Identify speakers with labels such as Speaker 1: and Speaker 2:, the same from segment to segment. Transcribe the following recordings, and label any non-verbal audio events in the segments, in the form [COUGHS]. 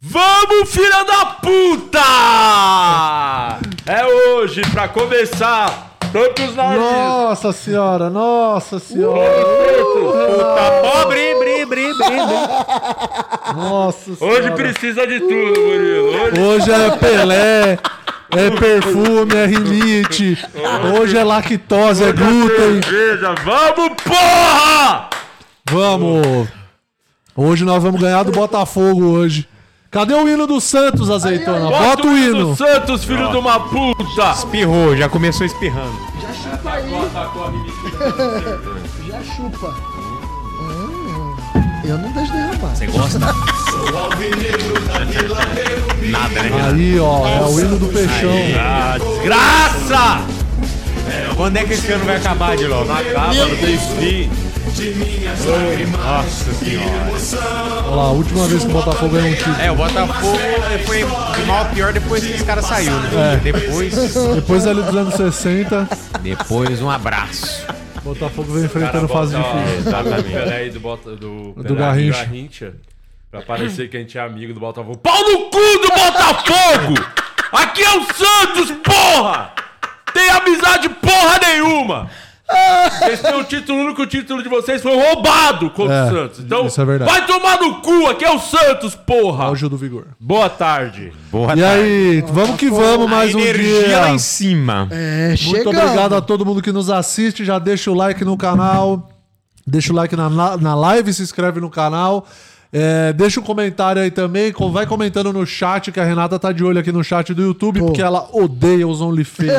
Speaker 1: Vamos, filha da puta! É hoje, pra começar, todos os narizes.
Speaker 2: Nossa senhora, nossa senhora.
Speaker 1: Puta pobre, bri, bri, bri, bri.
Speaker 2: Nossa senhora.
Speaker 1: Hoje precisa de tudo, Murilo. Hoje
Speaker 2: Hoje é Pelé, é perfume, é rinite. Hoje é lactose, é glúten.
Speaker 1: cerveja. Vamos, porra!
Speaker 2: Vamos. Hoje nós vamos ganhar do Botafogo hoje. Cadê o hino do Santos, azeitona? Bota o
Speaker 1: do
Speaker 2: hino.
Speaker 1: Santos, filho de uma puta!
Speaker 3: Espirrou, já começou espirrando.
Speaker 4: Já chupa aí. Já chupa. Hum, Eu não deixo derramar.
Speaker 3: Você gosta? Nada, né? Renato?
Speaker 2: Aí, ó, é o hino do peixão.
Speaker 1: Ah, desgraça!
Speaker 3: Quando é que esse ano vai acabar de logo?
Speaker 1: Acaba, não tem fim.
Speaker 3: Nossa senhora.
Speaker 2: Olha lá, a última vez que o Botafogo ganhou um título.
Speaker 3: É, o Botafogo foi mal pior depois que esse cara saiu, né? Depois.
Speaker 2: Depois ali dos anos 60,
Speaker 3: Depois um abraço.
Speaker 2: o Botafogo vem enfrentando fase difícil.
Speaker 1: Exatamente. Pelé aí do, Bota, do, Pelé,
Speaker 2: Garrincha.
Speaker 1: Pra parecer que a gente é amigo do Botafogo. Pau no cu do Botafogo! Aqui é o Santos, porra! Tem amizade porra nenhuma! Vocês têm um título único, o título de vocês foi roubado contra
Speaker 2: É,
Speaker 1: o Santos. Então,
Speaker 2: isso é verdade.
Speaker 1: vai tomar no cu, aqui é o Santos, porra!
Speaker 2: Auge do vigor.
Speaker 1: Boa tarde.
Speaker 3: Boa
Speaker 2: E aí, vamos que vamos, mais um
Speaker 3: energia
Speaker 2: dia.
Speaker 3: lá em cima.
Speaker 4: É,
Speaker 2: Muito
Speaker 4: chega.
Speaker 2: obrigado a todo mundo que nos assiste. Já deixa o like no canal. Deixa o like na, na na live, se inscreve no canal. É, deixa um comentário aí também. com- Vai comentando no chat, que a Renata tá de olho aqui no chat do YouTube, porque ela odeia os OnlyFeios.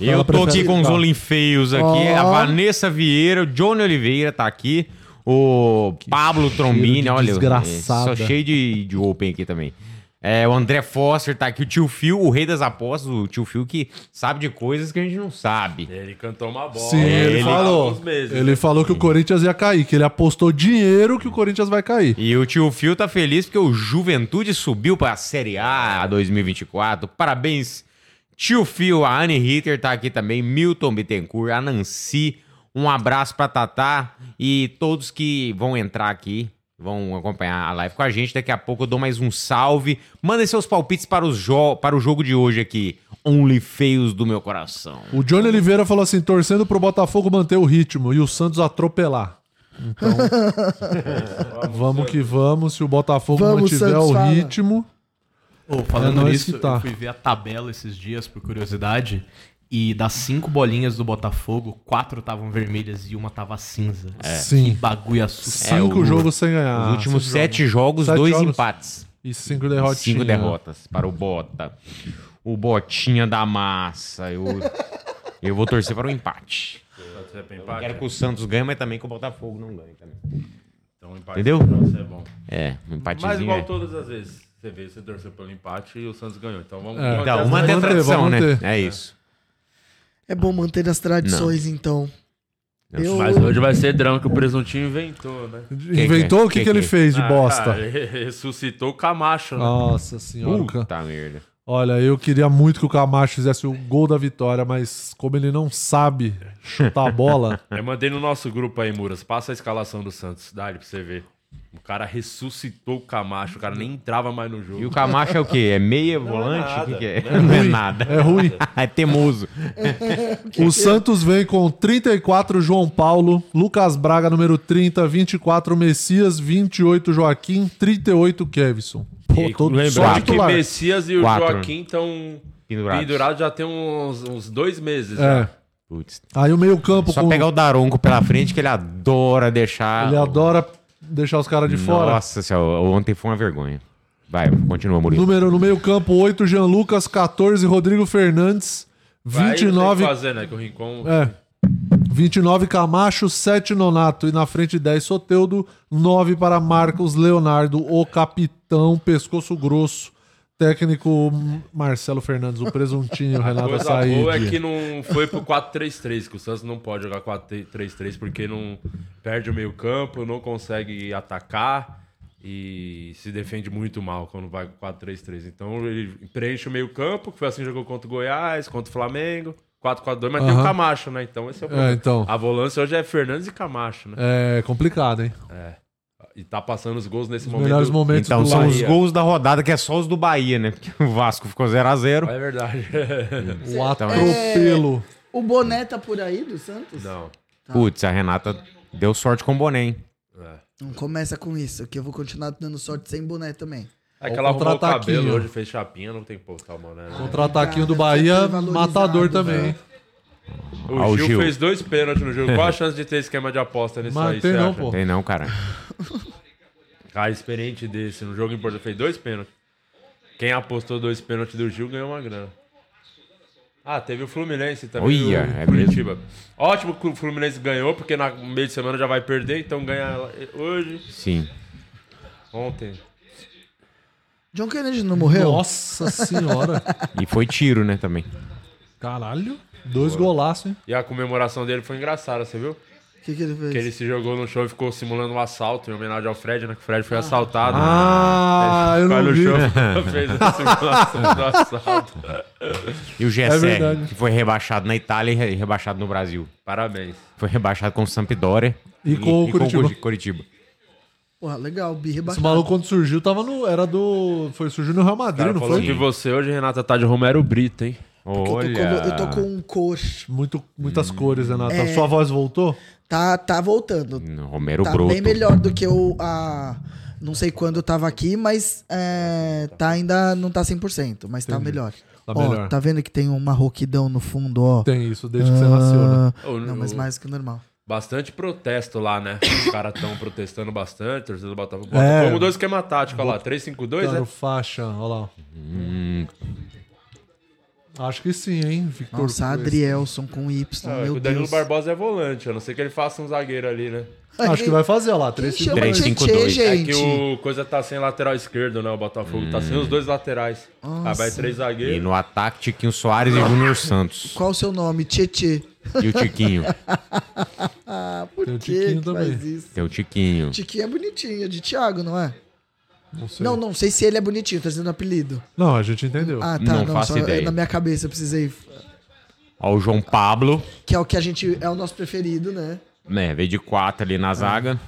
Speaker 3: Eu
Speaker 2: Ela
Speaker 3: tô aqui
Speaker 2: prefere
Speaker 3: com os
Speaker 2: ficar.
Speaker 3: Olinfeios aqui.
Speaker 4: Ó.
Speaker 3: A Vanessa Vieira, o Johnny Oliveira tá aqui. O Pablo Trombini,
Speaker 2: de
Speaker 3: olha. é,
Speaker 2: desgraçada.
Speaker 3: Só cheio de, de open aqui também. É, o André Foster tá aqui, o tio Phil, o rei das apostas, o tio Phil que sabe de coisas que a gente não sabe.
Speaker 1: Ele cantou uma bola.
Speaker 2: Sim, ele,
Speaker 3: ele-
Speaker 1: há
Speaker 2: falou.
Speaker 1: uns meses.
Speaker 2: Ele falou que o Corinthians ia cair, que ele apostou dinheiro que o Corinthians vai cair.
Speaker 3: E o tio Phil tá feliz porque o Juventude subiu pra Série A 2024. Parabéns, tio Phil. A Anne Ritter tá aqui também, Milton Bittencourt, a Nancy. Um abraço pra Tatá e todos que vão entrar aqui, vão acompanhar a live com a gente. Daqui a pouco eu dou mais um salve. Mandem seus palpites para, os jo- para o jogo de hoje aqui. Only feios do meu coração.
Speaker 2: O Johnny Oliveira falou assim: torcendo pro Botafogo manter o ritmo e o Santos atropelar. Então, vamos que vamos. Se o Botafogo
Speaker 4: Vamos,
Speaker 2: mantiver
Speaker 4: Santos,
Speaker 2: o
Speaker 4: fala.
Speaker 2: ritmo.
Speaker 5: Ô,
Speaker 2: É
Speaker 5: falando
Speaker 2: nóis
Speaker 5: nisso,
Speaker 2: que tá.
Speaker 5: eu fui ver a tabela esses dias, por curiosidade, e das cinco bolinhas do Botafogo, quatro estavam vermelhas e uma tava cinza.
Speaker 2: Sim.
Speaker 5: Que bagulho assustador.
Speaker 2: Cinco
Speaker 3: É, o-
Speaker 2: jogos sem ganhar.
Speaker 3: Os É. últimos
Speaker 2: Ah, Cinco
Speaker 3: sete jogos,
Speaker 2: Sete
Speaker 3: dois
Speaker 2: jogos.
Speaker 3: empates.
Speaker 2: jogos. E cinco derrotas.
Speaker 3: Cinco derrotas para o Bota. O Botinha da massa. Eu, eu vou torcer para o empate. Eu quero que o Santos ganhe, mas também que o Botafogo não ganhe também. Entendeu? É, um
Speaker 1: Mas
Speaker 3: empatezinho.
Speaker 1: igual
Speaker 3: É.
Speaker 1: todas as vezes. Você vê, você torceu pelo empate e o Santos ganhou. Então vamos
Speaker 2: É.
Speaker 1: manter
Speaker 3: Então,
Speaker 1: essa-
Speaker 3: uma
Speaker 2: Vamos
Speaker 3: é
Speaker 2: manter,
Speaker 3: tradição, né?
Speaker 2: vamos manter.
Speaker 3: É isso.
Speaker 4: É bom manter as tradições, então. Eu...
Speaker 1: Mas hoje vai ser drama que o presuntinho inventou, né?
Speaker 2: Inventou o que,
Speaker 3: Quem
Speaker 2: que ele
Speaker 3: que é?
Speaker 2: fez de
Speaker 1: Ah,
Speaker 2: bosta?
Speaker 1: cara, [LAUGHS] ressuscitou o Camacho, né?
Speaker 2: Nossa senhora. cara.
Speaker 3: Puta merda.
Speaker 2: Olha, eu queria muito que o Camacho fizesse o gol da vitória, mas como ele não sabe chutar a bola,
Speaker 1: Eu mandei no nosso grupo aí, Muras. Passa a escalação do Santos. Dá ali pra você ver. O cara ressuscitou o Camacho. O cara nem entrava mais no jogo.
Speaker 3: E o Camacho é o quê? É meia volante? O
Speaker 1: nada.
Speaker 3: que, que é? Não é nada.
Speaker 2: é ruim.
Speaker 3: [LAUGHS] É teimoso.
Speaker 2: O Santos vem com 34 João Paulo, Lucas Braga número 30, 24 Messias, 28 Joaquim, 38 Kevson. Pô, todo só
Speaker 1: Lembrar Ah, que
Speaker 2: titular.
Speaker 1: Messias e o
Speaker 3: Quatro.
Speaker 1: Joaquim estão
Speaker 3: Pendurado.
Speaker 1: pendurados já tem uns, uns dois meses.
Speaker 2: É.
Speaker 1: já.
Speaker 3: Putz.
Speaker 2: Aí o meio-campo
Speaker 3: Só
Speaker 2: com
Speaker 3: pegar o Daronco pela frente, que ele adora deixar.
Speaker 2: ele adora deixar os caras de fora.
Speaker 3: Nossa senhora, ontem foi uma vergonha. Vai, continua, Murilo.
Speaker 2: Número no meio-campo 8 Jean Lucas, 14 Rodrigo Fernandes,
Speaker 1: Vai, não tem o que
Speaker 2: 29
Speaker 1: fazer, né? Que o Rincon...
Speaker 2: É. 29 Camacho, 7 Nonato e na frente 10 Soteudo, 9 para Marcos Leonardo, o capitão pescoço grosso, técnico Marcelo Fernandes,
Speaker 1: [LAUGHS]
Speaker 2: o tá presuntinho, Renata
Speaker 1: coisa boa
Speaker 2: Said.
Speaker 1: é que não foi pro 4-3-3, que o Santos não pode jogar 4-3-3 porque não perde o meio campo, não consegue atacar e se defende muito mal quando vai com 4-3-3. Então ele preenche o meio campo, que foi assim que jogou contra o Goiás, contra o Flamengo, 4-4-2, mas tem
Speaker 2: Aham.
Speaker 1: o Camacho, né? Então esse é o
Speaker 2: É,
Speaker 1: problema.
Speaker 2: então.
Speaker 1: A volância hoje é Fernandes e Camacho, né?
Speaker 2: É complicado, hein?
Speaker 1: E tá passando os gols nesse
Speaker 2: Os
Speaker 1: momento.
Speaker 2: melhores momentos
Speaker 3: Então
Speaker 2: do
Speaker 3: são os
Speaker 1: Bahia.
Speaker 3: gols da rodada, que é só os do Bahia, né? Porque o Vasco ficou 0x0.
Speaker 1: É verdade. [LAUGHS]
Speaker 2: O
Speaker 3: então-
Speaker 2: atropelo.
Speaker 4: O boné tá por aí do Santos?
Speaker 1: Não.
Speaker 4: Tá.
Speaker 3: Putz, a Renata deu sorte com o boné, hein?
Speaker 1: É.
Speaker 4: Não começa com isso, que eu vou continuar dando sorte sem boné também.
Speaker 1: É que ela arrumou o
Speaker 2: Contra-ataquinho.
Speaker 1: cabelo hoje, fez chapinha, não tem que postar o mané.
Speaker 2: É.
Speaker 1: né?
Speaker 2: Contra-ataquinho do
Speaker 4: Cara, tá
Speaker 2: Bahia,
Speaker 4: valorizado,
Speaker 2: matador
Speaker 4: velho.
Speaker 2: também. hein?
Speaker 1: O
Speaker 3: Ah, o
Speaker 1: Gil,
Speaker 3: Gil.
Speaker 1: fez dois pênaltis no
Speaker 3: [LAUGHS]
Speaker 1: jogo. Qual a chance de ter esquema de aposta nisso
Speaker 2: Mas
Speaker 1: aí,
Speaker 2: tem
Speaker 1: você
Speaker 2: não,
Speaker 1: acha?
Speaker 2: pô.
Speaker 3: Tem não, cara.
Speaker 1: Cara experiente desse, no jogo importante, fez dois pênaltis. Quem apostou dois pênaltis do Gil ganhou uma grana. Ah, teve o Fluminense também.
Speaker 3: Olha,
Speaker 1: o
Speaker 3: é
Speaker 1: Curitiba. Ótimo que o Fluminense ganhou, porque na no meio de semana já vai perder, então ganha ela hoje,
Speaker 3: Sim.
Speaker 1: ontem.
Speaker 4: John Kennedy não morreu?
Speaker 2: Nossa senhora.
Speaker 3: E foi tiro, né, também.
Speaker 2: Caralho. Dois golaços, hein?
Speaker 1: E a comemoração dele foi engraçada, você viu?
Speaker 4: O que, que ele fez?
Speaker 1: Que ele se jogou no chão e ficou simulando um assalto em homenagem ao Fred, né? Que o Fred foi assaltado. né?
Speaker 2: Ah, eu
Speaker 1: Ficou
Speaker 2: não
Speaker 1: no
Speaker 2: vi.
Speaker 1: chão, [LAUGHS] fez a simulação
Speaker 2: [LAUGHS]
Speaker 1: do assalto.
Speaker 3: E o
Speaker 2: É
Speaker 3: Gessé,
Speaker 2: verdade.
Speaker 3: que foi rebaixado na Itália e re- rebaixado no Brasil.
Speaker 1: Parabéns.
Speaker 3: Foi rebaixado com o Sampdoria.
Speaker 2: E com o Curitiba.
Speaker 3: Curi- Curitiba.
Speaker 4: Porra, legal, birra
Speaker 2: Esse
Speaker 4: bacana.
Speaker 2: maluco quando surgiu, tava no. Era do. Foi surgiu no Real
Speaker 1: O
Speaker 2: Madrid,
Speaker 1: cara
Speaker 2: não
Speaker 1: falou
Speaker 2: foi?
Speaker 1: que você hoje, Renata, tá de Romero Brito, hein?
Speaker 4: É Eu, tô com, eu tô com um coxo.
Speaker 2: Muito, muitas
Speaker 1: Hum.
Speaker 2: cores, Renata.
Speaker 4: É.
Speaker 2: Sua voz voltou?
Speaker 4: Tá, tá voltando.
Speaker 3: No Romero
Speaker 4: tá
Speaker 3: Broto.
Speaker 4: bem melhor do que eu. A... Não sei quando eu tava aqui, mas é, tá ainda não tá 100%, mas tá melhor.
Speaker 2: Tá
Speaker 4: ó,
Speaker 2: melhor.
Speaker 4: tá vendo que tem uma roquidão no fundo, ó.
Speaker 2: Tem isso, desde que você nasceu, né?
Speaker 4: Ah, Não, mas mais que o normal.
Speaker 1: Bastante protesto lá, né? Os caras estão protestando bastante, torcida do Botafogo.
Speaker 2: É.
Speaker 1: Botafogo mudou o esquema tático, olha lá, 3-5-2,
Speaker 4: é.
Speaker 2: Claro,
Speaker 1: né?
Speaker 2: faixa, olha lá.
Speaker 1: Hum.
Speaker 2: Acho que sim, hein, Victor?
Speaker 4: Nossa, Adrielson com Y,
Speaker 1: Ah, é que
Speaker 4: meu
Speaker 1: o Danilo
Speaker 4: Deus.
Speaker 1: Barbosa é volante, a não ser que ele faça um zagueiro ali, né?
Speaker 2: Acho que vai fazer, olha lá.
Speaker 4: Quem
Speaker 2: Três
Speaker 4: chama
Speaker 3: Três,
Speaker 4: Tietê,
Speaker 3: cinco, dois.
Speaker 1: É
Speaker 4: gente?
Speaker 1: que o Coisa tá sem lateral esquerdo, né? O Botafogo tá sem os dois laterais. Ah, vai três
Speaker 3: E
Speaker 1: zagueiros.
Speaker 3: no ataque, Tiquinho Soares e Júnior Santos.
Speaker 4: Qual o seu nome? Tietê.
Speaker 3: E o Tiquinho.
Speaker 4: Ah, por
Speaker 2: Tem o
Speaker 4: que
Speaker 2: Tiquinho
Speaker 4: que
Speaker 2: também.
Speaker 4: faz isso?
Speaker 3: Tem o
Speaker 4: [LAUGHS]
Speaker 3: Tiquinho.
Speaker 4: Tiquinho é bonitinho, é de Thiago, não é?
Speaker 2: Não, sei.
Speaker 4: Não, não sei se ele é bonitinho, tá dizendo apelido.
Speaker 2: Não, a gente entendeu.
Speaker 4: Ah, tá,
Speaker 3: Não
Speaker 4: não,
Speaker 3: faço
Speaker 4: só
Speaker 3: ideia.
Speaker 4: na minha cabeça eu precisei.
Speaker 3: Ó, o João Pablo.
Speaker 4: Que é o que a gente. É o nosso preferido, né?
Speaker 3: Né, veio de quatro ali na zaga.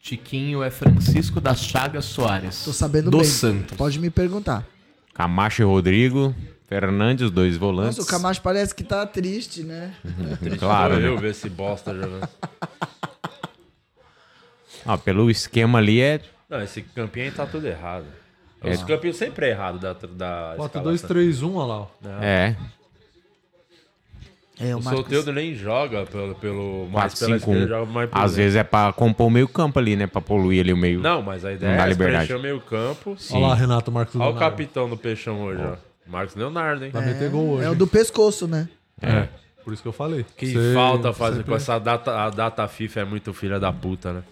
Speaker 5: Tiquinho é Francisco das Chagas Soares.
Speaker 4: Tô sabendo
Speaker 5: do
Speaker 4: bem.
Speaker 5: Santos.
Speaker 4: Pode me perguntar.
Speaker 3: Camacho e Rodrigo. Fernandes, dois volantes.
Speaker 4: Nossa, o Camacho parece que tá triste, né?
Speaker 3: Claro, né?
Speaker 1: Eu ver esse bosta
Speaker 4: [LAUGHS]
Speaker 1: jogando.
Speaker 3: Ah, pelo esquema ali é.
Speaker 1: Não, esse campinho aí tá tudo errado.
Speaker 3: É.
Speaker 1: Esse campinho sempre é errado da, da
Speaker 2: 4,
Speaker 1: escalação.
Speaker 2: 2, 3, 1, olha lá. ó.
Speaker 3: É.
Speaker 4: É,
Speaker 1: O
Speaker 4: o Marcos.
Speaker 2: é-
Speaker 1: Solteudo nem joga pelo, pelo mais pela esquerda,
Speaker 3: 4-5-1.
Speaker 1: joga mais pelo
Speaker 3: Às vezes é pra compor o meio campo ali, né? Pra poluir ali o meio.
Speaker 1: Não, mas a
Speaker 3: Não
Speaker 1: ideia
Speaker 3: dá
Speaker 1: é
Speaker 3: liberdade.
Speaker 1: preencher o meio campo.
Speaker 3: Sim.
Speaker 2: Olha lá, Renato Marcos
Speaker 1: Olha o
Speaker 2: Leonardo.
Speaker 1: capitão do Peixão hoje, ó. Marcos Leonardo, hein?
Speaker 2: Vai meter gol hoje.
Speaker 4: É o do pescoço, né?
Speaker 2: É. Por isso que eu falei.
Speaker 1: Que
Speaker 2: Você-
Speaker 1: falta fazer
Speaker 2: você-
Speaker 1: com essa data. A data FIFA é muito filha da puta, né?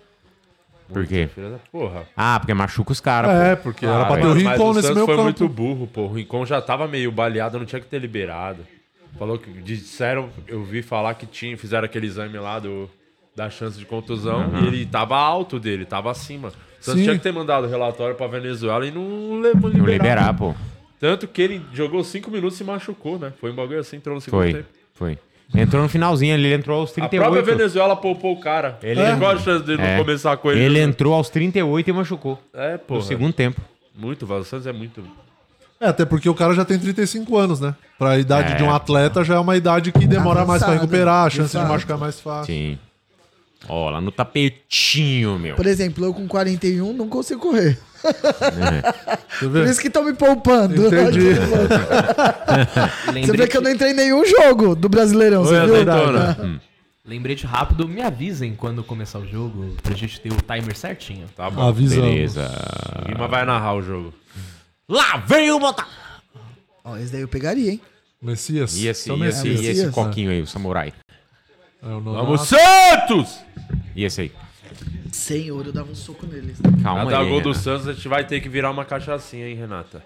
Speaker 3: Por quê?
Speaker 1: Filha da porra.
Speaker 3: Ah, porque machuca os caras.
Speaker 2: É,
Speaker 3: pô.
Speaker 2: porque era pra ter o
Speaker 1: Ah, Mas-
Speaker 2: Rincon
Speaker 1: mas
Speaker 2: nesse
Speaker 1: Santos
Speaker 2: meio
Speaker 1: foi
Speaker 2: campo.
Speaker 1: muito burro, pô. O Rincon já tava meio baleado, não tinha que ter liberado. Falou que disseram, eu vi falar que tinha, fizeram aquele exame lá do da chance de contusão e ele tava alto dele, tava acima. O Santos
Speaker 2: Sim.
Speaker 1: tinha que ter mandado o relatório pra Venezuela e não, le-
Speaker 3: Não liberar, pô.
Speaker 1: Tanto que ele jogou cinco minutos e se machucou, né? Foi um bagulho assim, entrou no segundo
Speaker 3: Foi.
Speaker 1: tempo.
Speaker 3: Foi. Entrou no finalzinho ali, ele entrou aos
Speaker 1: A própria
Speaker 3: 38.
Speaker 1: Venezuela poupou o cara.
Speaker 3: Ele-
Speaker 1: Ele Qual a chance de
Speaker 3: É.
Speaker 1: não começar com ele? né?
Speaker 3: Ele entrou aos 38 e machucou.
Speaker 1: É,
Speaker 3: No
Speaker 1: pô.
Speaker 3: segundo tempo.
Speaker 1: Muito, Vasco. O Santos é muito.
Speaker 2: É, até porque o cara já tem 35 anos, né? Pra idade
Speaker 3: É.
Speaker 2: de um atleta já é uma idade que demora mais pra
Speaker 4: Avançada.
Speaker 2: recuperar, a chance de
Speaker 4: Exato.
Speaker 2: machucar é mais fácil.
Speaker 3: Sim. Ó, lá no tapetinho, meu.
Speaker 4: Por exemplo, eu com 41 não consigo correr.
Speaker 2: Você
Speaker 4: [LAUGHS] Por
Speaker 2: vê?
Speaker 4: isso que estão me poupando.
Speaker 2: Entendi.
Speaker 4: Você vê
Speaker 5: Lembrete,
Speaker 4: que eu não entrei em nenhum jogo do Brasileirão, você viu?
Speaker 1: azeitona.
Speaker 5: lembrete rápido, me avisem quando começar o jogo pra gente ter o timer certinho.
Speaker 1: Tá bom.
Speaker 2: Avisamos.
Speaker 3: Beleza.
Speaker 1: Guima vai narrar o jogo.
Speaker 3: Lá veio o Botafogo.
Speaker 4: Ó, esse daí eu pegaria, hein?
Speaker 2: Messias.
Speaker 3: E esse,
Speaker 2: Seu
Speaker 3: e esse,
Speaker 2: Messias.
Speaker 3: e esse
Speaker 4: Messias.
Speaker 3: coquinho aí, o samurai.
Speaker 2: É o nome
Speaker 1: Vamos, Santos!
Speaker 3: E esse aí.
Speaker 4: Senhor, eu dava um soco neles.
Speaker 3: Calma
Speaker 1: Cada
Speaker 3: aí.
Speaker 1: gol do
Speaker 3: Renan.
Speaker 1: Santos a gente vai ter que virar uma cachaçinha, hein, Renata?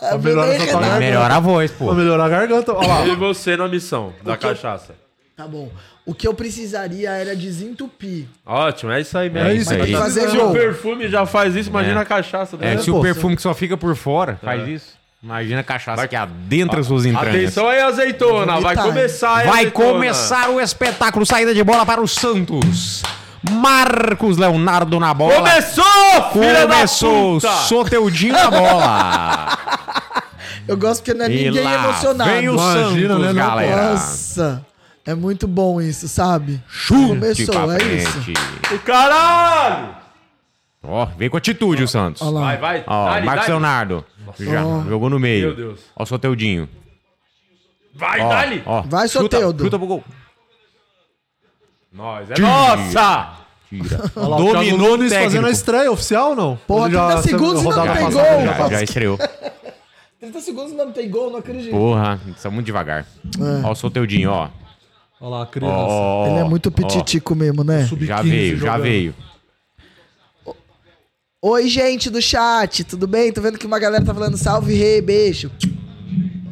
Speaker 2: Pra melhorar essa
Speaker 4: Renato.
Speaker 2: garganta.
Speaker 3: Melhora a voz, pô.
Speaker 2: Pra melhorar a garganta. Olha lá.
Speaker 1: E você na missão da cachaça.
Speaker 4: Tá bom. O que eu precisaria era desentupir.
Speaker 1: Ótimo, é isso aí mesmo.
Speaker 2: É isso
Speaker 1: Mas
Speaker 3: aí.
Speaker 1: tá-
Speaker 4: Fazer
Speaker 1: Se
Speaker 4: gol.
Speaker 1: o perfume já faz isso, imagina a cachaça.
Speaker 3: É,
Speaker 1: né?
Speaker 3: se o
Speaker 2: pô,
Speaker 3: perfume que só fica por
Speaker 1: É.
Speaker 3: fora faz isso. Imagina a cachaça que adentra suas entranhas.
Speaker 1: Atenção aí, azeitona. Vai
Speaker 4: Detalhe.
Speaker 1: começar, hein,
Speaker 3: Vai
Speaker 1: azeitona.
Speaker 3: começar o espetáculo. Saída de bola para o Santos. Marcos Leonardo na bola.
Speaker 1: Começou, filha
Speaker 3: Começou!
Speaker 1: da puta!
Speaker 3: Soteudinho na bola!
Speaker 4: Eu gosto porque não é
Speaker 3: E
Speaker 4: [LAUGHS] ninguém
Speaker 3: lá
Speaker 4: emocionado.
Speaker 3: Vem o
Speaker 2: Imagina,
Speaker 3: Santos,
Speaker 2: né? Não
Speaker 3: galera.
Speaker 4: Nossa, é muito bom isso, sabe?
Speaker 3: De pra
Speaker 4: Começou, é isso.
Speaker 3: frente.
Speaker 1: O caralho!
Speaker 3: Ó, vem com atitude o Santos.
Speaker 4: Olha lá.
Speaker 1: Vai, vai.
Speaker 3: Ó,
Speaker 1: dá-lhe,
Speaker 3: Marcos
Speaker 1: dá-lhe.
Speaker 3: Leonardo. Já jogou no meio.
Speaker 1: Meu Deus.
Speaker 3: Ó, o Soteudinho.
Speaker 1: Vai,
Speaker 3: Ó,
Speaker 1: dá-lhe.
Speaker 3: ó.
Speaker 4: Vai,
Speaker 3: Chuta-
Speaker 4: Soteudo.
Speaker 3: Chuta pro gol.
Speaker 1: Nós, é nossa!
Speaker 4: [LAUGHS]
Speaker 3: Tira.
Speaker 2: Olha lá, o Thiago
Speaker 3: Dominou o
Speaker 2: Nunes fazendo a
Speaker 3: técnico.
Speaker 2: estreia oficial ou não?
Speaker 4: Porra,
Speaker 2: Ele já-
Speaker 4: 30 segundos e não
Speaker 2: rodada
Speaker 4: tem
Speaker 2: passada
Speaker 4: Tá gol.
Speaker 2: já
Speaker 3: Já,
Speaker 2: faz.
Speaker 3: já estreou.
Speaker 4: 30 segundos não tem gol, não acredito.
Speaker 3: Porra, isso é muito devagar. Ó, o Soteudinho, ó.
Speaker 2: Olha lá, a
Speaker 3: Ó,
Speaker 2: criança.
Speaker 3: ó, ó.
Speaker 4: É. Ele é muito petitico mesmo, né?
Speaker 2: Sub-15
Speaker 3: Já veio, já
Speaker 2: jogando.
Speaker 3: veio.
Speaker 4: Oi, gente do chat, tudo bem? Tô vendo que uma galera tá falando salve, rei, beijo.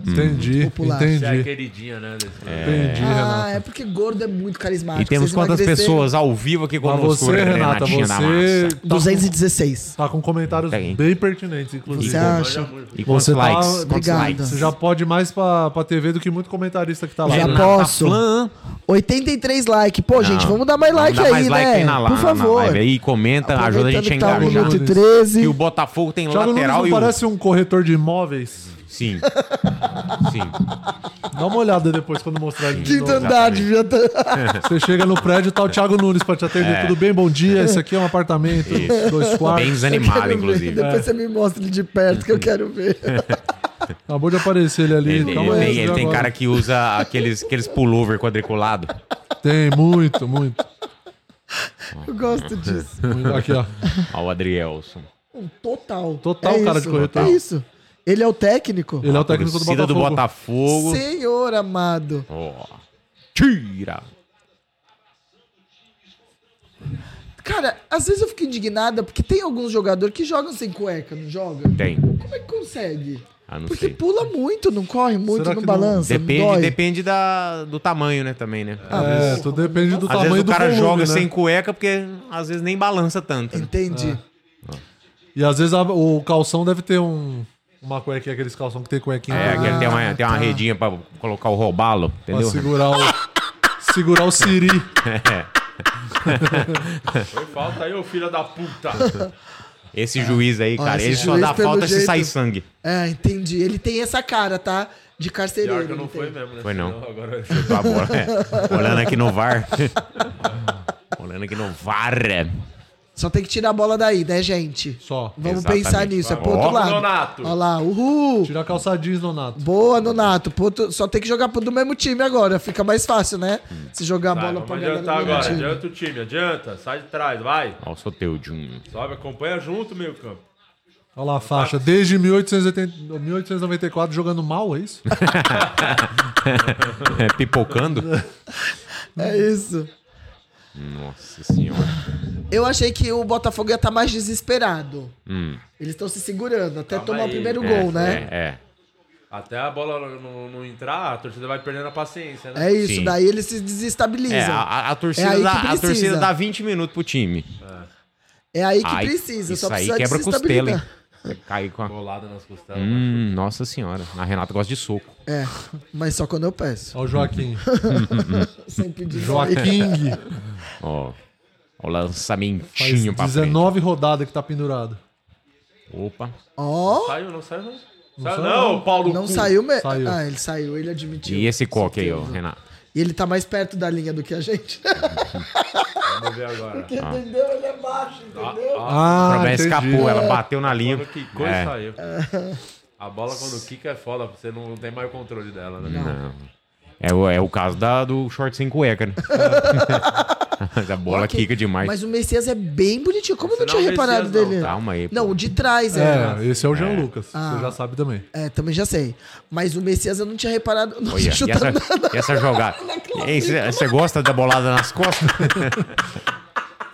Speaker 2: Entendi,
Speaker 4: Hum. Popular.
Speaker 1: Você é a
Speaker 2: entendi.
Speaker 1: queridinha, né? desse-
Speaker 3: É.
Speaker 2: Entendi,
Speaker 4: Ah,
Speaker 2: Renata.
Speaker 4: é porque gordo é muito carismático.
Speaker 3: E temos
Speaker 4: vocês
Speaker 3: quantas
Speaker 4: emagreceram?
Speaker 3: pessoas ao vivo aqui
Speaker 2: Mas
Speaker 3: conosco,
Speaker 2: Ah, você, Renata,
Speaker 3: Renatinha da
Speaker 2: você
Speaker 3: Massa.
Speaker 2: tá,
Speaker 4: 216.
Speaker 2: tá com comentários
Speaker 3: Tem.
Speaker 2: bem pertinentes, inclusive.
Speaker 4: Você acha?
Speaker 3: E quantos
Speaker 2: Você tá-
Speaker 3: likes? Quantos
Speaker 4: Obrigada.
Speaker 3: likes?
Speaker 2: Você já pode ir mais pra, pra TV do que muito comentarista que tá lá.
Speaker 4: Já
Speaker 2: né?
Speaker 4: pode. posso.
Speaker 3: Flan.
Speaker 4: 83 like. Pô, gente, vamos dar mais
Speaker 3: Vamos
Speaker 4: like
Speaker 3: dar
Speaker 4: aí,
Speaker 3: mais
Speaker 4: né?
Speaker 3: like aí na,
Speaker 4: Por
Speaker 3: na-
Speaker 4: favor.
Speaker 3: Na live aí, comenta, ajuda a gente a
Speaker 4: Aproveitando que
Speaker 3: engajar.
Speaker 4: Tá no minuto e
Speaker 3: E
Speaker 4: 13.
Speaker 3: o Botafogo tem
Speaker 2: Thiago Nunes
Speaker 3: lateral
Speaker 2: não
Speaker 3: e o...
Speaker 2: parece um corretor de imóveis?
Speaker 3: Sim. Sim.
Speaker 2: Dá uma olhada depois quando mostrar ele de
Speaker 4: Quinto
Speaker 2: novo.
Speaker 4: andar,
Speaker 3: [LAUGHS]
Speaker 4: devia tá-
Speaker 3: É
Speaker 2: Você chega no prédio, tá o Thiago Nunes pra te atender. Tudo bem? Bom dia. Esse aqui é um apartamento, dois
Speaker 3: Bem
Speaker 2: quartos.
Speaker 3: desanimado,
Speaker 4: Quero ver.
Speaker 3: inclusive. É.
Speaker 4: Depois você me mostra ele de
Speaker 3: [LAUGHS]
Speaker 4: perto que eu quero ver.
Speaker 2: Acabou de aparecer ele ali.
Speaker 3: Ele,
Speaker 2: Calma
Speaker 3: ele
Speaker 2: aí,
Speaker 3: tem, ele
Speaker 2: agora.
Speaker 3: tem cara que usa aqueles, aqueles
Speaker 2: [LAUGHS]
Speaker 3: pullover quadriculado.
Speaker 2: Tem, muito, muito.
Speaker 4: [LAUGHS] Eu gosto
Speaker 3: [LAUGHS]
Speaker 4: disso.
Speaker 2: muito. Aqui, ó.
Speaker 3: Ó, o Adrielson.
Speaker 4: Um total.
Speaker 2: Total cara
Speaker 4: isso.
Speaker 2: de corretor.
Speaker 4: É isso. Ele é o técnico?
Speaker 2: Ele é o técnico do
Speaker 3: Torcida
Speaker 2: Botafogo.
Speaker 3: do Botafogo.
Speaker 4: Senhor amado.
Speaker 3: Ó. Tira.
Speaker 4: Cara, às vezes eu fico indignada porque tem alguns jogadores que jogam sem cueca, não joga?
Speaker 3: Tem.
Speaker 4: Como é que consegue?
Speaker 3: Ah, não
Speaker 4: Porque
Speaker 3: sei.
Speaker 4: pula muito, não corre muito,
Speaker 2: Será
Speaker 4: não
Speaker 2: que não-
Speaker 4: balança, não
Speaker 3: Depende,
Speaker 4: dói.
Speaker 3: depende da, do tamanho, né, também, né?
Speaker 4: Ah,
Speaker 2: É,
Speaker 4: mas-
Speaker 2: tudo depende do
Speaker 3: às
Speaker 2: tamanho
Speaker 3: vezes o
Speaker 2: do
Speaker 3: cara
Speaker 2: volume,
Speaker 3: joga
Speaker 2: né?
Speaker 3: sem cueca porque às vezes nem balança tanto. né?
Speaker 4: Entendi.
Speaker 2: E às vezes a- o calção deve ter um... Uma cuequinha, aqueles calção que tem cuequinha.
Speaker 3: É,
Speaker 2: pra-
Speaker 3: aquele tem uma, tem uma redinha pra colocar o robalo,
Speaker 2: Ah, tá. Pra
Speaker 3: entendeu?
Speaker 2: segurar o... Segurar o siri.
Speaker 1: Foi falta aí, ô filha da puta.
Speaker 3: Esse juiz aí,
Speaker 2: Ah,
Speaker 4: Ó,
Speaker 3: cara,
Speaker 4: esse
Speaker 3: ele só
Speaker 4: juiz,
Speaker 3: dá
Speaker 4: pelo
Speaker 3: falta se
Speaker 4: jeito-
Speaker 3: sair sangue.
Speaker 4: É, entendi. Ele tem essa cara, tá? De
Speaker 1: Pior
Speaker 4: carcereiro.
Speaker 1: que eu
Speaker 4: ele
Speaker 1: não
Speaker 4: tem.
Speaker 1: foi mesmo, né?
Speaker 3: Foi não.
Speaker 1: Senão Agora...
Speaker 3: Chutou a bola,
Speaker 2: [LAUGHS]
Speaker 3: é. Olhando aqui no VAR. [LAUGHS] Olhando aqui no VAR.
Speaker 4: Só tem que tirar a bola daí, né, gente?
Speaker 2: Só.
Speaker 4: Vamos
Speaker 3: Exatamente.
Speaker 4: pensar nisso. É pro
Speaker 3: Ó,
Speaker 4: outro lado.
Speaker 1: Nonato.
Speaker 4: Olha lá, uhul.
Speaker 2: Tirar a calça jeans, Nonato.
Speaker 4: Boa, Nonato. Pro outro- Só tem que jogar pro- do mesmo time agora. Fica mais fácil, né? Se jogar a
Speaker 1: Vai,
Speaker 4: bola
Speaker 1: Tá, vamos
Speaker 4: pra né, galera do
Speaker 1: adiantar
Speaker 4: mesmo
Speaker 1: agora.
Speaker 4: time.
Speaker 1: Adianta o time, adianta. Sai de trás, vai.
Speaker 3: Ó, o Soteudinho.
Speaker 1: Sobe, acompanha junto, meio campo.
Speaker 2: Olha lá a faixa. Desde 1880, 1894 jogando mal, é isso?
Speaker 3: É, pipocando.
Speaker 4: É isso.
Speaker 3: Nossa senhora.
Speaker 4: Eu achei que o Botafogo ia estar mais desesperado.
Speaker 3: Hum,
Speaker 4: Eles estão se segurando até
Speaker 1: Calma
Speaker 4: tomar
Speaker 1: aí.
Speaker 4: o primeiro
Speaker 1: É,
Speaker 4: gol, né?
Speaker 3: É,
Speaker 1: Até a bola não, não entrar, a torcida vai perdendo a paciência, né?
Speaker 4: É isso,
Speaker 3: Sim.
Speaker 4: daí eles se
Speaker 3: é.
Speaker 4: desestabilizam.
Speaker 3: É, a, a- a torcida
Speaker 4: aí que
Speaker 3: dá, a
Speaker 4: precisa.
Speaker 3: torcida dá 20 minutos pro time.
Speaker 4: É aí que
Speaker 3: Ai,
Speaker 4: precisa,
Speaker 3: Isso
Speaker 4: só
Speaker 3: aí
Speaker 4: precisa
Speaker 3: quebra
Speaker 4: de
Speaker 3: costela, hein?
Speaker 4: estabilidade.
Speaker 3: Vai cair com a...
Speaker 1: Bolada nas costelas.
Speaker 3: Hum, nossa senhora. A Renata gosta de soco.
Speaker 4: É, mas só quando eu peço.
Speaker 2: Olha o Joaquim.
Speaker 4: Sem pedir.
Speaker 2: Joaquim.
Speaker 3: Ó. Ó, o
Speaker 2: Faz
Speaker 3: lançamentinho pra frente.
Speaker 2: 19 rodadas que tá pendurado.
Speaker 3: Opa.
Speaker 4: Ó,
Speaker 1: Saiu, não saiu, não. Saiu,
Speaker 2: saiu,
Speaker 1: não,
Speaker 2: não.
Speaker 1: Paulo.
Speaker 4: não
Speaker 1: cu.
Speaker 4: saiu mesmo.
Speaker 2: Saiu.
Speaker 4: Ah, ele saiu, ele admitiu.
Speaker 3: E esse coque aí, ó,
Speaker 4: Certeza.
Speaker 3: Renata.
Speaker 4: E ele tá mais perto da linha do que a gente.
Speaker 3: Ah.
Speaker 1: Vamos ver
Speaker 2: [LAUGHS]
Speaker 1: agora.
Speaker 4: [LAUGHS] Entendeu? Ele é baixo, entendeu?
Speaker 2: Ah,
Speaker 3: Pra mim,
Speaker 2: entendi.
Speaker 3: é escapou, ela bateu na linha.
Speaker 1: Quando quicou e
Speaker 2: [LAUGHS]
Speaker 3: É.
Speaker 1: saiu. A bola quando quica é foda, você não tem mais o controle dela, né?
Speaker 3: Não. É o, é o caso da, do short sem cueca,
Speaker 4: [LAUGHS]
Speaker 3: né? [LAUGHS] Mas a bola
Speaker 4: Ok,
Speaker 3: quica demais.
Speaker 4: Mas o Messias é bem bonitinho. Como eu não
Speaker 1: Não, é
Speaker 4: tinha
Speaker 1: o
Speaker 4: reparado
Speaker 1: Messias não,
Speaker 4: dele?
Speaker 3: Calma aí. pô.
Speaker 4: Não, o de trás é.
Speaker 2: É, esse é o Jean Lucas. Você já sabe também.
Speaker 4: É, também já sei. Mas o Messias eu não tinha reparado. [LAUGHS] tá Não
Speaker 3: Olha,
Speaker 4: tinha
Speaker 3: e essa,
Speaker 4: chutado nada.
Speaker 3: e essa jogada. Ei, cê- Você gosta da bolada nas
Speaker 4: [LAUGHS]
Speaker 3: costas?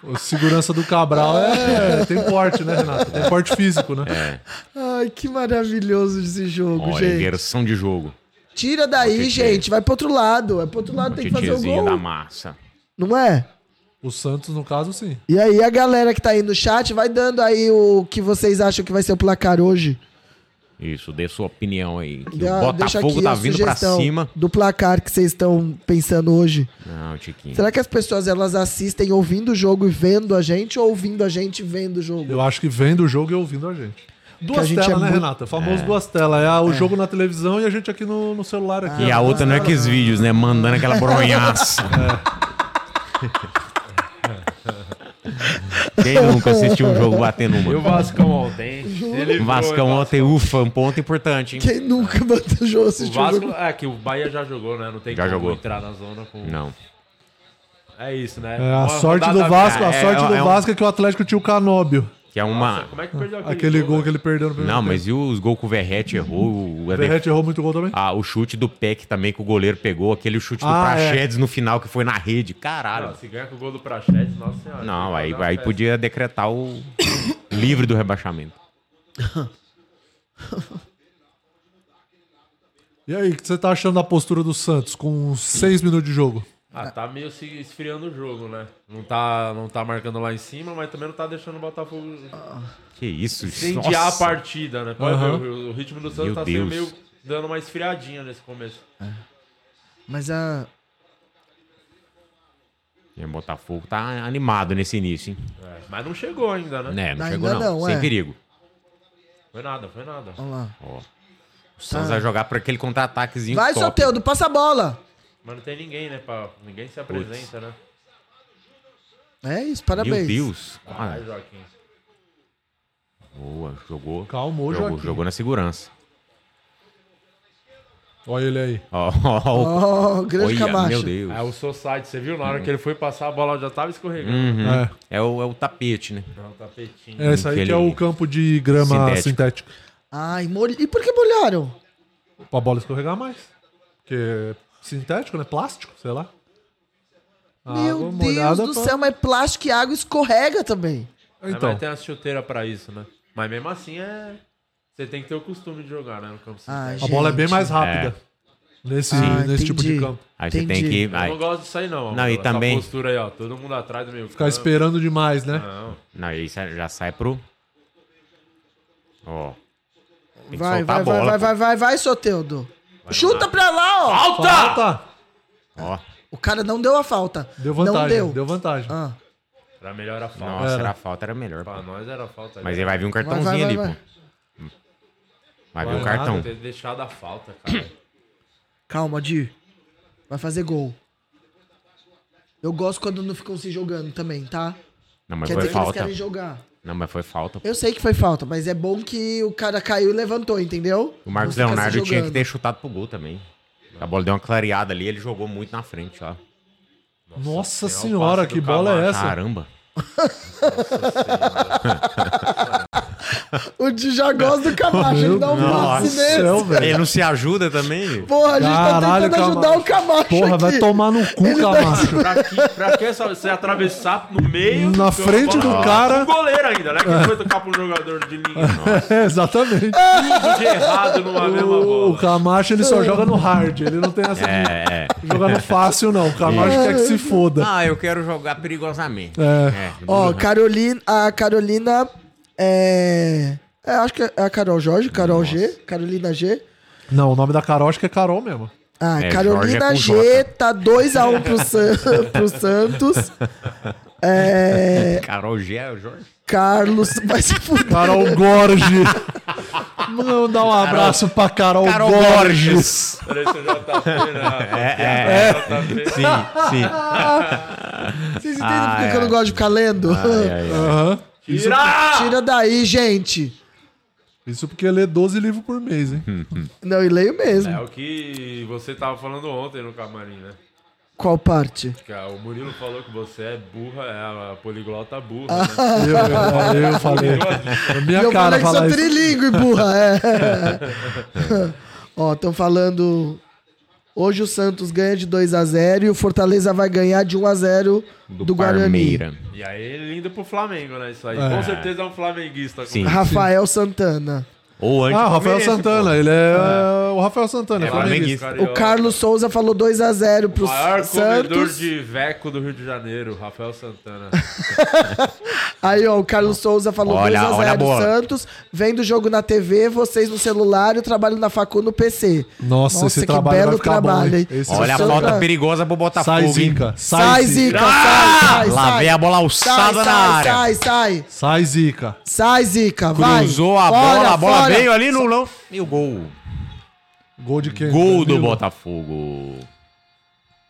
Speaker 2: O segurança do Cabral é, tem porte, né, Renato? Tem porte físico, né?
Speaker 4: Ai, que maravilhoso esse jogo,
Speaker 3: Olha,
Speaker 4: gente.
Speaker 3: inversão de jogo.
Speaker 4: Tira daí,
Speaker 3: Tchê.
Speaker 4: gente. Vai pro outro lado. É pro outro lado, tem que fazer o
Speaker 3: Tietezinho
Speaker 4: gol.
Speaker 3: da massa.
Speaker 4: Não é?
Speaker 2: O Santos, no caso, sim.
Speaker 4: E aí, a galera que tá aí no chat, vai dando aí o que vocês acham que vai ser o placar hoje.
Speaker 3: Isso, dê sua opinião aí. que
Speaker 4: Dá-
Speaker 3: o Botafogo tá vindo pra cima.
Speaker 4: do placar que vocês estão pensando hoje.
Speaker 3: Não, Tiquinho.
Speaker 4: Será que as pessoas elas assistem ouvindo o jogo e vendo a gente ou ouvindo a gente vendo o jogo?
Speaker 2: Eu acho que vendo o jogo e ouvindo a gente. Duas
Speaker 4: a gente
Speaker 2: telas,
Speaker 4: é
Speaker 2: né,
Speaker 4: muito-
Speaker 2: Renata? O famoso duas telas. É a- o jogo na televisão e a gente aqui no, no celular. Aqui,
Speaker 3: E
Speaker 2: ó.
Speaker 3: a outra não é que os vídeos, né? Mandando aquela
Speaker 4: [LAUGHS]
Speaker 3: bronhaça. Quem nunca assistiu um jogo batendo
Speaker 1: E o
Speaker 3: uma?
Speaker 1: Vascão ontem,
Speaker 2: [LAUGHS]
Speaker 1: hein? Se ele
Speaker 3: O Vascão
Speaker 1: foi- tá?
Speaker 3: ontem, ufa, um ponto importante, hein?
Speaker 4: Quem nunca batejou
Speaker 1: O
Speaker 4: assistiu o
Speaker 1: Vasco,
Speaker 4: jogo?
Speaker 1: é que o Bahia já jogou, né? Não tem
Speaker 3: Já
Speaker 1: como
Speaker 3: jogou.
Speaker 1: entrar na zona com.
Speaker 3: Não.
Speaker 1: É isso, né?
Speaker 2: É, a
Speaker 1: Uma
Speaker 2: sorte
Speaker 1: rodada
Speaker 2: do Vasco,
Speaker 1: a
Speaker 2: a
Speaker 1: mais.
Speaker 3: é,
Speaker 2: sorte
Speaker 3: é
Speaker 2: do
Speaker 3: um-
Speaker 2: Vasco é que o Atlético tinha o Canóbio.
Speaker 3: Que é uma.
Speaker 1: Como é que perdeu aquele,
Speaker 2: Aquele gol que
Speaker 1: velho?
Speaker 2: ele perdeu no primeiro
Speaker 4: é?
Speaker 3: Não,
Speaker 2: tempo.
Speaker 3: mas e os gols que o Verrete errou? O, a
Speaker 2: O Verrete errou muito gol também.
Speaker 3: Ah, o chute do Peck também que o goleiro pegou, aquele chute do
Speaker 2: Ah, é.
Speaker 3: Praxedes no final que foi na rede. Caralho.
Speaker 1: Cara, se ganha com o gol do Praxedes, nossa senhora.
Speaker 3: Não,
Speaker 1: Tem que
Speaker 3: aí,
Speaker 1: fazer uma
Speaker 3: aí
Speaker 1: festa.
Speaker 3: podia decretar o [COUGHS] livre do rebaixamento.
Speaker 2: E aí, o que você tá achando da postura do Santos com seis minutos de jogo?
Speaker 1: Ah, tá meio se esfriando o jogo, né? Não tá, não tá marcando lá em cima, mas também não tá deixando o Botafogo
Speaker 3: Que isso,
Speaker 1: incendiar
Speaker 3: nossa.
Speaker 1: a partida, né? Pode
Speaker 2: Aham.
Speaker 1: ver, o, o ritmo do Santos
Speaker 3: Meu
Speaker 1: tá sendo
Speaker 3: Deus.
Speaker 1: meio dando uma esfriadinha nesse começo.
Speaker 4: Mas a.
Speaker 3: E O Botafogo tá animado nesse início, hein?
Speaker 1: É, mas não chegou ainda, né?
Speaker 3: É, não
Speaker 4: Tá Ainda
Speaker 3: chegou não.
Speaker 4: não,
Speaker 3: Sem
Speaker 4: é.
Speaker 3: perigo.
Speaker 1: Foi nada, foi nada.
Speaker 4: Vamos lá.
Speaker 3: Ó. O Santos vai jogar para aquele contra-ataquezinho
Speaker 4: Tá. Vai,
Speaker 3: top.
Speaker 4: Soteudo, passa a bola.
Speaker 1: Mas não tem ninguém, né? Pra... Ninguém se apresenta, né?
Speaker 4: É isso,
Speaker 3: Meu
Speaker 4: parabéns.
Speaker 3: Deus. Ah,
Speaker 1: Vai, Joaquim.
Speaker 3: boa, jogou.
Speaker 2: Calmou,
Speaker 3: Jogou,
Speaker 2: Joaquim.
Speaker 3: jogou na segurança.
Speaker 2: Olha ele aí.
Speaker 3: Ó, ó, ó,
Speaker 4: Oh, grande
Speaker 3: olha,
Speaker 4: Camacho.
Speaker 3: meu Deus.
Speaker 1: É o Society, você viu? Na hora que ele foi passar, a bola já tava escorregando.
Speaker 2: É.
Speaker 3: É o, é o tapete, né?
Speaker 1: Não, tapetinho.
Speaker 2: É, isso aí que é o
Speaker 3: Aquele-
Speaker 2: campo de grama
Speaker 3: Sintético.
Speaker 2: sintética.
Speaker 4: Ai, molha- e por que molharam?
Speaker 2: Pra bola escorregar mais. Porque é sintético, né? Plástico, sei lá. Ah, A água
Speaker 4: Meu Deus
Speaker 2: molhada
Speaker 4: do
Speaker 2: pra-
Speaker 4: céu, mas plástico e água escorrega também.
Speaker 3: É
Speaker 1: Então.
Speaker 2: Então,
Speaker 1: Mas tem as chuteiras pra isso, né? Mas mesmo assim é. Você tem que ter o costume de jogar, né? No campo
Speaker 4: Ai,
Speaker 1: sintético.
Speaker 2: a bola é bem
Speaker 4: gente.
Speaker 2: mais rápida. Nesse,
Speaker 4: Ah,
Speaker 2: nesse tipo de
Speaker 4: entendi.
Speaker 2: campo.
Speaker 3: Aí você tem
Speaker 4: Entendi.
Speaker 3: que...
Speaker 1: Eu
Speaker 3: aí-
Speaker 1: não gosto disso aí, não.
Speaker 3: Não, e
Speaker 1: Essa
Speaker 3: também-
Speaker 1: postura aí, ó. Todo mundo atrás do meio.
Speaker 2: Ficar esperando demais, né?
Speaker 1: Não.
Speaker 3: Não, aí sa- já sai pro. Ó. Tem que
Speaker 4: Vai,
Speaker 3: soltar
Speaker 4: vai,
Speaker 3: a bola.
Speaker 4: vai, vai, vai, vai, vai, Soteudo. Chuta pra lá, ó.
Speaker 2: Falta!
Speaker 3: pô. Ó.
Speaker 4: O cara não deu a falta.
Speaker 2: Deu vantagem.
Speaker 4: Não deu.
Speaker 2: vantagem.
Speaker 4: Ah,
Speaker 1: Era melhor a falta.
Speaker 3: Nossa,
Speaker 2: Era.
Speaker 3: era falta, era melhor. pô.
Speaker 1: Pra nós era falta. né?
Speaker 3: Mas aí vai vir um cartãozinho
Speaker 4: vai,
Speaker 3: ali,
Speaker 4: vai,
Speaker 3: pô. Vai, vir
Speaker 2: Vai nada,
Speaker 3: um cartão.
Speaker 1: Ter deixado a falta, cara.
Speaker 4: calma, Di. Vai fazer gol. Eu gosto quando não ficam se jogando também, tá?
Speaker 3: Não, mas
Speaker 4: Quer
Speaker 3: foi
Speaker 4: dizer que eles
Speaker 3: falta.
Speaker 4: querem jogar.
Speaker 3: Não, mas foi falta. pô.
Speaker 4: Eu sei que foi falta, mas é bom que o cara caiu e levantou, entendeu?
Speaker 3: O Marcos
Speaker 4: Não fica se
Speaker 3: Leonardo tinha que
Speaker 4: jogando.
Speaker 3: ter chutado pro gol também. A bola deu uma clareada ali, ele jogou muito na frente, ó. Ah,
Speaker 2: Nossa
Speaker 1: Tem o
Speaker 2: senhora,
Speaker 1: passe do
Speaker 2: que bola é
Speaker 1: Camacho.
Speaker 2: essa?
Speaker 3: Caramba.
Speaker 4: O Di já gosta do Camacho, ele dá um
Speaker 3: Nossa,
Speaker 4: passe nele.
Speaker 2: céu, velho.
Speaker 3: Ele não se ajuda também?
Speaker 4: Porra, a gente
Speaker 2: Caralho,
Speaker 4: tá tentando ajudar
Speaker 2: Camacho.
Speaker 4: o Camacho
Speaker 2: Porra,
Speaker 4: aqui.
Speaker 2: vai tomar no cu,
Speaker 4: Ele tá-
Speaker 2: Camacho.
Speaker 1: Pra que, pra que só você atravessar no meio?
Speaker 2: Na
Speaker 1: do campo,
Speaker 2: frente
Speaker 1: a
Speaker 2: do
Speaker 1: bola-
Speaker 2: cara.
Speaker 1: O goleiro ainda, né? Que foi tocar pro jogador de linha. Nossa,
Speaker 2: [LAUGHS] É, exatamente.
Speaker 1: tudo de errado numa mesma
Speaker 2: O, o
Speaker 1: bola.
Speaker 2: Camacho, ele
Speaker 4: É.
Speaker 2: só joga no hard. Ele não tem essa de
Speaker 3: É, [LAUGHS] é.
Speaker 2: jogar no fácil, não. O Camacho
Speaker 4: É.
Speaker 2: quer que se foda.
Speaker 3: Ah, eu quero jogar perigosamente.
Speaker 2: É.
Speaker 3: É.
Speaker 4: Ó, Carolina, a Carolina é... é, Acho que é a Carol Jorge, Carol G, Carolina G.
Speaker 2: Não, o nome da Carol acho que é Carol mesmo.
Speaker 4: Ah,
Speaker 3: É,
Speaker 4: Carolina
Speaker 3: Jorge é com J.
Speaker 4: G tá 2x1 pro, San- pro Santos. É,
Speaker 3: Carol G é o Jorge.
Speaker 4: Carlos vai se
Speaker 3: [LAUGHS]
Speaker 4: fuder.
Speaker 2: [LAUGHS] Carol
Speaker 3: um-
Speaker 2: Gorge. Mandar um abraço pra Carol,
Speaker 3: Carol
Speaker 2: Gorges.
Speaker 3: Borges.
Speaker 1: Peraí, você já tá vendo, né?
Speaker 3: [LAUGHS] É, é.
Speaker 1: Tá vendo?
Speaker 3: Sim, sim.
Speaker 4: [LAUGHS] Vocês entendem por
Speaker 3: Ah,
Speaker 4: que que eu
Speaker 3: é.
Speaker 4: não gosto de ficar lendo?
Speaker 2: Aham. Isso,
Speaker 1: Tira!
Speaker 4: Tira daí, gente.
Speaker 2: isso porque lê 12 livros por mês, hein?
Speaker 4: Hum. Não, e leio mesmo.
Speaker 1: É o que você tava falando ontem no camarim, né?
Speaker 4: Qual parte?
Speaker 1: Que ah, o Murilo falou que você é burra, é a poliglota burra, né?
Speaker 2: Eu, eu, eu falei. É minha
Speaker 4: eu
Speaker 2: cara
Speaker 4: falei que
Speaker 2: falar
Speaker 4: sou
Speaker 2: isso.
Speaker 4: trilingue,
Speaker 3: [LAUGHS]
Speaker 4: burra. é. Ó, estão falando. Hoje o Santos ganha de 2x0 e o Fortaleza vai ganhar de 1x0 do, Guarani.
Speaker 3: Parmeira.
Speaker 1: E aí lindo pro Flamengo, né? Isso aí. Com certeza é um flamenguista.
Speaker 3: Sim.
Speaker 1: Como-
Speaker 4: Rafael Santana.
Speaker 3: Ou antes.
Speaker 2: Ah, o Rafael Santana. Ele é, é o Rafael Santana.
Speaker 3: É
Speaker 2: É flamenguista.
Speaker 3: flamenguista.
Speaker 1: Carioca.
Speaker 4: O Carlos Souza falou 2x0 pro
Speaker 1: Maior comedor
Speaker 4: Santos. [LAUGHS]
Speaker 1: de veco do Rio de Janeiro, Rafael Santana.
Speaker 4: Aí, ó, o Carlos Souza falou
Speaker 3: Olha-
Speaker 4: 2 a
Speaker 3: olha a
Speaker 4: 0
Speaker 3: bola.
Speaker 4: Santos, vendo o jogo na TV, vocês no celular, eu trabalho na facu no PC.
Speaker 2: Nossa, esse
Speaker 4: que
Speaker 2: trabalho
Speaker 4: belo
Speaker 2: vai ficar bom,
Speaker 4: trabalho,
Speaker 2: hein?
Speaker 4: hein?
Speaker 2: Esse-
Speaker 3: Olha a
Speaker 4: Santos-
Speaker 3: falta perigosa pro Botafogo,
Speaker 2: Sai,
Speaker 3: tá hein?
Speaker 2: Zica. Ah!
Speaker 4: Sai, Zica, sai, sai,
Speaker 3: Lá
Speaker 4: sai.
Speaker 3: vem a bola alçada
Speaker 4: Sai,
Speaker 3: na
Speaker 4: sai,
Speaker 3: área.
Speaker 4: sai, sai.
Speaker 2: Sai, Zica.
Speaker 4: Sai, Zica, vai.
Speaker 3: Cruzou a
Speaker 4: Fora,
Speaker 3: bola, a bola
Speaker 4: fora.
Speaker 3: veio ali no não. E o gol.
Speaker 2: Gol de quem?
Speaker 3: Gol do
Speaker 2: Danilo?
Speaker 3: Botafogo.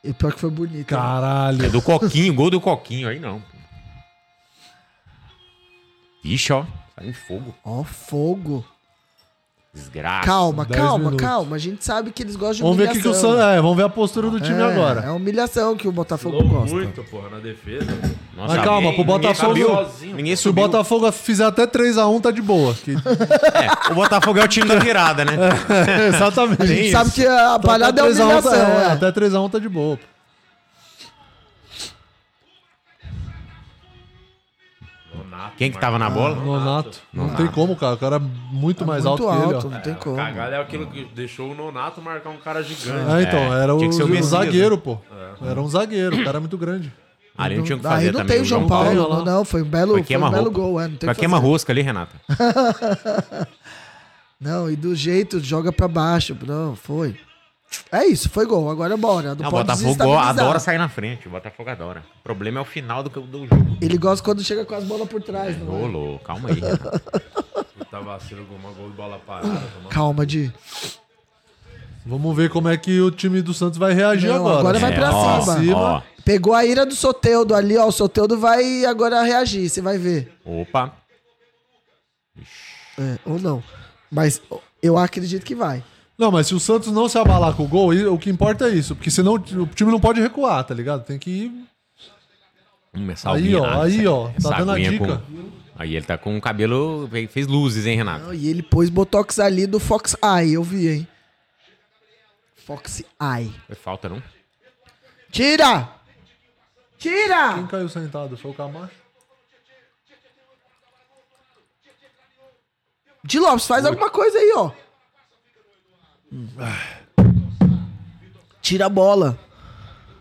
Speaker 4: E pior que foi bonito. né?
Speaker 3: É
Speaker 2: Caralho.
Speaker 3: do Coquinho, gol do Coquinho aí não. Ixi, ó. Sai em fogo.
Speaker 4: Ó, fogo.
Speaker 3: Desgraça.
Speaker 4: Calma,
Speaker 2: dez
Speaker 4: calma,
Speaker 2: minutos.
Speaker 4: calma. A gente sabe que eles gostam de
Speaker 2: Vamos ver o que, que o
Speaker 4: humilhação.
Speaker 2: Santos. É, vamos ver a postura do time
Speaker 4: é,
Speaker 2: agora.
Speaker 4: É humilhação que o Botafogo
Speaker 1: Pulou
Speaker 4: gosta.
Speaker 1: muito, porra, na defesa.
Speaker 3: Nossa,
Speaker 2: Mas calma,
Speaker 3: ninguém-
Speaker 2: pro Botafogo-
Speaker 3: Ninguém subiu.
Speaker 1: Sozinho,
Speaker 3: Ninguém
Speaker 2: Se o
Speaker 3: subiu.
Speaker 2: Botafogo fizer até 3x1, tá de boa.
Speaker 4: [LAUGHS]
Speaker 2: Que- [LAUGHS]
Speaker 3: É, o Botafogo é o time da virada, né?
Speaker 2: Exatamente.
Speaker 4: A gente
Speaker 2: Isso.
Speaker 4: sabe que a
Speaker 2: Então,
Speaker 4: palhada é
Speaker 2: até 3x1
Speaker 4: humilhação.
Speaker 2: tá- é,
Speaker 4: é.
Speaker 2: Até 3x1 tá de boa.
Speaker 1: Nonato,
Speaker 3: Quem que tava na bola?
Speaker 2: Nonato. Ah, Não tem como, cara. O cara é muito mais
Speaker 4: Muito
Speaker 2: alto,
Speaker 4: alto, né?
Speaker 2: que ele, ó.
Speaker 4: não
Speaker 3: Ah,
Speaker 4: tem como.
Speaker 1: Cagada é aquilo que deixou o Nonato marcar um cara gigante.
Speaker 2: É, então,
Speaker 3: É,
Speaker 2: era o,
Speaker 3: tinha que ser o
Speaker 2: o
Speaker 3: Messias,
Speaker 2: zagueiro, pô. Era um zagueiro, o cara é muito grande.
Speaker 3: Ali não tinha o que
Speaker 4: Aí
Speaker 3: fazer
Speaker 4: não
Speaker 3: também.
Speaker 4: tem o João Paulo, não, não, foi um belo,
Speaker 3: Foi
Speaker 4: foi um belo
Speaker 3: queima-roupa.
Speaker 4: gol, é, não tem
Speaker 3: Foi
Speaker 4: o que fazer.
Speaker 3: queima-rosca ali, Renata.
Speaker 4: Não, e do jeito, joga pra baixo, não, foi. É né, isso, foi gol, agora bora, não
Speaker 3: Não, Ah, o
Speaker 4: pode
Speaker 3: Botafogo go-
Speaker 4: desestabilizar.
Speaker 3: adora sair na frente. O Botafogo adora. O problema é o final do, do jogo.
Speaker 4: Ele gosta quando chega com as bolas por trás, não é?
Speaker 3: Ô, louco, calma aí. Renata.
Speaker 4: Ah.
Speaker 1: Tá vacilo, gol, uma gol de bola parada. tomando-
Speaker 4: Calma, Di.
Speaker 2: Vamos ver como é que o time do Santos vai reagir
Speaker 4: Não,
Speaker 2: agora.
Speaker 4: agora vai [LAUGHS] pra
Speaker 3: É, ó,
Speaker 4: cima.
Speaker 3: ó.
Speaker 4: Pegou a ira do Soteudo ali, ó, o Soteudo vai agora reagir, você vai ver.
Speaker 3: Opa.
Speaker 4: É, ou não. Mas eu acredito que vai.
Speaker 2: Não, mas se o Santos não se abalar com o gol, e- o que importa é isso. Porque senão o time não pode recuar, tá ligado? Tem que ir.
Speaker 3: Hum, essa
Speaker 2: Aí,
Speaker 3: aguinha,
Speaker 2: ó,
Speaker 3: ah,
Speaker 2: aí, ó,
Speaker 3: essa
Speaker 2: tá dando a
Speaker 3: aguinha
Speaker 2: dica.
Speaker 3: com- Aí ele tá com o cabelo... Fez luzes, hein, Renato?
Speaker 4: Não, e ele pôs Botox ali do Fox Eye, eu vi, hein? Fox Eye.
Speaker 3: Foi falta, não?
Speaker 4: Tira!
Speaker 2: Quem
Speaker 4: Tira!
Speaker 2: caiu sentado? Foi o Camacho?
Speaker 4: Di Lopes, faz alguma coisa aí, ó. Tira a bola.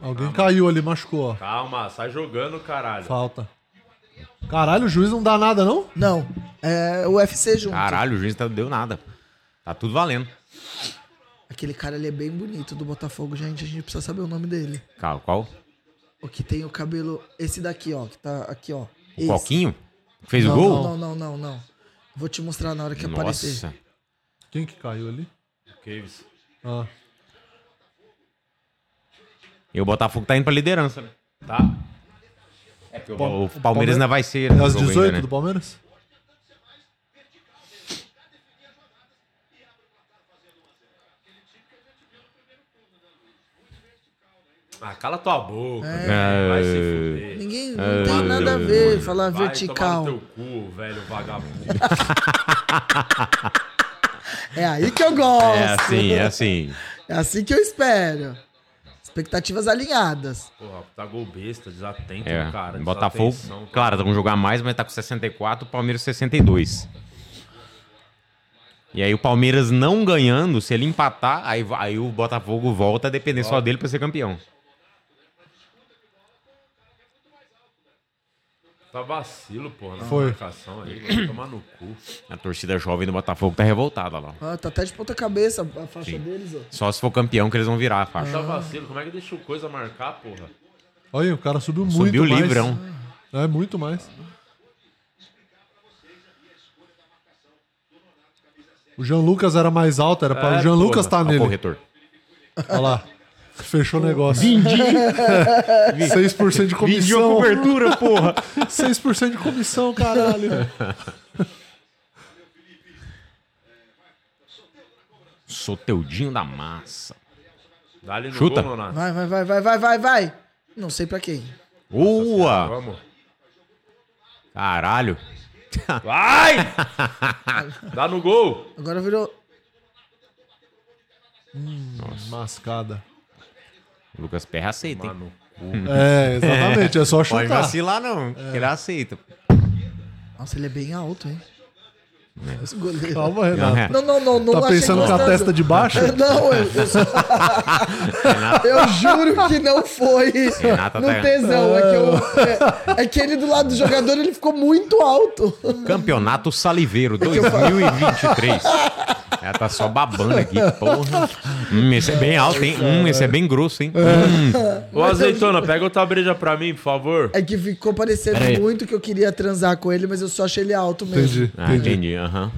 Speaker 2: Alguém caiu ali, machucou, ó.
Speaker 1: Calma, sai jogando, caralho.
Speaker 2: Falta. Caralho, o juiz não dá nada, não?
Speaker 4: Não, é o UFC junto.
Speaker 3: Caralho, o juiz não deu nada. Tá tudo valendo.
Speaker 4: Aquele cara ali é bem bonito do Botafogo, gente. A gente precisa saber o nome dele.
Speaker 3: Qual? qual?
Speaker 4: O que tem o cabelo. Esse daqui, ó. Que tá aqui, ó.
Speaker 3: O
Speaker 4: Esse.
Speaker 3: Coquinho? Fez
Speaker 4: não,
Speaker 3: o gol?
Speaker 4: Não, não, não, não, não. Vou te mostrar na hora que aparecer.
Speaker 3: Nossa.
Speaker 2: Quem que caiu ali?
Speaker 1: Caves.
Speaker 2: Ah.
Speaker 3: E o Botafogo tá indo pra liderança, né?
Speaker 1: Tá?
Speaker 3: É porque o, o Palmeiras ainda vai ser.
Speaker 2: É as
Speaker 3: jogo ainda,
Speaker 2: 18
Speaker 3: né?
Speaker 2: do Palmeiras?
Speaker 1: Ah, cala tua boca.
Speaker 3: É.
Speaker 1: velho. Vai se fuder.
Speaker 4: Ninguém não tem nada a ver falar
Speaker 1: Vai
Speaker 4: vertical.
Speaker 1: tomar no teu cu, velho vagabundo.
Speaker 4: É aí que eu gosto.
Speaker 3: É assim, é assim.
Speaker 4: É assim que eu espero. Expectativas alinhadas.
Speaker 1: Porra, tá gol besta, desatento,
Speaker 3: É.
Speaker 1: um cara.
Speaker 3: Botafogo,
Speaker 1: desatenção, tá-
Speaker 3: claro, vamos jogar mais, mas tá com 64, o Palmeiras 62. E aí o Palmeiras não ganhando, se ele empatar, aí, va- aí o Botafogo volta a depender só dele pra ser campeão.
Speaker 1: Tá vacilo, porra, na
Speaker 2: Foi.
Speaker 1: marcação aí. Vai tomar no cu.
Speaker 3: A torcida jovem do Botafogo tá revoltada lá.
Speaker 4: Ah, tá até de ponta cabeça a faixa deles, ó.
Speaker 3: Só se for campeão que eles vão virar a faixa.
Speaker 1: Tá vacilo, como é que deixa o coisa marcar, porra?
Speaker 2: Olha aí, o cara subiu muito
Speaker 3: Subiu
Speaker 2: mais.
Speaker 3: livrão.
Speaker 2: É, muito mais. O Jean Lucas era mais alto, era para
Speaker 1: É,
Speaker 2: o Jean Lucas tá
Speaker 3: Olha o
Speaker 2: nele.
Speaker 3: corretor.
Speaker 2: Olha lá. Fechou o negócio. Vindi. [LAUGHS] 6% de
Speaker 3: Vindiu a
Speaker 2: comissão.
Speaker 3: cobertura, porra.
Speaker 2: 6% de comissão, caralho.
Speaker 3: Soteudinho da massa.
Speaker 1: Dá-lhe no
Speaker 3: Chuta.
Speaker 1: gol, Nonato.
Speaker 4: Vai, vai, vai, vai, vai, vai, vai. Não sei pra quem.
Speaker 3: Boa!
Speaker 1: Vamos.
Speaker 3: Caralho.
Speaker 1: Vai! Dá no gol.
Speaker 4: Agora virou.
Speaker 2: Mascada.
Speaker 3: O Lucas Perra aceita, hein?
Speaker 1: Mano,
Speaker 2: É, exatamente. É só
Speaker 3: Pode
Speaker 2: chutar.
Speaker 3: vacilar, não. que Ele aceita.
Speaker 4: Nossa, ele é bem alto, hein? Esse goleiro.
Speaker 2: Calma,
Speaker 3: é.
Speaker 2: Renato.
Speaker 4: Não, não, não, não
Speaker 2: Tá
Speaker 4: achei É.
Speaker 2: pensando com a
Speaker 4: gostando.
Speaker 2: testa
Speaker 4: [LAUGHS]
Speaker 2: de baixo?
Speaker 4: Não, eu, eu, só- Eu juro que não foi
Speaker 3: Renata
Speaker 4: no
Speaker 3: tá-
Speaker 4: tesão. É que, eu- é- é que ele do lado do jogador ele ficou muito alto.
Speaker 3: Campeonato Saliveiro 2023. Ela tá só babando aqui, porra. Hum, esse é bem alto, hein? Hum, esse é bem grosso, hein? Hum.
Speaker 1: Ô, azeitona, pega outra breja pra mim, por favor.
Speaker 4: É que ficou parecendo
Speaker 5: Peraí.
Speaker 4: muito que eu queria transar com ele, mas eu só achei ele alto mesmo.
Speaker 2: Entendi.
Speaker 3: Ah, entendi, aham.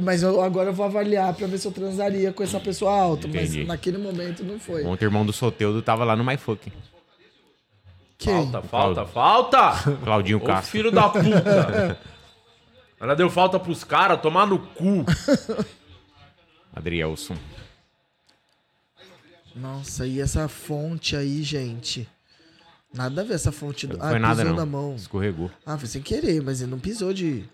Speaker 4: Mas eu- agora eu vou avaliar pra ver se eu transaria com essa pessoa alta.
Speaker 3: Entendi.
Speaker 4: Mas naquele momento não foi.
Speaker 3: Ontem o irmão do Soteudo tava lá no MyFuck.
Speaker 4: Quem?
Speaker 1: Falta, falta, falta!
Speaker 3: [LAUGHS] Claudinho
Speaker 1: Ô,
Speaker 3: Castro.
Speaker 1: filho da puta! Ela deu falta pros caras, tomar no cu.
Speaker 3: Adrielson.
Speaker 4: Nossa, e essa fonte aí, gente? Nada a ver essa fonte. Do...
Speaker 3: Não
Speaker 4: Ah,
Speaker 3: foi
Speaker 4: pisou
Speaker 3: nada, não.
Speaker 4: na mão.
Speaker 3: Escorregou.
Speaker 4: Ah, foi sem querer, mas ele não pisou de...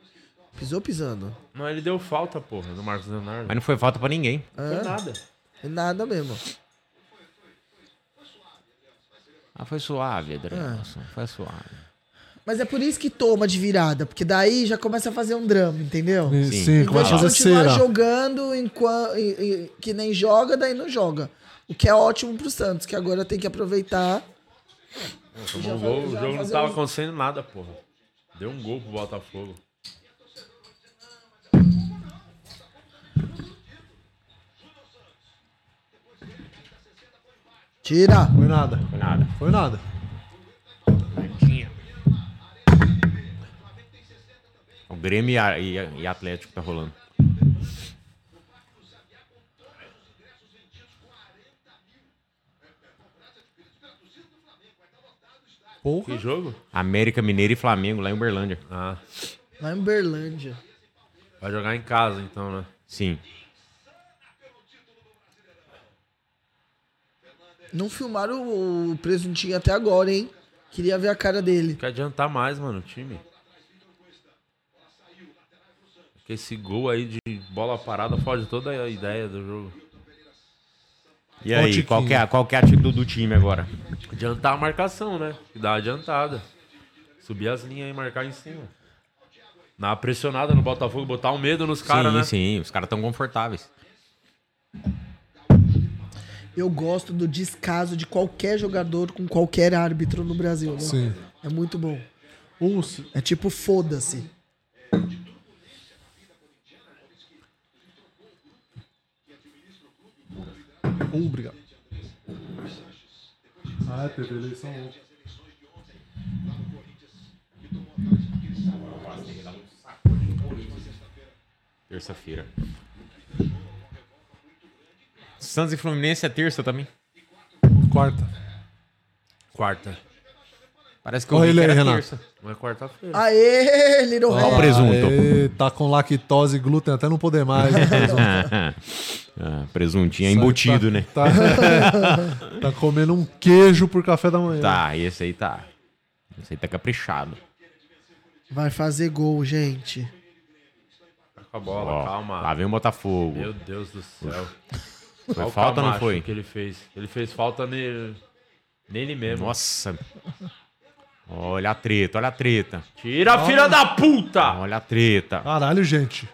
Speaker 4: Pisou pisando.
Speaker 1: Não, ele deu falta, porra, do Marcos Leonardo.
Speaker 3: Mas não foi falta pra ninguém.
Speaker 1: Não foi nada.
Speaker 4: É Nada mesmo.
Speaker 3: Ah, foi suave, Adrielson. Foi suave.
Speaker 4: Mas é por isso que toma de virada, porque daí já começa a fazer um drama, entendeu?
Speaker 2: Sim,
Speaker 4: Em vez
Speaker 2: começa a
Speaker 4: de
Speaker 2: fazer
Speaker 4: continuar
Speaker 2: cera.
Speaker 4: Então, jogando enquanto, que nem joga, daí não joga. O que é ótimo pro Santos, que agora tem que aproveitar.
Speaker 1: Tomou
Speaker 4: Já
Speaker 1: um
Speaker 4: vai-
Speaker 1: gol, o
Speaker 4: já vai
Speaker 1: jogo não
Speaker 4: fazer
Speaker 1: tava
Speaker 4: um-
Speaker 1: acontecendo nada, porra. Deu um gol pro Botafogo.
Speaker 4: Tira!
Speaker 2: Foi nada.
Speaker 3: Foi nada.
Speaker 2: Foi nada.
Speaker 3: O Grêmio e, a- e a- e Atlético tá rolando.
Speaker 1: Que jogo?
Speaker 3: América Mineiro e Flamengo lá em Uberlândia.
Speaker 1: Ah,
Speaker 4: Lá em Berlândia.
Speaker 1: vai jogar em casa então, né?
Speaker 3: Sim.
Speaker 4: Não filmaram o presuntinho até agora, hein? Queria ver a cara dele.
Speaker 1: Não quer adiantar mais, mano, o time. Porque esse gol aí de bola parada foge toda a ideia do jogo.
Speaker 3: E
Speaker 2: Ó,
Speaker 3: aí,
Speaker 2: Tiquinho.
Speaker 3: qual que, é, qual que é a atitude do time agora?
Speaker 1: Adiantar a marcação, né? Que dá uma adiantada. Subir as linhas e marcar em cima. Dar uma pressionada no Botafogo, botar um medo nos caras,
Speaker 3: sim,
Speaker 1: né?
Speaker 3: sim, os caras tão confortáveis.
Speaker 4: Eu gosto do descaso de qualquer jogador com qualquer árbitro no Brasil, né?
Speaker 2: Sim.
Speaker 4: É muito bom.
Speaker 2: Um,
Speaker 4: É tipo, foda-se.
Speaker 2: um, obrigado. Ah, teve eleição
Speaker 3: Terça-feira. Santos e Fluminense é terça também.
Speaker 2: Quarta.
Speaker 1: Quarta.
Speaker 3: Parece que
Speaker 2: Olha
Speaker 3: vi que
Speaker 2: ele aí,
Speaker 3: era
Speaker 2: Renato.
Speaker 1: Não é quarta-feira.
Speaker 4: Aê, Little
Speaker 3: Ó Tá o
Speaker 4: Red!
Speaker 3: presunto.
Speaker 2: Aê, tá com lactose e glúten até não poder mais. né?
Speaker 3: [LAUGHS] Ah, presuntinho é [LAUGHS] embutido, né?
Speaker 2: Tá, tá comendo um queijo por café da manhã.
Speaker 3: Tá, esse aí tá. Esse aí tá caprichado.
Speaker 4: Vai fazer gol, gente.
Speaker 1: Tá com a bola,
Speaker 3: Ó,
Speaker 1: calma.
Speaker 3: Lá vem o Botafogo.
Speaker 1: Meu Deus do céu.
Speaker 3: Foi
Speaker 1: Olha o
Speaker 3: falta ou não
Speaker 1: Camacho
Speaker 3: foi?
Speaker 1: que ele fez. Ele fez falta nele, nele mesmo.
Speaker 3: Nossa. Olha a treta, olha a treta.
Speaker 1: Tira, filha da puta!
Speaker 3: Olha a treta.
Speaker 2: Caralho, gente.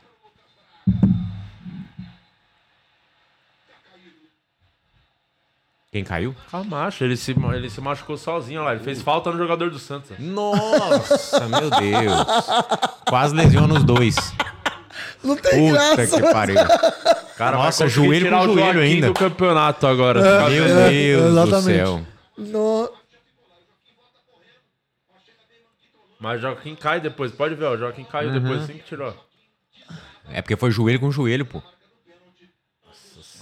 Speaker 3: Quem caiu?
Speaker 1: Camacho, ele se, ele se machucou sozinho olha lá. Ele fez falta no jogador do Santos. ó.
Speaker 3: Nossa,
Speaker 1: [LAUGHS]
Speaker 3: meu Deus. Quase lesiona os dois.
Speaker 4: Não tem
Speaker 3: Puta
Speaker 4: graça.
Speaker 3: que pariu.
Speaker 1: O Cara,
Speaker 3: Nossa,
Speaker 1: vai conseguir
Speaker 3: joelho
Speaker 1: tirar
Speaker 3: com
Speaker 1: o
Speaker 3: joelho
Speaker 1: Joaquim
Speaker 3: ainda.
Speaker 1: do campeonato agora. por causa
Speaker 3: Meu
Speaker 1: dele.
Speaker 2: É,
Speaker 3: Deus do
Speaker 2: exatamente.
Speaker 3: céu.
Speaker 4: No-
Speaker 1: Mas o Joaquim cai depois. Pode ver, ó, o Joaquim caiu
Speaker 3: Uhum.
Speaker 1: depois, assim que tirou.
Speaker 3: É porque foi joelho com joelho, pô.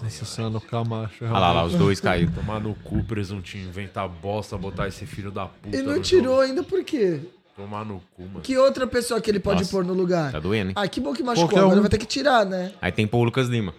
Speaker 2: Nossa senhora, o Camacho. é
Speaker 3: Olha lá, lá, os dois caíram.
Speaker 1: Tomar no cu, presuntinho. Inventar bosta, botar esse filho da puta.
Speaker 4: E não
Speaker 1: no
Speaker 4: tirou
Speaker 1: jogo.
Speaker 4: ainda por quê?
Speaker 1: Tomar no cu, mano.
Speaker 4: Que outra pessoa que ele pode
Speaker 3: Nossa,
Speaker 4: pôr no lugar?
Speaker 3: Tá doendo, hein?
Speaker 4: Ah, que bom que machucou.
Speaker 2: Qualquer
Speaker 4: Agora
Speaker 2: um.
Speaker 4: vai ter que tirar, né?
Speaker 3: Aí tem pô o Lucas Lima.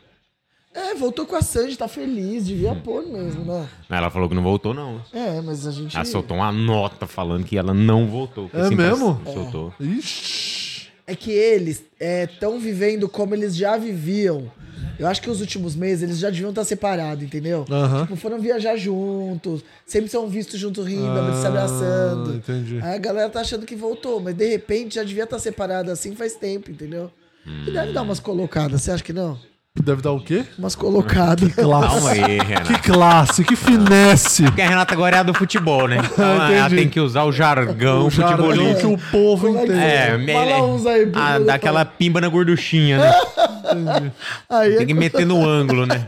Speaker 4: É, voltou com a Sanji, tá feliz, devia
Speaker 3: Hum.
Speaker 4: pôr mesmo, né?
Speaker 3: Mas ela falou que não voltou, não.
Speaker 4: É, mas a gente.
Speaker 3: Ela Ah, soltou uma nota falando que ela não voltou.
Speaker 2: É mesmo?
Speaker 3: Soltou.
Speaker 2: Ixi.
Speaker 4: É que eles estão vivendo como eles já viviam. Eu acho que os últimos meses eles já deviam estar separados, entendeu?
Speaker 2: Aham.
Speaker 4: Tipo, foram viajar juntos, sempre são vistos juntos rindo, se abraçando.
Speaker 2: Ah, entendi.
Speaker 4: tá Aí a galera tá achando que voltou, mas de repente já devia estar separada assim faz tempo, entendeu? E deve
Speaker 3: Hum.
Speaker 4: dar umas colocadas, você acha que não?
Speaker 2: Deve dar o quê?
Speaker 4: Umas colocadas.
Speaker 3: Calma
Speaker 2: Classe.
Speaker 3: aí, Renato.
Speaker 2: Que classe, que finesse.
Speaker 3: Porque a Renata agora é a do futebol,
Speaker 2: [LAUGHS]
Speaker 3: né? Então ela
Speaker 2: Ah, entendi.
Speaker 3: tem que usar o jargão
Speaker 2: O jargão
Speaker 3: futebolista.
Speaker 2: que o povo
Speaker 4: Como é que
Speaker 2: entende.
Speaker 3: É,
Speaker 4: Fala uns aí, Bruno,
Speaker 3: a,
Speaker 4: eu
Speaker 3: dá aquela pimba na gorduchinha,
Speaker 2: [LAUGHS]
Speaker 3: né?
Speaker 4: [LAUGHS] Aí é
Speaker 3: Tem que meter no
Speaker 2: [LAUGHS]
Speaker 3: ângulo, né?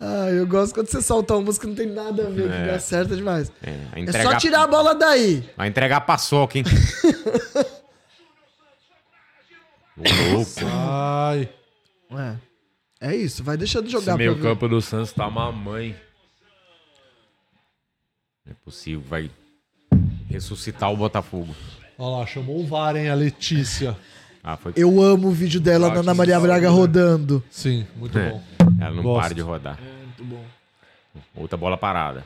Speaker 4: Ah, eu gosto quando você solta uma música que não tem nada a ver, que dá certo demais. É,
Speaker 3: É,
Speaker 4: só tirar a bola daí.
Speaker 3: Vai entregar
Speaker 2: [LAUGHS]
Speaker 3: paçoca, hein? Ô, louco.
Speaker 2: Ai.
Speaker 4: É. É isso, vai deixando
Speaker 1: Esse
Speaker 4: jogar pra
Speaker 1: meio
Speaker 4: ver.
Speaker 1: campo do Santos tá uma mãe.
Speaker 3: Não é possível, vai ressuscitar o Botafogo.
Speaker 2: Olha lá, chamou o VAR, hein, a Letícia.
Speaker 3: Ah, foi.
Speaker 4: Eu amo o vídeo dela da Ana Maria Braga rodando.
Speaker 2: Sim, muito
Speaker 3: É.
Speaker 2: bom.
Speaker 3: Ela não
Speaker 2: Gosto.
Speaker 3: para de rodar. muito bom. Outra bola parada.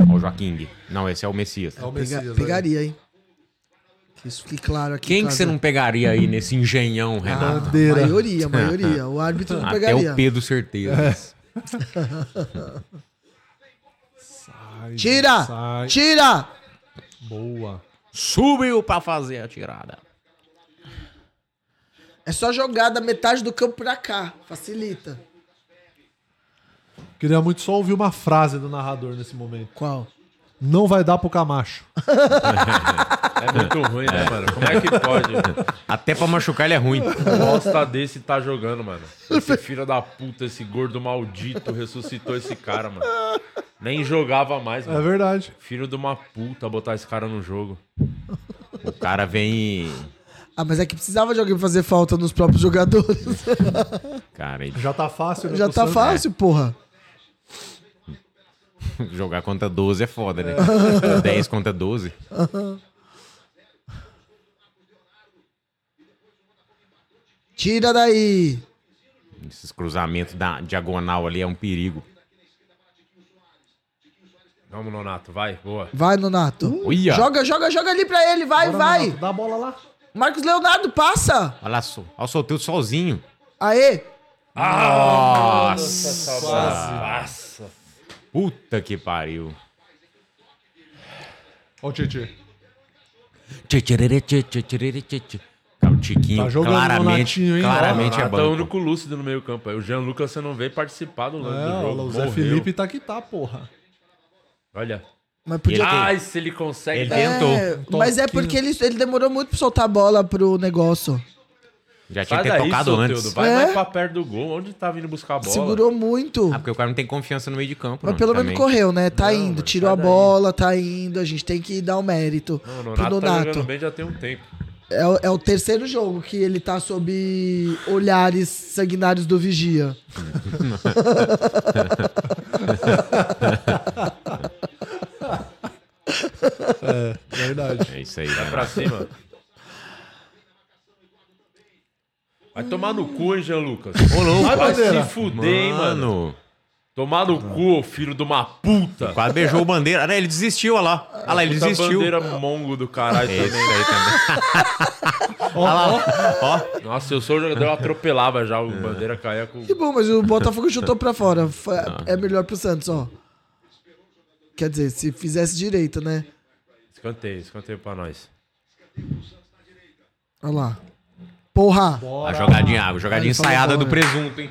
Speaker 3: Ó o Joaquim. Não, esse é o Messias.
Speaker 2: É o
Speaker 4: Pega-
Speaker 2: Messias. aí.
Speaker 4: pegaria, hein? Que isso fique claro aqui.
Speaker 3: Quem que
Speaker 4: caso-
Speaker 3: você não pegaria aí nesse engenhão, Renato?
Speaker 2: Bandeira.
Speaker 4: Maioria, maioria. O árbitro não
Speaker 3: Até
Speaker 4: pegaria.
Speaker 3: o Pedro, certeza.
Speaker 2: Sai,
Speaker 4: Tira!
Speaker 2: Sai.
Speaker 4: Tira!
Speaker 2: Boa.
Speaker 3: Subiu pra fazer a tirada.
Speaker 4: É só jogar da metade do campo pra cá. Facilita.
Speaker 2: Queria muito só ouvir uma frase do narrador nesse momento.
Speaker 4: Qual?
Speaker 2: Não vai dar pro Camacho.
Speaker 1: É muito ruim, né, mano? Como é que pode?
Speaker 4: [LAUGHS]
Speaker 3: Até pra machucar ele é ruim.
Speaker 1: Bosta desse tá jogando, mano.
Speaker 4: [LAUGHS]
Speaker 1: Esse filho da puta, esse gordo maldito ressuscitou esse cara, mano. Nem jogava mais,
Speaker 2: É
Speaker 1: mano.
Speaker 2: verdade.
Speaker 1: Filho de uma puta botar esse cara no jogo.
Speaker 3: O cara vem.
Speaker 4: Ah, mas é que precisava de alguém fazer falta nos próprios jogadores.
Speaker 3: Cara, ele- [LAUGHS]
Speaker 2: Já tá fácil. né,
Speaker 4: [LAUGHS] Já
Speaker 2: pro
Speaker 4: tá
Speaker 2: Santos?
Speaker 4: fácil, porra.
Speaker 3: jogar contra 12 é foda, né? 10 contra 12.
Speaker 4: Tira daí.
Speaker 3: Esses cruzamentos da diagonal ali é um perigo.
Speaker 1: Vamos, Nonato, vai, boa.
Speaker 4: Vai, Nonato.
Speaker 3: Olha.
Speaker 4: Joga, joga, joga ali pra ele. Vai,
Speaker 2: Bora,
Speaker 4: vai.
Speaker 2: Nonato, Dá a bola lá.
Speaker 4: Marcos Leonardo, passa.
Speaker 3: Olha só. Olha o sorteio sozinho.
Speaker 4: Aê.
Speaker 3: Nossa!
Speaker 1: Nossa.
Speaker 3: Puta que pariu.
Speaker 2: Ó o Tietchan.
Speaker 3: Tchê, tchê, tchê, tchê, tchê, tchê, tchê. Cara, O Tiquinho
Speaker 2: Tá jogando
Speaker 3: claramente,
Speaker 2: no Natinho, hein?
Speaker 3: claramente é
Speaker 1: Nonato é o
Speaker 3: banco.
Speaker 1: único lúcido no meio campo. aí. O Jean Lucas você não veio participar do lance do
Speaker 2: É,
Speaker 1: jogo.
Speaker 2: o Zé
Speaker 1: morreu.
Speaker 2: Felipe tá que tá, porra.
Speaker 1: Olha.
Speaker 4: Mas podia
Speaker 3: Ele-
Speaker 1: Ai, se ele consegue.
Speaker 3: Ele
Speaker 1: dar-
Speaker 3: tem- tentou.
Speaker 4: É,
Speaker 2: Um
Speaker 4: mas é
Speaker 2: toquinho.
Speaker 4: porque ele, ele demorou muito pra soltar a bola pro negócio.
Speaker 3: Já
Speaker 1: Sai
Speaker 3: tinha que ter
Speaker 1: daí,
Speaker 3: tocado
Speaker 1: Soteldo.
Speaker 3: antes.
Speaker 1: Vai
Speaker 4: É?
Speaker 1: mais pra perto do gol. Onde tá vindo buscar a bola?
Speaker 4: Segurou muito.
Speaker 3: Ah, porque o cara não tem confiança no meio de campo.
Speaker 4: mas
Speaker 3: não,
Speaker 4: pelo
Speaker 3: também.
Speaker 4: menos correu, né? Tá
Speaker 1: Não,
Speaker 4: indo.
Speaker 1: mano,
Speaker 4: Tirou
Speaker 1: sai
Speaker 4: a
Speaker 1: daí.
Speaker 4: bola, tá indo. A gente tem que dar o mérito
Speaker 1: Não, o
Speaker 4: pro
Speaker 1: Nonato tá
Speaker 4: Donato.
Speaker 1: jogando bem já tem um tempo.
Speaker 4: é, o- é o terceiro jogo que ele tá sob olhares sanguinários do Vigia. [LAUGHS]
Speaker 2: Verdade.
Speaker 3: É isso aí.
Speaker 1: Vai pra cima. Vai tomar no cu, hein, Jean Lucas? Vai se fuder, hein, mano.
Speaker 3: mano.
Speaker 1: Tomar no cu, filho de uma puta.
Speaker 3: Quase beijou o bandeira. Né? Ele desistiu, olha lá. Olha lá, ele
Speaker 1: Puta
Speaker 3: desistiu.
Speaker 1: bandeira mongo do caralho
Speaker 3: É isso
Speaker 1: também.
Speaker 3: aí também. Olha lá, ó.
Speaker 1: Nossa, eu sou o jogador, eu atropelava já. O bandeira caía com.
Speaker 4: Que bom, mas o Botafogo chutou pra fora.
Speaker 3: [LAUGHS]
Speaker 4: Fa-
Speaker 3: Ah.
Speaker 4: É melhor pro Santos, ó. Quer dizer, se fizesse direito, né?
Speaker 1: Escanteio, escanteio pra nós.
Speaker 4: Olha lá. Porra!
Speaker 3: A jogadinha, a jogadinha
Speaker 4: Ele falou
Speaker 3: ensaiada do
Speaker 4: fora.
Speaker 3: presunto, hein?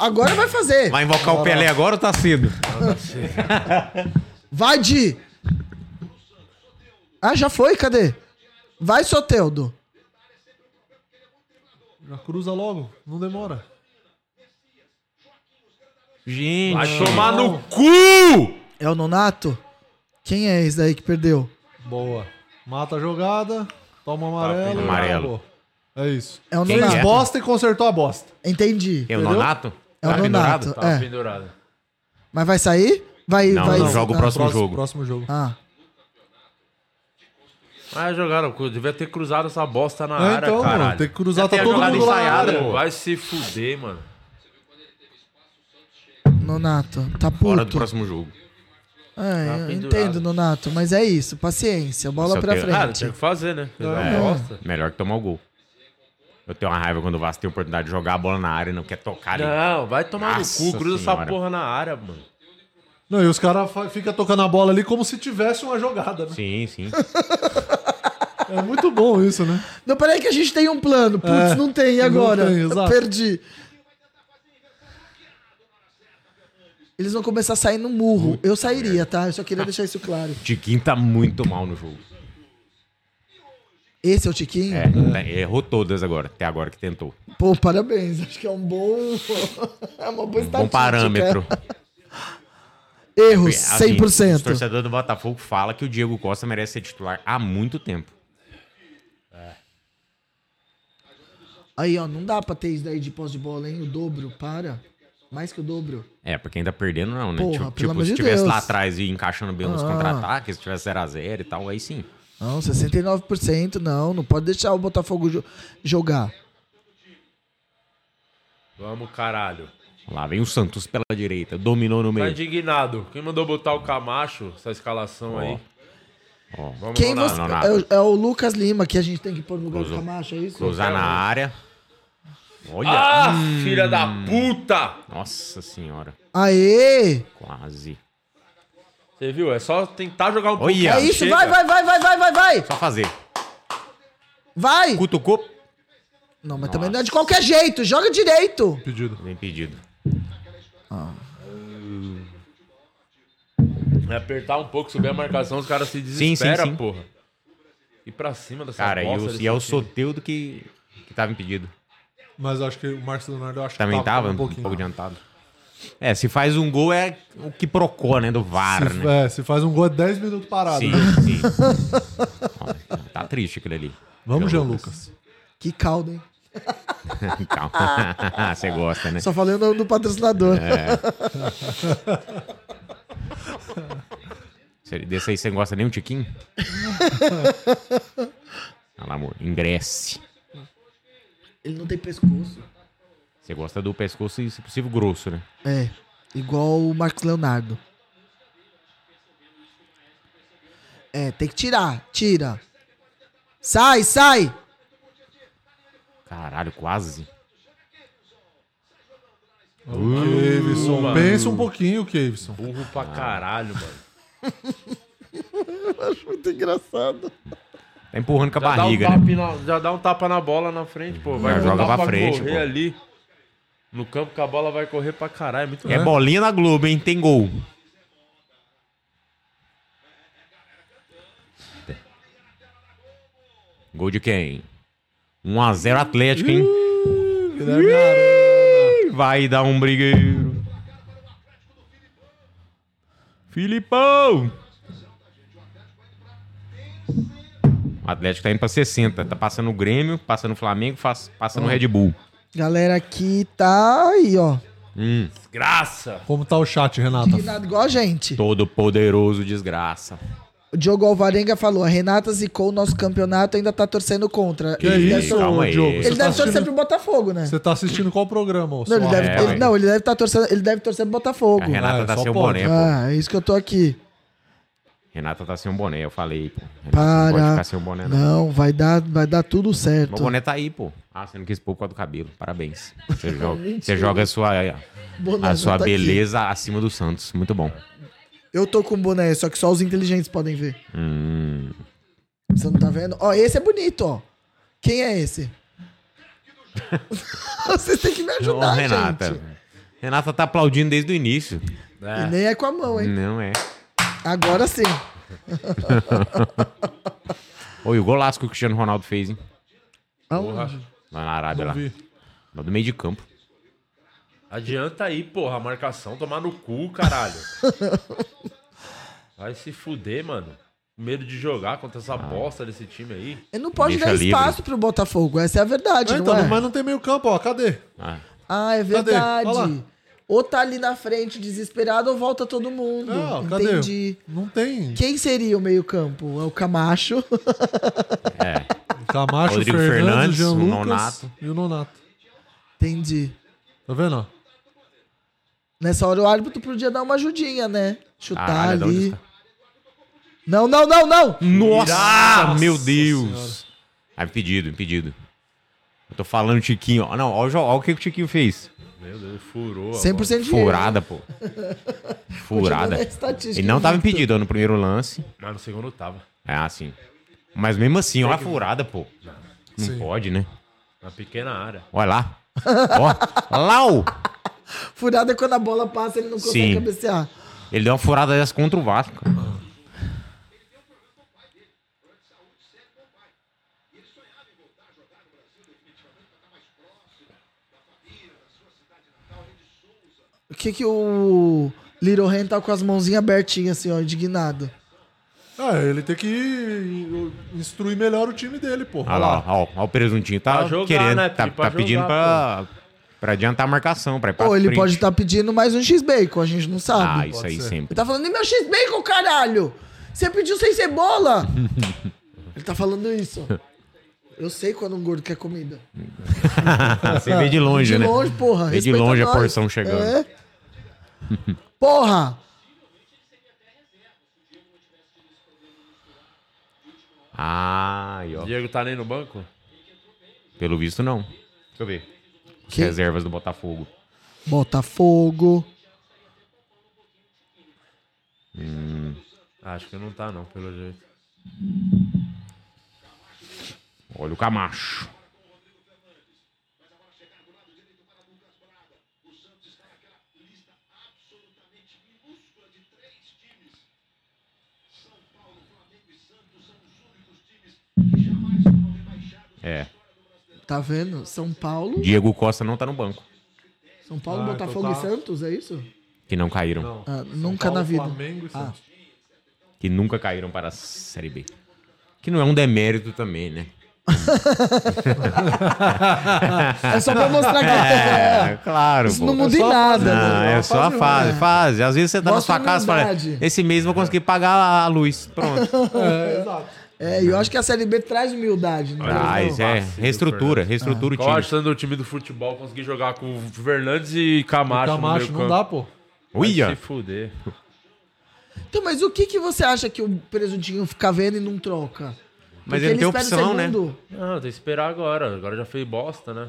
Speaker 4: Agora vai fazer!
Speaker 3: Vai invocar o Pelé agora ou tá cedo?
Speaker 4: Vai, Di! Ah, já foi? Cadê? Vai, Soteldo!
Speaker 2: Já cruza logo. Não demora.
Speaker 3: Gente.
Speaker 1: Vai tomar no cu!
Speaker 4: É o Nonato? Quem é esse daí que perdeu?
Speaker 2: Boa. Mata a jogada. Toma amarelo.
Speaker 3: Amarelo.
Speaker 2: acabou. É isso.
Speaker 4: É o
Speaker 3: Quem
Speaker 4: Nonato.
Speaker 2: Fez
Speaker 3: é?
Speaker 2: bosta e consertou a bosta.
Speaker 4: Entendi.
Speaker 3: É o Nonato?
Speaker 4: É o
Speaker 3: Tá pendurado?
Speaker 4: Nonato.
Speaker 1: Tava
Speaker 4: É.
Speaker 1: pendurado.
Speaker 4: Mas vai sair? Vai,
Speaker 3: Não,
Speaker 4: vai.
Speaker 3: não joga o
Speaker 4: ah,
Speaker 3: próximo jogo.
Speaker 2: Próximo jogo.
Speaker 4: Ah.
Speaker 1: Ah, jogaram, cu. devia ter cruzado essa bosta na
Speaker 2: É,
Speaker 1: área,
Speaker 2: então,
Speaker 1: caralho.
Speaker 2: mano, tem que cruzar,
Speaker 3: Já tem
Speaker 2: tá
Speaker 3: a
Speaker 2: todo
Speaker 3: jogada
Speaker 2: mundo lá. na
Speaker 3: ensaiada.
Speaker 2: área.
Speaker 1: Pô, Vai se fuder, mano.
Speaker 4: Nonato, tá
Speaker 3: Fora do
Speaker 4: puto.
Speaker 3: próximo jogo.
Speaker 4: É, eu
Speaker 1: pendurado.
Speaker 4: entendo, Nonato, mas é isso, paciência, bola
Speaker 3: Nossa,
Speaker 4: pra
Speaker 3: eu tenho-
Speaker 1: Ah, não
Speaker 4: frente.
Speaker 1: tinha o que fazer, né? Fez uma
Speaker 3: É.
Speaker 1: bosta.
Speaker 3: Melhor que tomar o gol. Eu tenho uma raiva quando o Vasco tem a oportunidade de jogar a bola na área e não quer tocar ali.
Speaker 1: Não, vai tomar
Speaker 3: Nossa
Speaker 1: no cu, cruza essa
Speaker 3: senhora.
Speaker 1: porra na área, mano.
Speaker 2: Não, e os caras ficam tocando a bola ali como se tivesse uma jogada, né?
Speaker 3: Sim, sim.
Speaker 2: É muito bom isso, né?
Speaker 4: Não, peraí que a gente tem um plano. Putz,
Speaker 2: É,
Speaker 4: não tem, e
Speaker 2: não
Speaker 4: agora?
Speaker 2: tem, exato.
Speaker 4: Perdi. Eles vão começar a sair no murro. Eu sairia, tá? Eu só queria deixar isso claro.
Speaker 3: Tiquinho tá muito mal no jogo.
Speaker 4: Esse é o Tiquinho?
Speaker 3: É, tá- errou todas agora, até agora que tentou.
Speaker 4: Pô, parabéns. Acho que é um bom. [LAUGHS] é uma boa estatística.
Speaker 3: Um Bom
Speaker 4: [LAUGHS]
Speaker 3: parâmetro.
Speaker 4: Erro,
Speaker 3: Assim, Os
Speaker 4: 100%.
Speaker 3: torcedores do Botafogo falam que o Diego Costa merece ser titular há muito tempo.
Speaker 4: Aí, ó, não dá pra ter isso daí de pós de bola, hein? O dobro, para. Mais que o dobro.
Speaker 3: É, pra quem tá perdendo, não, né?
Speaker 4: Porra,
Speaker 3: tipo,
Speaker 4: pelo
Speaker 3: tipo,
Speaker 4: amor
Speaker 3: se
Speaker 4: de
Speaker 3: tivesse lá
Speaker 4: Deus.
Speaker 3: atrás e encaixando bem nos
Speaker 4: Ah.
Speaker 3: contra-ataques, se tivesse 0x0 e tal, aí sim.
Speaker 4: Não, 69%, não. Não pode deixar o Botafogo jo- jogar.
Speaker 1: Vamos, caralho.
Speaker 3: Lá vem o Santos pela direita, dominou no
Speaker 1: Tá
Speaker 3: meio.
Speaker 1: indignado. Quem mandou botar o Camacho, essa escalação
Speaker 3: Ó.
Speaker 1: aí?
Speaker 3: Ó,
Speaker 1: Vamos
Speaker 4: Quem
Speaker 1: Nonato.
Speaker 4: você.
Speaker 3: Nonato.
Speaker 4: É, o- é o Lucas Lima que a gente tem que pôr no lugar do
Speaker 3: Cruzou.
Speaker 4: Camacho, é isso?
Speaker 3: cruzar na área. Olha!
Speaker 1: um. Ah,
Speaker 3: Hum.
Speaker 1: filha da puta!
Speaker 3: Nossa senhora,
Speaker 4: Aê!
Speaker 3: quase.
Speaker 1: Você viu? É só tentar jogar um pouco.
Speaker 3: Olha!
Speaker 4: É isso,
Speaker 1: Chega.
Speaker 4: vai, vai, vai, vai, vai, vai, vai!
Speaker 3: Só fazer.
Speaker 4: Vai!
Speaker 3: Cutucou,
Speaker 4: Não, mas também não é de qualquer jeito, joga direito!
Speaker 2: Pedido.
Speaker 3: bem pedido.
Speaker 1: É apertar um pouco, subir a marcação, os caras se desesperam,
Speaker 3: sim, sim.
Speaker 1: porra. E pra cima dessa
Speaker 3: Cara, e,
Speaker 1: bosta
Speaker 3: o,
Speaker 1: desse
Speaker 3: e é o
Speaker 1: time.
Speaker 3: Soteudo que, que tava impedido.
Speaker 2: Mas eu acho que o Marcos Leonardo eu acho que
Speaker 3: Também tava um, pouco adiantado. É, se faz um gol é o que procó, né? Do VAR,
Speaker 2: se,
Speaker 3: né?
Speaker 2: É, se faz um gol é 10 minutos parado.
Speaker 3: Sim,
Speaker 2: né?
Speaker 3: sim. Ó, tá triste aquilo ali.
Speaker 2: Vamos, Jean
Speaker 3: Jean [LAUGHS]
Speaker 2: Lucas.
Speaker 4: Que caldo, hein?
Speaker 3: Calma. Então, [LAUGHS] Você gosta, né?
Speaker 4: Só falei o nome do patrocinador.
Speaker 3: Cê- Desse aí você não gosta nem
Speaker 2: [LAUGHS]
Speaker 3: um tiquinho? Olha lá, amor. Ingresse.
Speaker 4: Ele não tem pescoço.
Speaker 3: Você gosta do pescoço e, se possível, grosso, né?
Speaker 4: É, igual o Marcos Leonardo. É, tem que tirar, tira. Sai, sai!
Speaker 3: Caralho, quase.
Speaker 2: Kevison,
Speaker 1: mano.
Speaker 2: pensa um pouquinho, Kevison.
Speaker 1: Burro
Speaker 3: Ah.
Speaker 1: pra caralho, mano.
Speaker 4: Muito engraçado.
Speaker 3: Tá empurrando com a
Speaker 1: Já dá, um
Speaker 3: barriga,
Speaker 1: tapa
Speaker 3: né?
Speaker 1: na, já dá um tapa na bola na frente, pô. Vai
Speaker 3: Já
Speaker 1: voltar
Speaker 3: joga pra frente,
Speaker 1: correr
Speaker 3: pô.
Speaker 1: ali. No campo que a bola vai correr pra caralho. É muito
Speaker 3: É bolinha na Globo, hein? Tem gol. Gol de quem? 1x0 Atlético, hein?
Speaker 2: Guilherme Arana.
Speaker 3: Vai dar um brigueiro. Filipão! O Atlético tá indo pra 60. Tá passando o Grêmio, passa no Flamengo, faz- passa no Red Bull.
Speaker 4: Galera aqui tá aí, ó.
Speaker 3: Hum,
Speaker 1: desgraça.
Speaker 2: Como tá o chat, Renata?
Speaker 4: Indignado igual a gente.
Speaker 3: todo poderoso desgraça.
Speaker 4: O Diogo Alvarenga falou: a Renata zicou o nosso campeonato ainda tá torcendo contra. ele deve,
Speaker 3: isso, calma aí.
Speaker 2: Diogo?
Speaker 4: ele
Speaker 2: Você tá,
Speaker 4: deve torcer
Speaker 2: assistindo,
Speaker 4: pro Botafogo, né?
Speaker 2: você tá assistindo qual programa? ô,
Speaker 4: Não, ele
Speaker 2: sua
Speaker 4: deve,
Speaker 2: rata?
Speaker 3: É,
Speaker 4: ele-
Speaker 3: ué.
Speaker 4: não, ele deve tá torcendo, ele deve torcer pro Botafogo.
Speaker 3: A Renata
Speaker 2: Ah,
Speaker 3: tá
Speaker 2: só
Speaker 3: sem o
Speaker 2: pode.
Speaker 3: boné, pô.
Speaker 4: Ah, é isso que eu tô aqui.
Speaker 3: Renata tá sem o boné, eu falei, pô. Renata Não pode
Speaker 4: Para.
Speaker 3: ficar sem o boné, não.
Speaker 4: Não, vai dar, vai dar tudo certo.
Speaker 3: Meu boné tá aí, pô. Ah, você não quis pôr por causa do cabelo. Parabéns. Você joga, você joga a sua,
Speaker 4: Boné
Speaker 3: a
Speaker 4: não
Speaker 3: sua
Speaker 4: tá aqui.
Speaker 3: beleza acima do Santos. Muito bom.
Speaker 4: Eu tô com boné, só que só os inteligentes podem ver.
Speaker 3: Hum,
Speaker 4: Você não tá vendo? Ó, esse é bonito, ó. Quem
Speaker 3: [LAUGHS]
Speaker 4: é esse? Vocês têm que me
Speaker 3: Ô,
Speaker 4: ajudar,
Speaker 3: Renata.
Speaker 4: gente.
Speaker 3: Renata tá aplaudindo desde o início.
Speaker 4: E
Speaker 1: É.
Speaker 4: nem é com a mão, hein?
Speaker 3: Não é.
Speaker 4: Agora sim.
Speaker 3: Oi, o golaço que o Cristiano Ronaldo fez, hein?
Speaker 1: Porra.
Speaker 3: Lá na Arábia,
Speaker 2: Não
Speaker 3: lá.
Speaker 2: vi.
Speaker 3: Lá do meio de campo.
Speaker 1: Adianta aí, porra, a marcação, tomar no cu,
Speaker 3: [LAUGHS]
Speaker 1: caralho. Vai se fuder, mano. Com Medo de jogar contra
Speaker 3: Ah.
Speaker 1: essa bosta desse time aí.
Speaker 4: Ele não pode
Speaker 3: Deixa
Speaker 4: dar
Speaker 3: livre.
Speaker 4: espaço pro Botafogo, essa é a verdade,
Speaker 2: É,
Speaker 4: não
Speaker 2: então,
Speaker 4: é?
Speaker 2: mas não tem meio campo, ó. Cadê?
Speaker 3: Ah,
Speaker 4: Ah, é
Speaker 2: Cadê? Olha
Speaker 4: verdade.
Speaker 2: lá.
Speaker 4: Ou tá ali na frente desesperado ou volta todo mundo.
Speaker 2: Não, cadê?
Speaker 4: Entendi.
Speaker 2: Não
Speaker 3: [LAUGHS]
Speaker 2: tem.
Speaker 4: Quem seria o meio-campo? É o Camacho. [LAUGHS]
Speaker 3: é.
Speaker 2: Camacho,
Speaker 3: Rodrigo
Speaker 2: Fernandes,
Speaker 3: Fernandes,
Speaker 2: Jean
Speaker 3: o
Speaker 2: Lucas
Speaker 3: Nonato.
Speaker 2: e o Nonato.
Speaker 4: Entendi.
Speaker 2: Tá vendo? ó?
Speaker 4: Nessa hora o árbitro podia dar uma ajudinha, né? Chutar
Speaker 3: Caralho, de onde
Speaker 4: ali.
Speaker 3: está?
Speaker 4: Não, não, não, não!
Speaker 3: Nossa, meu
Speaker 2: Senhora.
Speaker 3: Deus. Ah, impedido, impedido. Eu tô falando Tiquinho. ó. Não, ó, o jo- ó o que que o Tiquinho fez.
Speaker 1: Meu Deus, furou. a bola.
Speaker 4: 100% de
Speaker 3: Furada, pô.
Speaker 4: Continua
Speaker 3: Furada.
Speaker 4: na estatística,
Speaker 3: Ele não tava
Speaker 4: Victor.
Speaker 3: impedido ó, no primeiro lance.
Speaker 1: Mas no segundo tava.
Speaker 3: Ah, sim. Mas mesmo assim, olha a furada, pô. Não pode, né?
Speaker 1: Na pequena área.
Speaker 3: Olha lá. Ó, Lau!
Speaker 4: Furada é quando a bola passa, ele não consegue
Speaker 3: Sim.
Speaker 4: cabecear.
Speaker 3: Ele deu uma furada dessa contra o Vasco. cara.
Speaker 4: O que que o Little Ren tá com as mãozinhas abertinhas, assim, ó, indignado?
Speaker 2: Ah, ele tem que instruir melhor o time dele, pô.
Speaker 3: Olha Ah lá, ó, ó, ó o presuntinho. Tá
Speaker 1: Pra jogar,
Speaker 3: querendo,
Speaker 1: né,
Speaker 3: tá,
Speaker 1: Pi? Pra
Speaker 3: tá pedindo
Speaker 1: jogar,
Speaker 3: pra, pra adiantar a marcação, pra ir pra
Speaker 4: Ou ele
Speaker 3: frente.
Speaker 4: pode estar pedindo mais um X-Bacon, a gente não sabe.
Speaker 3: Tá Ah, isso aí sempre.
Speaker 4: Ele tá falando, e meu X-Bacon, caralho? Você pediu
Speaker 3: [LAUGHS]
Speaker 4: sem cebola? ele tá falando isso. Eu sei quando um gordo quer comida.
Speaker 3: Você vê de longe,
Speaker 4: de
Speaker 3: né?
Speaker 4: longe, porra.
Speaker 3: Vê de
Speaker 4: respeita
Speaker 3: longe a
Speaker 4: nós.
Speaker 3: porção chegando.
Speaker 4: É. porra!
Speaker 3: Ah, e ó.
Speaker 1: Diego tá nem no banco?
Speaker 3: Pelo visto, não. Deixa eu ver. As
Speaker 4: Que?
Speaker 3: Reservas do Botafogo.
Speaker 4: Botafogo.
Speaker 1: Acho que não tá, não, pelo jeito.
Speaker 3: Olha o Camacho. É,
Speaker 4: Tá vendo? São Paulo.
Speaker 3: Diego Costa não tá no banco,
Speaker 4: São Paulo,
Speaker 2: Ah,
Speaker 4: Botafogo
Speaker 2: total.
Speaker 4: e Santos, é
Speaker 3: [LAUGHS]
Speaker 4: isso?
Speaker 3: que não caíram,
Speaker 4: Ah, nunca na vida. Ah.
Speaker 2: Flamengo e Santos.
Speaker 3: que nunca caíram para a Série B. Que não é um demérito também, né?
Speaker 4: É só pra mostrar que
Speaker 3: É, [LAUGHS] claro.
Speaker 4: [LAUGHS] isso
Speaker 3: pô.
Speaker 4: não muda
Speaker 2: é
Speaker 4: em
Speaker 2: só
Speaker 4: nada.
Speaker 3: Não,
Speaker 4: né?
Speaker 3: é só a fase, fase. Às vezes você tá na
Speaker 4: Mostra
Speaker 3: sua casa e fala,
Speaker 4: humildade.
Speaker 3: esse mês eu vou conseguir pagar a luz.
Speaker 4: [LAUGHS]
Speaker 3: Pronto.
Speaker 2: É, exato.
Speaker 4: É, e eu acho que a Série B traz humildade. Né?
Speaker 3: Ah, isso é.
Speaker 1: Vacilo,
Speaker 3: Reestrutura, reestrutura
Speaker 1: Qual a
Speaker 3: o time.
Speaker 1: chance do time do futebol conseguir jogar com o Fernandes e Camacho,
Speaker 2: Camacho,
Speaker 1: no
Speaker 2: não
Speaker 1: meio
Speaker 2: dá,
Speaker 1: campo?
Speaker 2: pô.
Speaker 1: Vai
Speaker 3: Uia!
Speaker 1: Se fuder.
Speaker 4: Então, mas o que, que você acha que o presuntinho fica vendo e não troca?
Speaker 3: Mas ele tem
Speaker 4: espera o
Speaker 3: opção, né?
Speaker 4: segundo.
Speaker 1: Não, tem que esperar agora. Agora já fez bosta, né?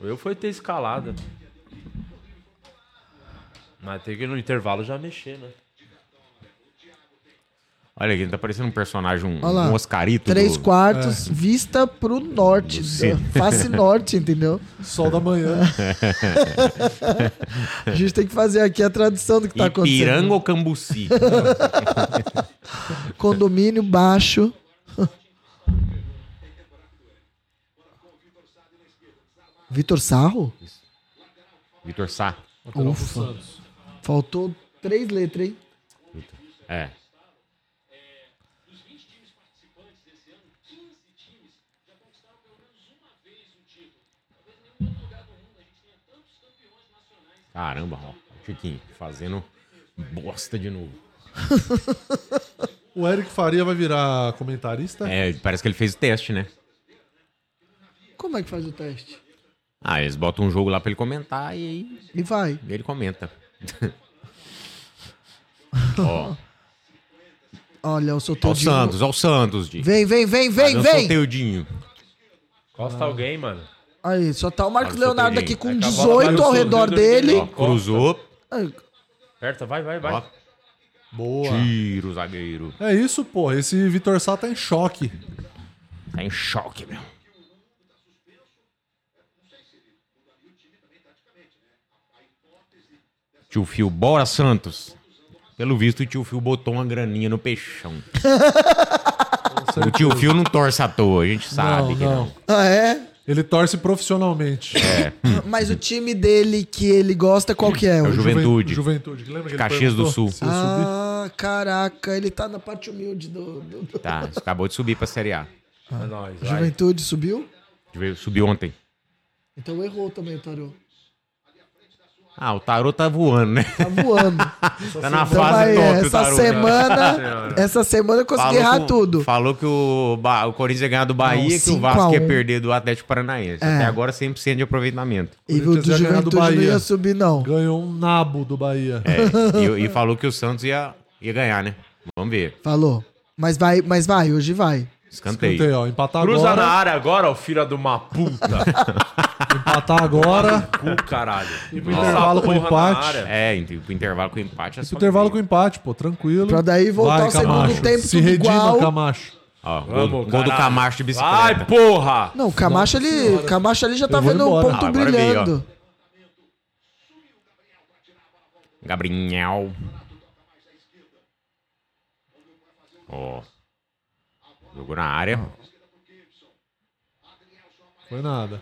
Speaker 1: Eu foi ter escalada. Mas tem que no intervalo já mexer, né?
Speaker 3: Olha aqui, tá parecendo um personagem, um,
Speaker 4: Olha lá.
Speaker 3: um Oscarito.
Speaker 4: Três
Speaker 3: do-
Speaker 4: quartos, vista pro norte. [LAUGHS] Face norte, entendeu?
Speaker 2: Sol da manhã.
Speaker 4: [LAUGHS] A gente tem que fazer aqui a tradução do que tá
Speaker 3: Ipiranga
Speaker 4: acontecendo.
Speaker 3: ou
Speaker 4: [LAUGHS]
Speaker 3: Cambuci?
Speaker 4: Condomínio baixo. [LAUGHS] Vitor Sarro?
Speaker 3: Vitor Sá.
Speaker 4: Ufa. Faltou três letras, hein?
Speaker 3: É. Caramba, ó. Chiquinho, fazendo bosta de novo.
Speaker 2: O Eric Faria vai virar comentarista?
Speaker 3: É, parece que ele fez o teste, né?
Speaker 4: Como é que faz o teste?
Speaker 3: Ah, eles botam um jogo lá pra ele comentar e aí
Speaker 4: E vai.
Speaker 3: ele comenta. ó,
Speaker 4: Olha, o seu
Speaker 3: ó o
Speaker 4: Todinho.
Speaker 3: Santos, Ah, ó o Santos, Di. um
Speaker 4: Vem, vem, vem, vem,
Speaker 3: Fazendo
Speaker 4: vem!
Speaker 3: sorteudinho.
Speaker 2: Ah.
Speaker 1: Costa alguém, mano.
Speaker 4: Aí, só tá o Marcos
Speaker 3: Olha o seu
Speaker 4: Leonardo aqui
Speaker 3: Todinho.
Speaker 4: com
Speaker 1: É que a bola vai
Speaker 4: 18 ao
Speaker 1: no
Speaker 4: redor
Speaker 1: surdo,
Speaker 4: dele.
Speaker 3: Ó, cruzou.
Speaker 4: Ai,
Speaker 1: Aperta, vai, vai, vai.
Speaker 3: Ó,
Speaker 2: Boa.
Speaker 3: tiro, zagueiro.
Speaker 2: É isso, pô. Esse Vitor Sá tá em choque.
Speaker 3: Tá em choque, meu. Tio Fio, bora Santos. Pelo visto, o tio Fio botou uma graninha no peixão. o tio Fio não torce à toa, a gente sabe que não.
Speaker 4: Ah, é?
Speaker 2: Ele torce profissionalmente.
Speaker 3: É,
Speaker 4: Mas o time dele que ele gosta, qual que é?
Speaker 3: É o Ju- Juventude.
Speaker 2: Juventude. que Lembra que ele
Speaker 3: Caxias do
Speaker 2: perguntou
Speaker 3: Sul.
Speaker 2: se eu subir?
Speaker 4: Ah, caraca, ele tá na parte humilde do. do- do-
Speaker 3: Tá, acabou de subir pra Série A.
Speaker 1: É nóis, vai.
Speaker 4: Juventude subiu?
Speaker 3: Subiu ontem.
Speaker 4: Então errou também o Tarô.
Speaker 3: Ah, o Tarô tá voando, né?
Speaker 4: Tá voando.
Speaker 3: Tá na
Speaker 4: Então
Speaker 3: fase
Speaker 4: vai,
Speaker 3: top o
Speaker 4: essa
Speaker 3: Tarô.
Speaker 4: semana. essa semana eu consegui errar
Speaker 3: que, o-
Speaker 4: tudo.
Speaker 3: Falou que o, Ba- o Corinthians ia ganhar do Bahia, que o
Speaker 4: cinco
Speaker 3: Vasco
Speaker 4: a
Speaker 3: ia
Speaker 4: um. É.
Speaker 3: perder do Atlético Paranaense. Até agora 100% de aproveitamento.
Speaker 4: E o do
Speaker 2: Corinthians ia ganhar do
Speaker 4: Juventude não
Speaker 2: Bahia.
Speaker 4: ia subir, não.
Speaker 2: Ganhou um nabo do Bahia.
Speaker 3: É, e, e falou que o Santos ia, ia ganhar, né? Vamos ver.
Speaker 4: Falou. Mas vai, mas vai, hoje vai.
Speaker 3: Escanteio.
Speaker 2: Escutei, ó. Empatar
Speaker 1: Cruza na
Speaker 2: agora.
Speaker 1: área agora, ó, filha de uma puta.
Speaker 2: Empatar agora.
Speaker 1: Cu, caralho. E
Speaker 2: pro intervalo com empate.
Speaker 3: É, ent- o intervalo com empate é só.
Speaker 2: Esse intervalo com empate, pô. Tranquilo.
Speaker 4: Pra daí voltar ao segundo tempo
Speaker 2: Se
Speaker 4: tudo
Speaker 2: redima,
Speaker 4: igual.
Speaker 2: Camacho.
Speaker 3: Ó, gol,
Speaker 1: Vamos,
Speaker 3: gol do
Speaker 1: caralho.
Speaker 3: Camacho de
Speaker 1: Vai,
Speaker 3: bicicleta.
Speaker 1: porra!
Speaker 4: Não, o Camacho ali, o Camacho ali já tá
Speaker 2: Eu vou
Speaker 4: vendo o
Speaker 2: embora.
Speaker 4: ponto
Speaker 3: Ah, agora vi,
Speaker 4: brilhando.
Speaker 3: Gabriel. Ó. Jogou na área.
Speaker 2: Foi nada.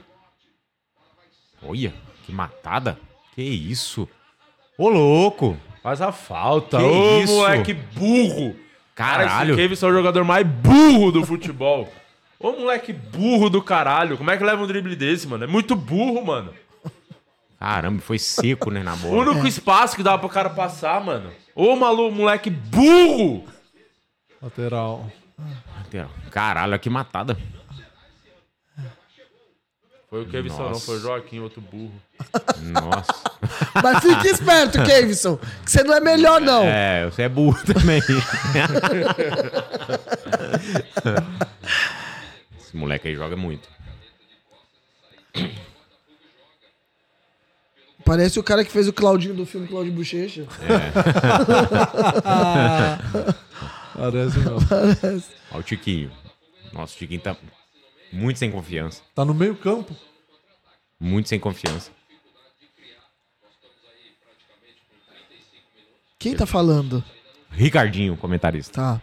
Speaker 3: Olha, que matada. Que isso. Ô, louco.
Speaker 1: Faz a falta.
Speaker 3: Que
Speaker 1: Ô,
Speaker 3: isso?
Speaker 1: moleque burro! Cara,
Speaker 3: Caralho.
Speaker 1: esse Kevin é o jogador mais burro do futebol. Ô, moleque burro do caralho. Como é que leva um drible desse, mano? É muito burro, mano.
Speaker 3: Caramba, foi seco, né, na
Speaker 1: O
Speaker 4: [LAUGHS]
Speaker 3: bola.
Speaker 1: único espaço que dava pro cara passar, mano. Ô, maluco, moleque burro!
Speaker 2: Lateral.
Speaker 3: Caralho, que matada.
Speaker 1: Foi o Kevin Só, não.
Speaker 3: Nossa.
Speaker 1: Foi o Joaquim, outro burro.
Speaker 3: Nossa.
Speaker 4: Mas fique esperto, Kevison, que você não é melhor, não.
Speaker 3: É, você é burro também. [LAUGHS] Esse moleque aí joga muito.
Speaker 4: Parece o cara que fez o Claudinho do filme Claudio Bochecha.
Speaker 2: Parece não.
Speaker 3: [LAUGHS] Olha o Tiquinho. Nossa, o Tiquinho tá muito sem confiança.
Speaker 2: Tá no meio campo.
Speaker 3: Muito sem confiança.
Speaker 4: Quem tá falando?
Speaker 3: Ricardinho, comentarista.
Speaker 4: Tá.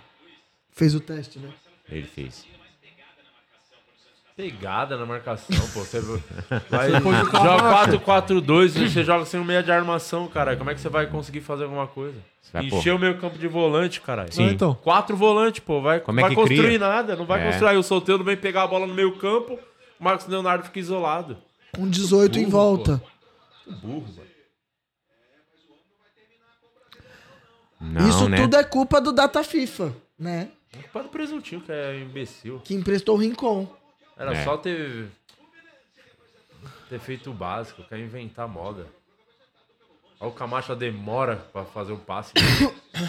Speaker 4: Fez o teste, né?
Speaker 3: Ele fez.
Speaker 1: Pegada na marcação, pô. Você
Speaker 3: [LAUGHS]
Speaker 1: vai,
Speaker 2: põe o
Speaker 1: joga 4-4-2 e você joga sem um meia de armação, cara. Como é que você vai conseguir fazer alguma coisa?
Speaker 3: Você vai, pô.
Speaker 1: Encher o meio campo de volante, caralho.
Speaker 3: Sim.
Speaker 2: Ah, então.
Speaker 1: Quatro volantes, pô. Vai,
Speaker 3: Como é
Speaker 1: vai
Speaker 3: que
Speaker 1: construir
Speaker 3: cria?
Speaker 1: nada. Não vai
Speaker 3: É.
Speaker 1: construir. Aí O solteiro vem pegar a bola no meio campo, o Marcos Leonardo fica isolado.
Speaker 4: Com 18 em
Speaker 1: Burro,
Speaker 4: volta.
Speaker 1: Burro, mano.
Speaker 3: Não,
Speaker 4: Isso
Speaker 3: né?
Speaker 4: tudo é culpa do Data FIFA, né?
Speaker 1: Para do presuntinho, que é imbecil.
Speaker 4: Que emprestou o Rincon.
Speaker 1: Era
Speaker 3: É.
Speaker 1: só ter. ter feito o básico, quer inventar moda. Olha o Camacho demora pra fazer o passe.
Speaker 4: é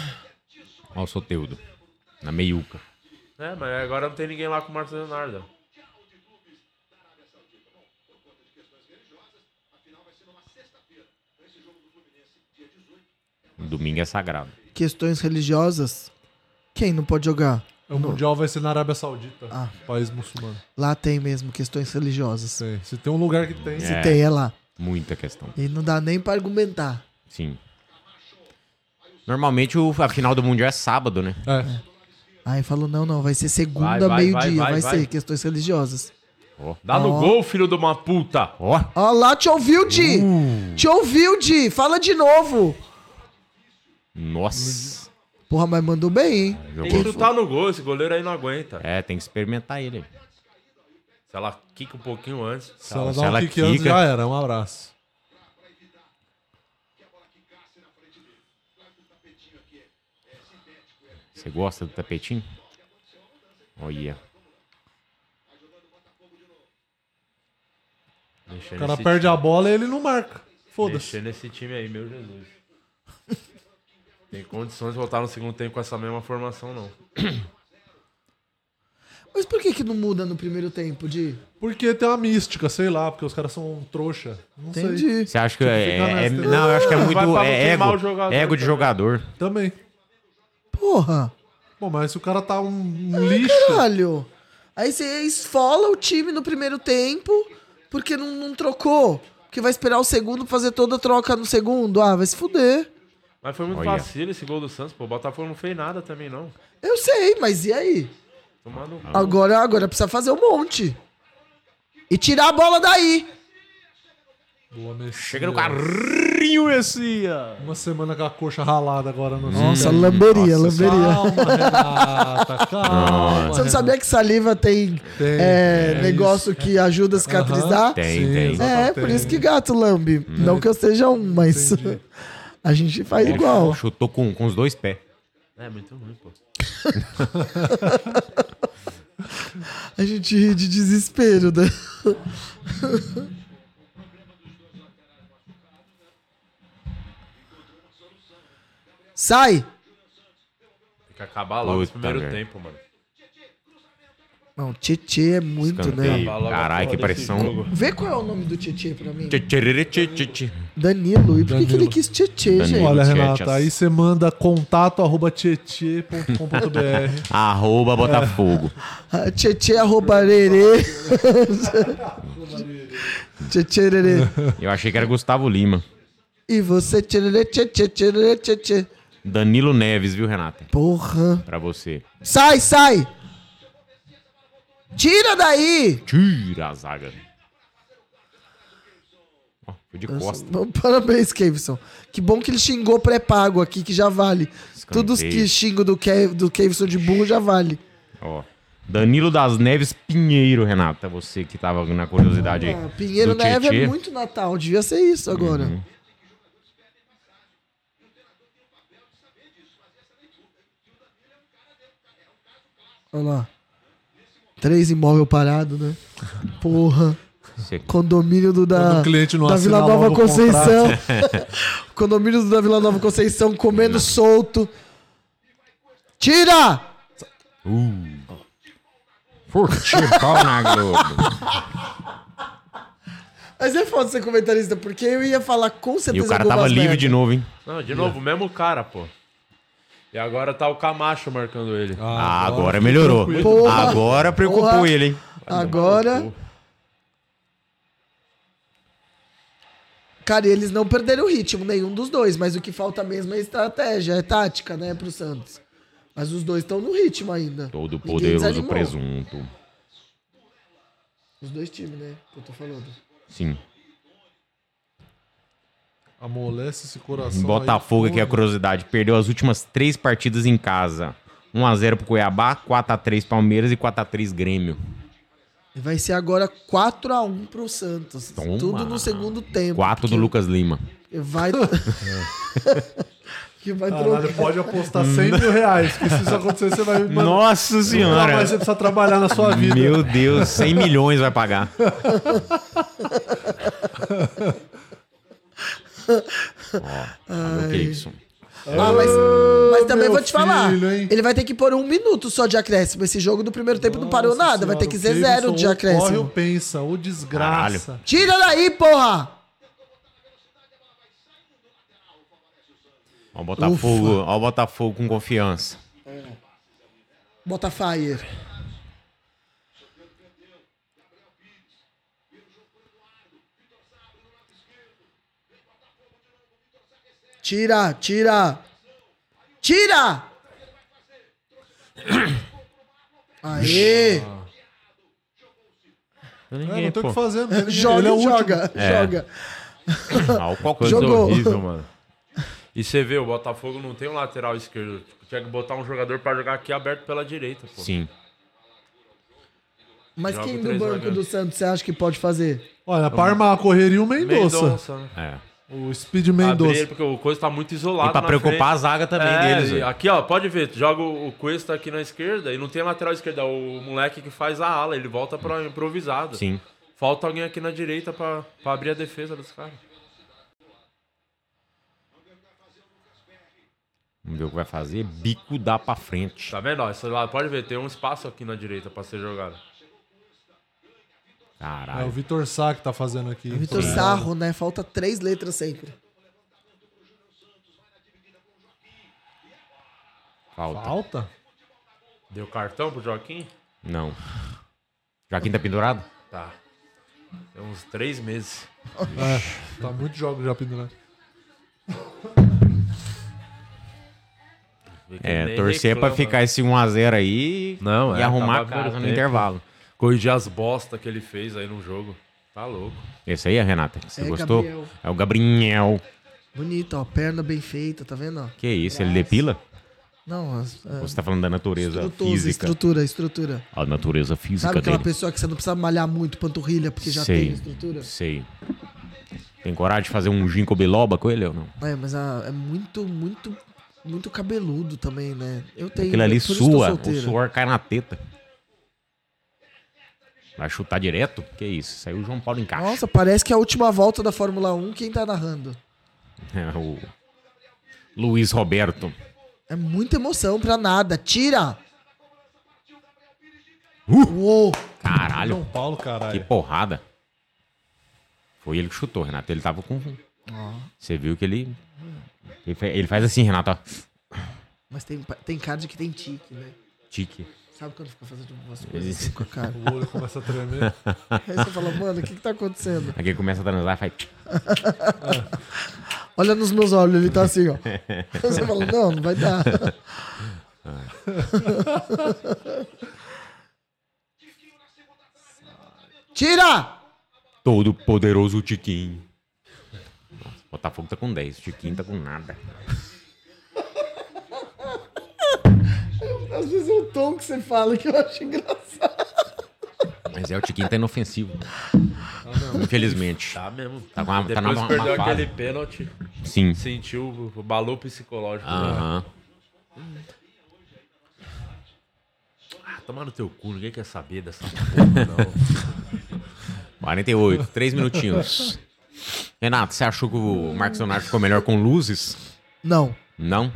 Speaker 3: Olha o Soteudo. Na meiuca.
Speaker 1: É, mas agora não tem ninguém lá com o Marcos Leonardo.
Speaker 3: Domingo é sagrado.
Speaker 4: Questões religiosas. Quem não pode jogar?
Speaker 2: O É um Mundial vai ser na Arábia Saudita.
Speaker 4: Ah.
Speaker 2: País muçulmano.
Speaker 4: Lá tem mesmo questões religiosas.
Speaker 2: Tem. Se tem um lugar que tem.
Speaker 4: Se
Speaker 3: É.
Speaker 4: tem, é lá.
Speaker 3: Muita questão.
Speaker 4: E não dá nem pra argumentar.
Speaker 3: Sim. Normalmente o- a final do Mundial é sábado, né?
Speaker 2: É.
Speaker 4: Aí falou, não, não, vai ser
Speaker 1: Vai,
Speaker 4: segunda,
Speaker 1: vai,
Speaker 4: meio-dia, vai,
Speaker 1: vai, vai,
Speaker 4: ser
Speaker 1: vai.
Speaker 4: questões religiosas.
Speaker 3: Ó.
Speaker 1: Dá no
Speaker 4: Ó.
Speaker 1: gol, filho de uma puta!
Speaker 3: Ó.
Speaker 4: Ó lá, te ouviu, Di! Te ouviu, Di! Fala de novo!
Speaker 3: Nossa.
Speaker 4: Porra, mas mandou bem, hein?
Speaker 1: Tem
Speaker 3: Jogou.
Speaker 1: que chutar no gol, esse goleiro aí não aguenta.
Speaker 3: É, tem que experimentar ele.
Speaker 1: Se ela quica um pouquinho antes.
Speaker 2: Se ela
Speaker 3: Então, Se
Speaker 2: dá um
Speaker 3: ela
Speaker 2: kick antes,
Speaker 3: quica-
Speaker 2: já era. Um abraço.
Speaker 3: Você gosta do tapetinho? Olha.
Speaker 2: O cara perde a bola e ele não marca. Foda-se.
Speaker 1: Mexer nesse time aí, meu Jesus. Tem condições de voltar no segundo tempo com essa mesma formação, não.
Speaker 4: Mas por que que não muda no primeiro tempo, Di?
Speaker 2: Porque tem uma mística, sei lá, porque os caras são um trouxa. Não sei.
Speaker 4: Entendi.
Speaker 3: Você acha que é,
Speaker 2: fica
Speaker 3: é-
Speaker 2: nessa.
Speaker 3: Não, eu acho que é
Speaker 1: Vai
Speaker 3: muito.
Speaker 1: pra
Speaker 3: É
Speaker 1: queimar
Speaker 3: ego.
Speaker 1: o jogador,
Speaker 3: ego de
Speaker 1: tá?
Speaker 3: jogador.
Speaker 2: Também.
Speaker 4: Porra!
Speaker 2: Bom, mas se o cara tá um, um lixo.
Speaker 4: Caralho! Aí você esfola o time no primeiro tempo porque não, não trocou. Porque vai esperar o segundo pra fazer toda a troca no segundo. Ah, vai se fuder.
Speaker 1: Mas foi muito
Speaker 3: Olha.
Speaker 1: vacilo esse gol do Santos, pô. O Botafogo não fez nada também, não.
Speaker 4: Eu sei, mas e aí?
Speaker 1: Tomando.
Speaker 3: Ah.
Speaker 4: Agora, agora precisa fazer um monte. E tirar a bola daí.
Speaker 2: Boa, Messias.
Speaker 3: Chega no carrinho esse.
Speaker 2: Uma semana com a coxa ralada agora no
Speaker 4: Nossa, lamberia, lamberia.
Speaker 2: Calma, Renata, calma.
Speaker 4: Você não sabia que saliva tem,
Speaker 2: Tem,
Speaker 4: é,
Speaker 2: é
Speaker 4: negócio que ajuda a cicatrizar?
Speaker 3: Tem, tem.
Speaker 4: É, por isso que gato lambe. Não que eu seja um, mas
Speaker 2: Entendi.
Speaker 4: [LAUGHS] a gente faz
Speaker 3: Pô,
Speaker 4: igual.
Speaker 3: Chutou com, com os dois pés.
Speaker 1: É, muito ruim, pô.
Speaker 4: A gente ri de desespero. Né? [LAUGHS] Sai!
Speaker 1: Tem que acabar logo esse
Speaker 3: Puta
Speaker 1: primeiro
Speaker 3: merda.
Speaker 1: tempo, mano.
Speaker 4: Não, Tietê é muito, né?
Speaker 3: Escanteio.
Speaker 1: Acabar logo a
Speaker 3: Carai,
Speaker 1: porra
Speaker 3: que
Speaker 1: desse
Speaker 3: pressão.
Speaker 1: jogo.
Speaker 4: Vê qual é o nome do Tietê pra mim.
Speaker 3: Tchê, tchê, tchê, tchê, tchê.
Speaker 4: Danilo. E por que que ele
Speaker 2: Danilo.
Speaker 4: quis Tietê,
Speaker 3: Danilo.
Speaker 4: gente?
Speaker 2: Olha,
Speaker 3: Tchê,
Speaker 2: Renata,
Speaker 3: tchê.
Speaker 2: aí você manda contato arroba tietê.com.br.
Speaker 1: [LAUGHS]
Speaker 3: Arroba Botafogo.
Speaker 4: Ah, Tietê arroba rerê. Tietê rerê.
Speaker 3: Eu achei que era Gustavo Lima.
Speaker 4: E você tchê, tchê, tchê, tchê, tchê, tchê.
Speaker 3: Danilo Neves, viu, Renata?
Speaker 4: Porra.
Speaker 3: Pra você.
Speaker 4: Sai, sai! Tira daí!
Speaker 3: Tira a zaga. Ó, foi de costa.
Speaker 4: Parabéns, Caveson. Que bom que ele xingou pré-pago aqui, que já vale. Todos que xingam do, Ca- do Caveson de burro já vale.
Speaker 3: Ó. Danilo das Neves Pinheiro, Renata. Você que tava na curiosidade aí.
Speaker 4: Ah, Pinheiro
Speaker 3: É, do
Speaker 4: Neve
Speaker 3: Tietê. Uhum.
Speaker 4: é muito Natal, devia ser isso agora. Olha lá. Três imóvel parado, né? Porra.
Speaker 3: Você-
Speaker 4: Condomínio do da,
Speaker 2: Quando o cliente não
Speaker 4: da
Speaker 2: assina
Speaker 4: Vila Nova
Speaker 2: logo o
Speaker 3: [LAUGHS]
Speaker 4: Conceição. Condomínio do da Vila Nova Conceição comendo solto. Tira!
Speaker 3: Futebol
Speaker 4: [LAUGHS]
Speaker 3: na Globo.
Speaker 4: Mas é foda ser comentarista, porque eu ia falar com
Speaker 3: E
Speaker 4: certeza
Speaker 3: o cara tava
Speaker 4: algumas
Speaker 3: livre
Speaker 4: merda.
Speaker 3: de novo, hein?
Speaker 1: Não, de novo, o mesmo cara, pô. E agora tá o Camacho marcando ele.
Speaker 3: Ah, agora melhorou.
Speaker 4: Porra.
Speaker 3: Agora preocupou
Speaker 4: Porra.
Speaker 3: ele, hein?
Speaker 4: Agora, cara, eles não perderam o ritmo, nenhum dos dois, mas o que falta mesmo é estratégia, é tática, né, pro Santos. Mas os dois estão no ritmo ainda.
Speaker 3: Todo
Speaker 4: Ninguém
Speaker 3: poderoso
Speaker 4: desanimou.
Speaker 3: presunto.
Speaker 4: Os dois times, né, que eu tô falando.
Speaker 3: Sim.
Speaker 2: Amolece esse coração.
Speaker 3: Em
Speaker 2: aí.
Speaker 3: Botafogo aqui é a curiosidade. Perdeu as últimas três partidas em casa. 1x0 pro Cuiabá, 4x3 Palmeiras e 4x3 Grêmio.
Speaker 4: E Vai ser agora 4x1 pro Santos.
Speaker 3: Toma.
Speaker 4: Tudo no segundo tempo.
Speaker 3: 4 do
Speaker 4: porque
Speaker 3: Lucas Lima. [LAUGHS]
Speaker 4: Vai... [LAUGHS] que vai trocar.
Speaker 2: Caralho, pode apostar 100 mil reais, que se isso acontecer, você vai... Mano,
Speaker 3: Nossa
Speaker 2: nunca mais você precisa trabalhar na sua vida.
Speaker 3: Meu Deus, 100 milhões vai pagar. Ó, tá cadê o Keyson?
Speaker 4: Ah, mas, mas
Speaker 2: Ô,
Speaker 4: também
Speaker 2: meu
Speaker 4: vou te falar.
Speaker 2: filho, hein?
Speaker 4: Ele vai ter que pôr um minuto só de acréscimo. Esse jogo do primeiro tempo não parou
Speaker 2: Nossa
Speaker 4: nada. vai ter
Speaker 2: senhora,
Speaker 4: que
Speaker 2: o
Speaker 4: ser
Speaker 2: Davidson
Speaker 4: zero de
Speaker 2: ou Corre ou
Speaker 4: acréscimo.
Speaker 2: pensa, ou desgraça.
Speaker 4: Tira daí, porra!
Speaker 3: Ó, o Botafogo, ó, o Botafogo com confiança.
Speaker 4: Bota fire. Tira, tira.
Speaker 2: [COUGHS]
Speaker 4: Tira! Aê!
Speaker 2: É, não tem o que
Speaker 3: pô.
Speaker 4: [LAUGHS]
Speaker 2: fazer. não tem ninguém.
Speaker 4: Joga,
Speaker 2: Ele é o último.
Speaker 4: joga,
Speaker 3: É.
Speaker 4: joga.
Speaker 3: Ah, o Coca-
Speaker 1: Coisa
Speaker 4: Jogou.
Speaker 1: horrível, mano. E você vê, o Botafogo não tem um lateral esquerdo. Tipo, tinha que botar um jogador pra jogar aqui aberto pela direita, pô.
Speaker 3: Sim.
Speaker 4: Mas
Speaker 1: Joga
Speaker 4: quem do
Speaker 1: três
Speaker 4: banco
Speaker 1: zagueiros.
Speaker 4: do Santos você acha que pode fazer?
Speaker 2: Olha, pra armar a correria, o Mendonça.
Speaker 1: Mendonça, né?
Speaker 3: É.
Speaker 2: O Speed
Speaker 1: Abrir ele,
Speaker 2: Mendonça.
Speaker 1: porque o Coisa tá muito
Speaker 3: E
Speaker 1: isolado.
Speaker 3: pra
Speaker 1: na
Speaker 3: preocupar a
Speaker 1: frente.
Speaker 3: zaga também
Speaker 1: É,
Speaker 3: deles.
Speaker 1: e
Speaker 3: velho.
Speaker 1: Aqui, ó, pode ver. tu Joga o o Cuesta aqui na esquerda e não tem lateral esquerda. O moleque que faz a ala, ele volta pra improvisado.
Speaker 3: Sim.
Speaker 1: Falta alguém aqui na direita pra, pra abrir a defesa dos caras.
Speaker 3: Vamos ver o que vai fazer. Bico dá pra frente.
Speaker 1: Tá vendo? ó? Esse lado, pode ver, tem um espaço aqui na direita pra ser jogado.
Speaker 2: É o
Speaker 3: Caralho.
Speaker 2: Vitor Sá que tá fazendo aqui.
Speaker 4: Vitor Sarro, né? Falta três letras sempre.
Speaker 3: Falta.
Speaker 2: Alta?
Speaker 1: Deu cartão pro Joaquim?
Speaker 3: Não. Joaquim tá pendurado?
Speaker 1: Tá. Tem uns três meses.
Speaker 2: É, tá muito jogo já pendurado.
Speaker 1: Vê que
Speaker 3: É,
Speaker 1: nem
Speaker 3: torcer pra
Speaker 1: reclama.
Speaker 3: ficar esse 1x0 aí
Speaker 1: Não,
Speaker 3: e
Speaker 1: é,
Speaker 3: arrumar a
Speaker 1: acabar
Speaker 3: casa
Speaker 1: primeiro
Speaker 3: no
Speaker 1: tempo.
Speaker 3: intervalo.
Speaker 1: Corrigir as bosta que ele fez aí no jogo. Tá louco.
Speaker 3: Esse aí é, Renata? Você
Speaker 4: É,
Speaker 3: gostou?
Speaker 4: Gabriel.
Speaker 3: É o Gabriel.
Speaker 4: Bonito, ó. Perna bem feita, tá vendo? ó?
Speaker 3: Que isso? Ele depila?
Speaker 4: Não, as-
Speaker 3: Ou
Speaker 4: é,
Speaker 3: Você tá falando da natureza
Speaker 4: estrutura,
Speaker 3: física?
Speaker 4: estrutura, estrutura.
Speaker 3: A natureza física
Speaker 4: Sabe aquela
Speaker 3: dele.
Speaker 4: pessoa que você não precisa malhar muito, panturrilha, porque já
Speaker 3: Sei.
Speaker 4: tem estrutura?
Speaker 3: Sei. Tem coragem de fazer um ginkgo biloba com ele ou não?
Speaker 4: É, mas a- é muito, muito, muito cabeludo também, né? Eu tenho.
Speaker 3: Aquilo ali
Speaker 4: por isso que eu tô
Speaker 3: sua, o
Speaker 4: solteira.
Speaker 3: suor cai na teta. Vai chutar direto? Que isso? Saiu o João Paulo em caixa.
Speaker 4: Nossa, parece que é a última volta da Fórmula 1, quem tá narrando?
Speaker 3: É [LAUGHS] o Luiz Roberto.
Speaker 4: É muita emoção pra nada. Tira!
Speaker 3: Uh!
Speaker 4: Uou!
Speaker 3: Caralho,
Speaker 2: São Paulo,
Speaker 3: que
Speaker 2: caralho.
Speaker 3: porrada. Foi ele que chutou, Renato. Ele tava com um. Você viu que ele. Ele fa- ele faz assim, Renato, ó.
Speaker 4: Mas tem, tem cara de que tem tique, né?
Speaker 3: Tique.
Speaker 4: Sabe quando fica fazendo umas coisas assim com a cara?
Speaker 2: O olho começa a tremer.
Speaker 4: Aí você fala, mano, o que que tá acontecendo?
Speaker 3: Aqui ele começa a transar, faz.
Speaker 4: Olha nos meus olhos, ele tá assim, ó. Você fala, não, não vai dar. [LAUGHS] Tira!
Speaker 3: Todo poderoso Tiquinho. Nossa, o Botafogo tá com 10, o Tiquinho tá com nada.
Speaker 4: Às vezes é o tom que você fala que eu acho engraçado.
Speaker 3: Mas é, o Tiquinho tá inofensivo. Infelizmente.
Speaker 1: Tá mesmo.
Speaker 3: Tá com uma- tá
Speaker 1: Depois
Speaker 3: numa- uma
Speaker 1: perdeu
Speaker 3: fase.
Speaker 1: aquele pênalti,
Speaker 3: Sim.
Speaker 1: sentiu o balão psicológico. né?
Speaker 3: Aham.
Speaker 1: Ah, tomar no teu cu, ninguém quer saber
Speaker 3: [LAUGHS]
Speaker 1: dessa porra, não.
Speaker 3: 48, 3 minutinhos. Renato, você achou que o Marcos Leonardo ficou melhor com luzes?
Speaker 4: Não.
Speaker 3: Não?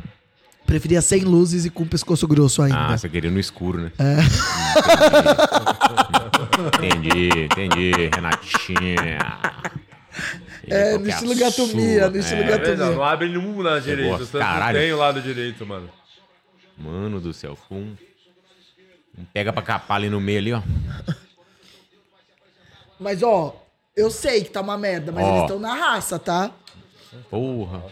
Speaker 4: Preferia sem luzes e com pescoço grosso ainda.
Speaker 3: Ah, você queria no escuro, né?
Speaker 4: É.
Speaker 3: Entendi, entendi, Renatinha. Ele
Speaker 4: É,
Speaker 3: qual
Speaker 4: no
Speaker 3: que a
Speaker 4: estilo gato Mia, no
Speaker 3: sua?
Speaker 4: estilo
Speaker 3: É,
Speaker 4: gato-
Speaker 1: Beleza, não abre nenhum lado direito.
Speaker 3: gosto,
Speaker 1: Você não
Speaker 3: caralho.
Speaker 1: tem o lado direito, mano.
Speaker 3: Mano do céu, ficou um, um pega pra capar ali no meio ali, ó.
Speaker 4: Mas, ó, eu sei que tá uma merda, mas
Speaker 3: Ó.
Speaker 4: eles estão na raça, tá?
Speaker 3: Porra.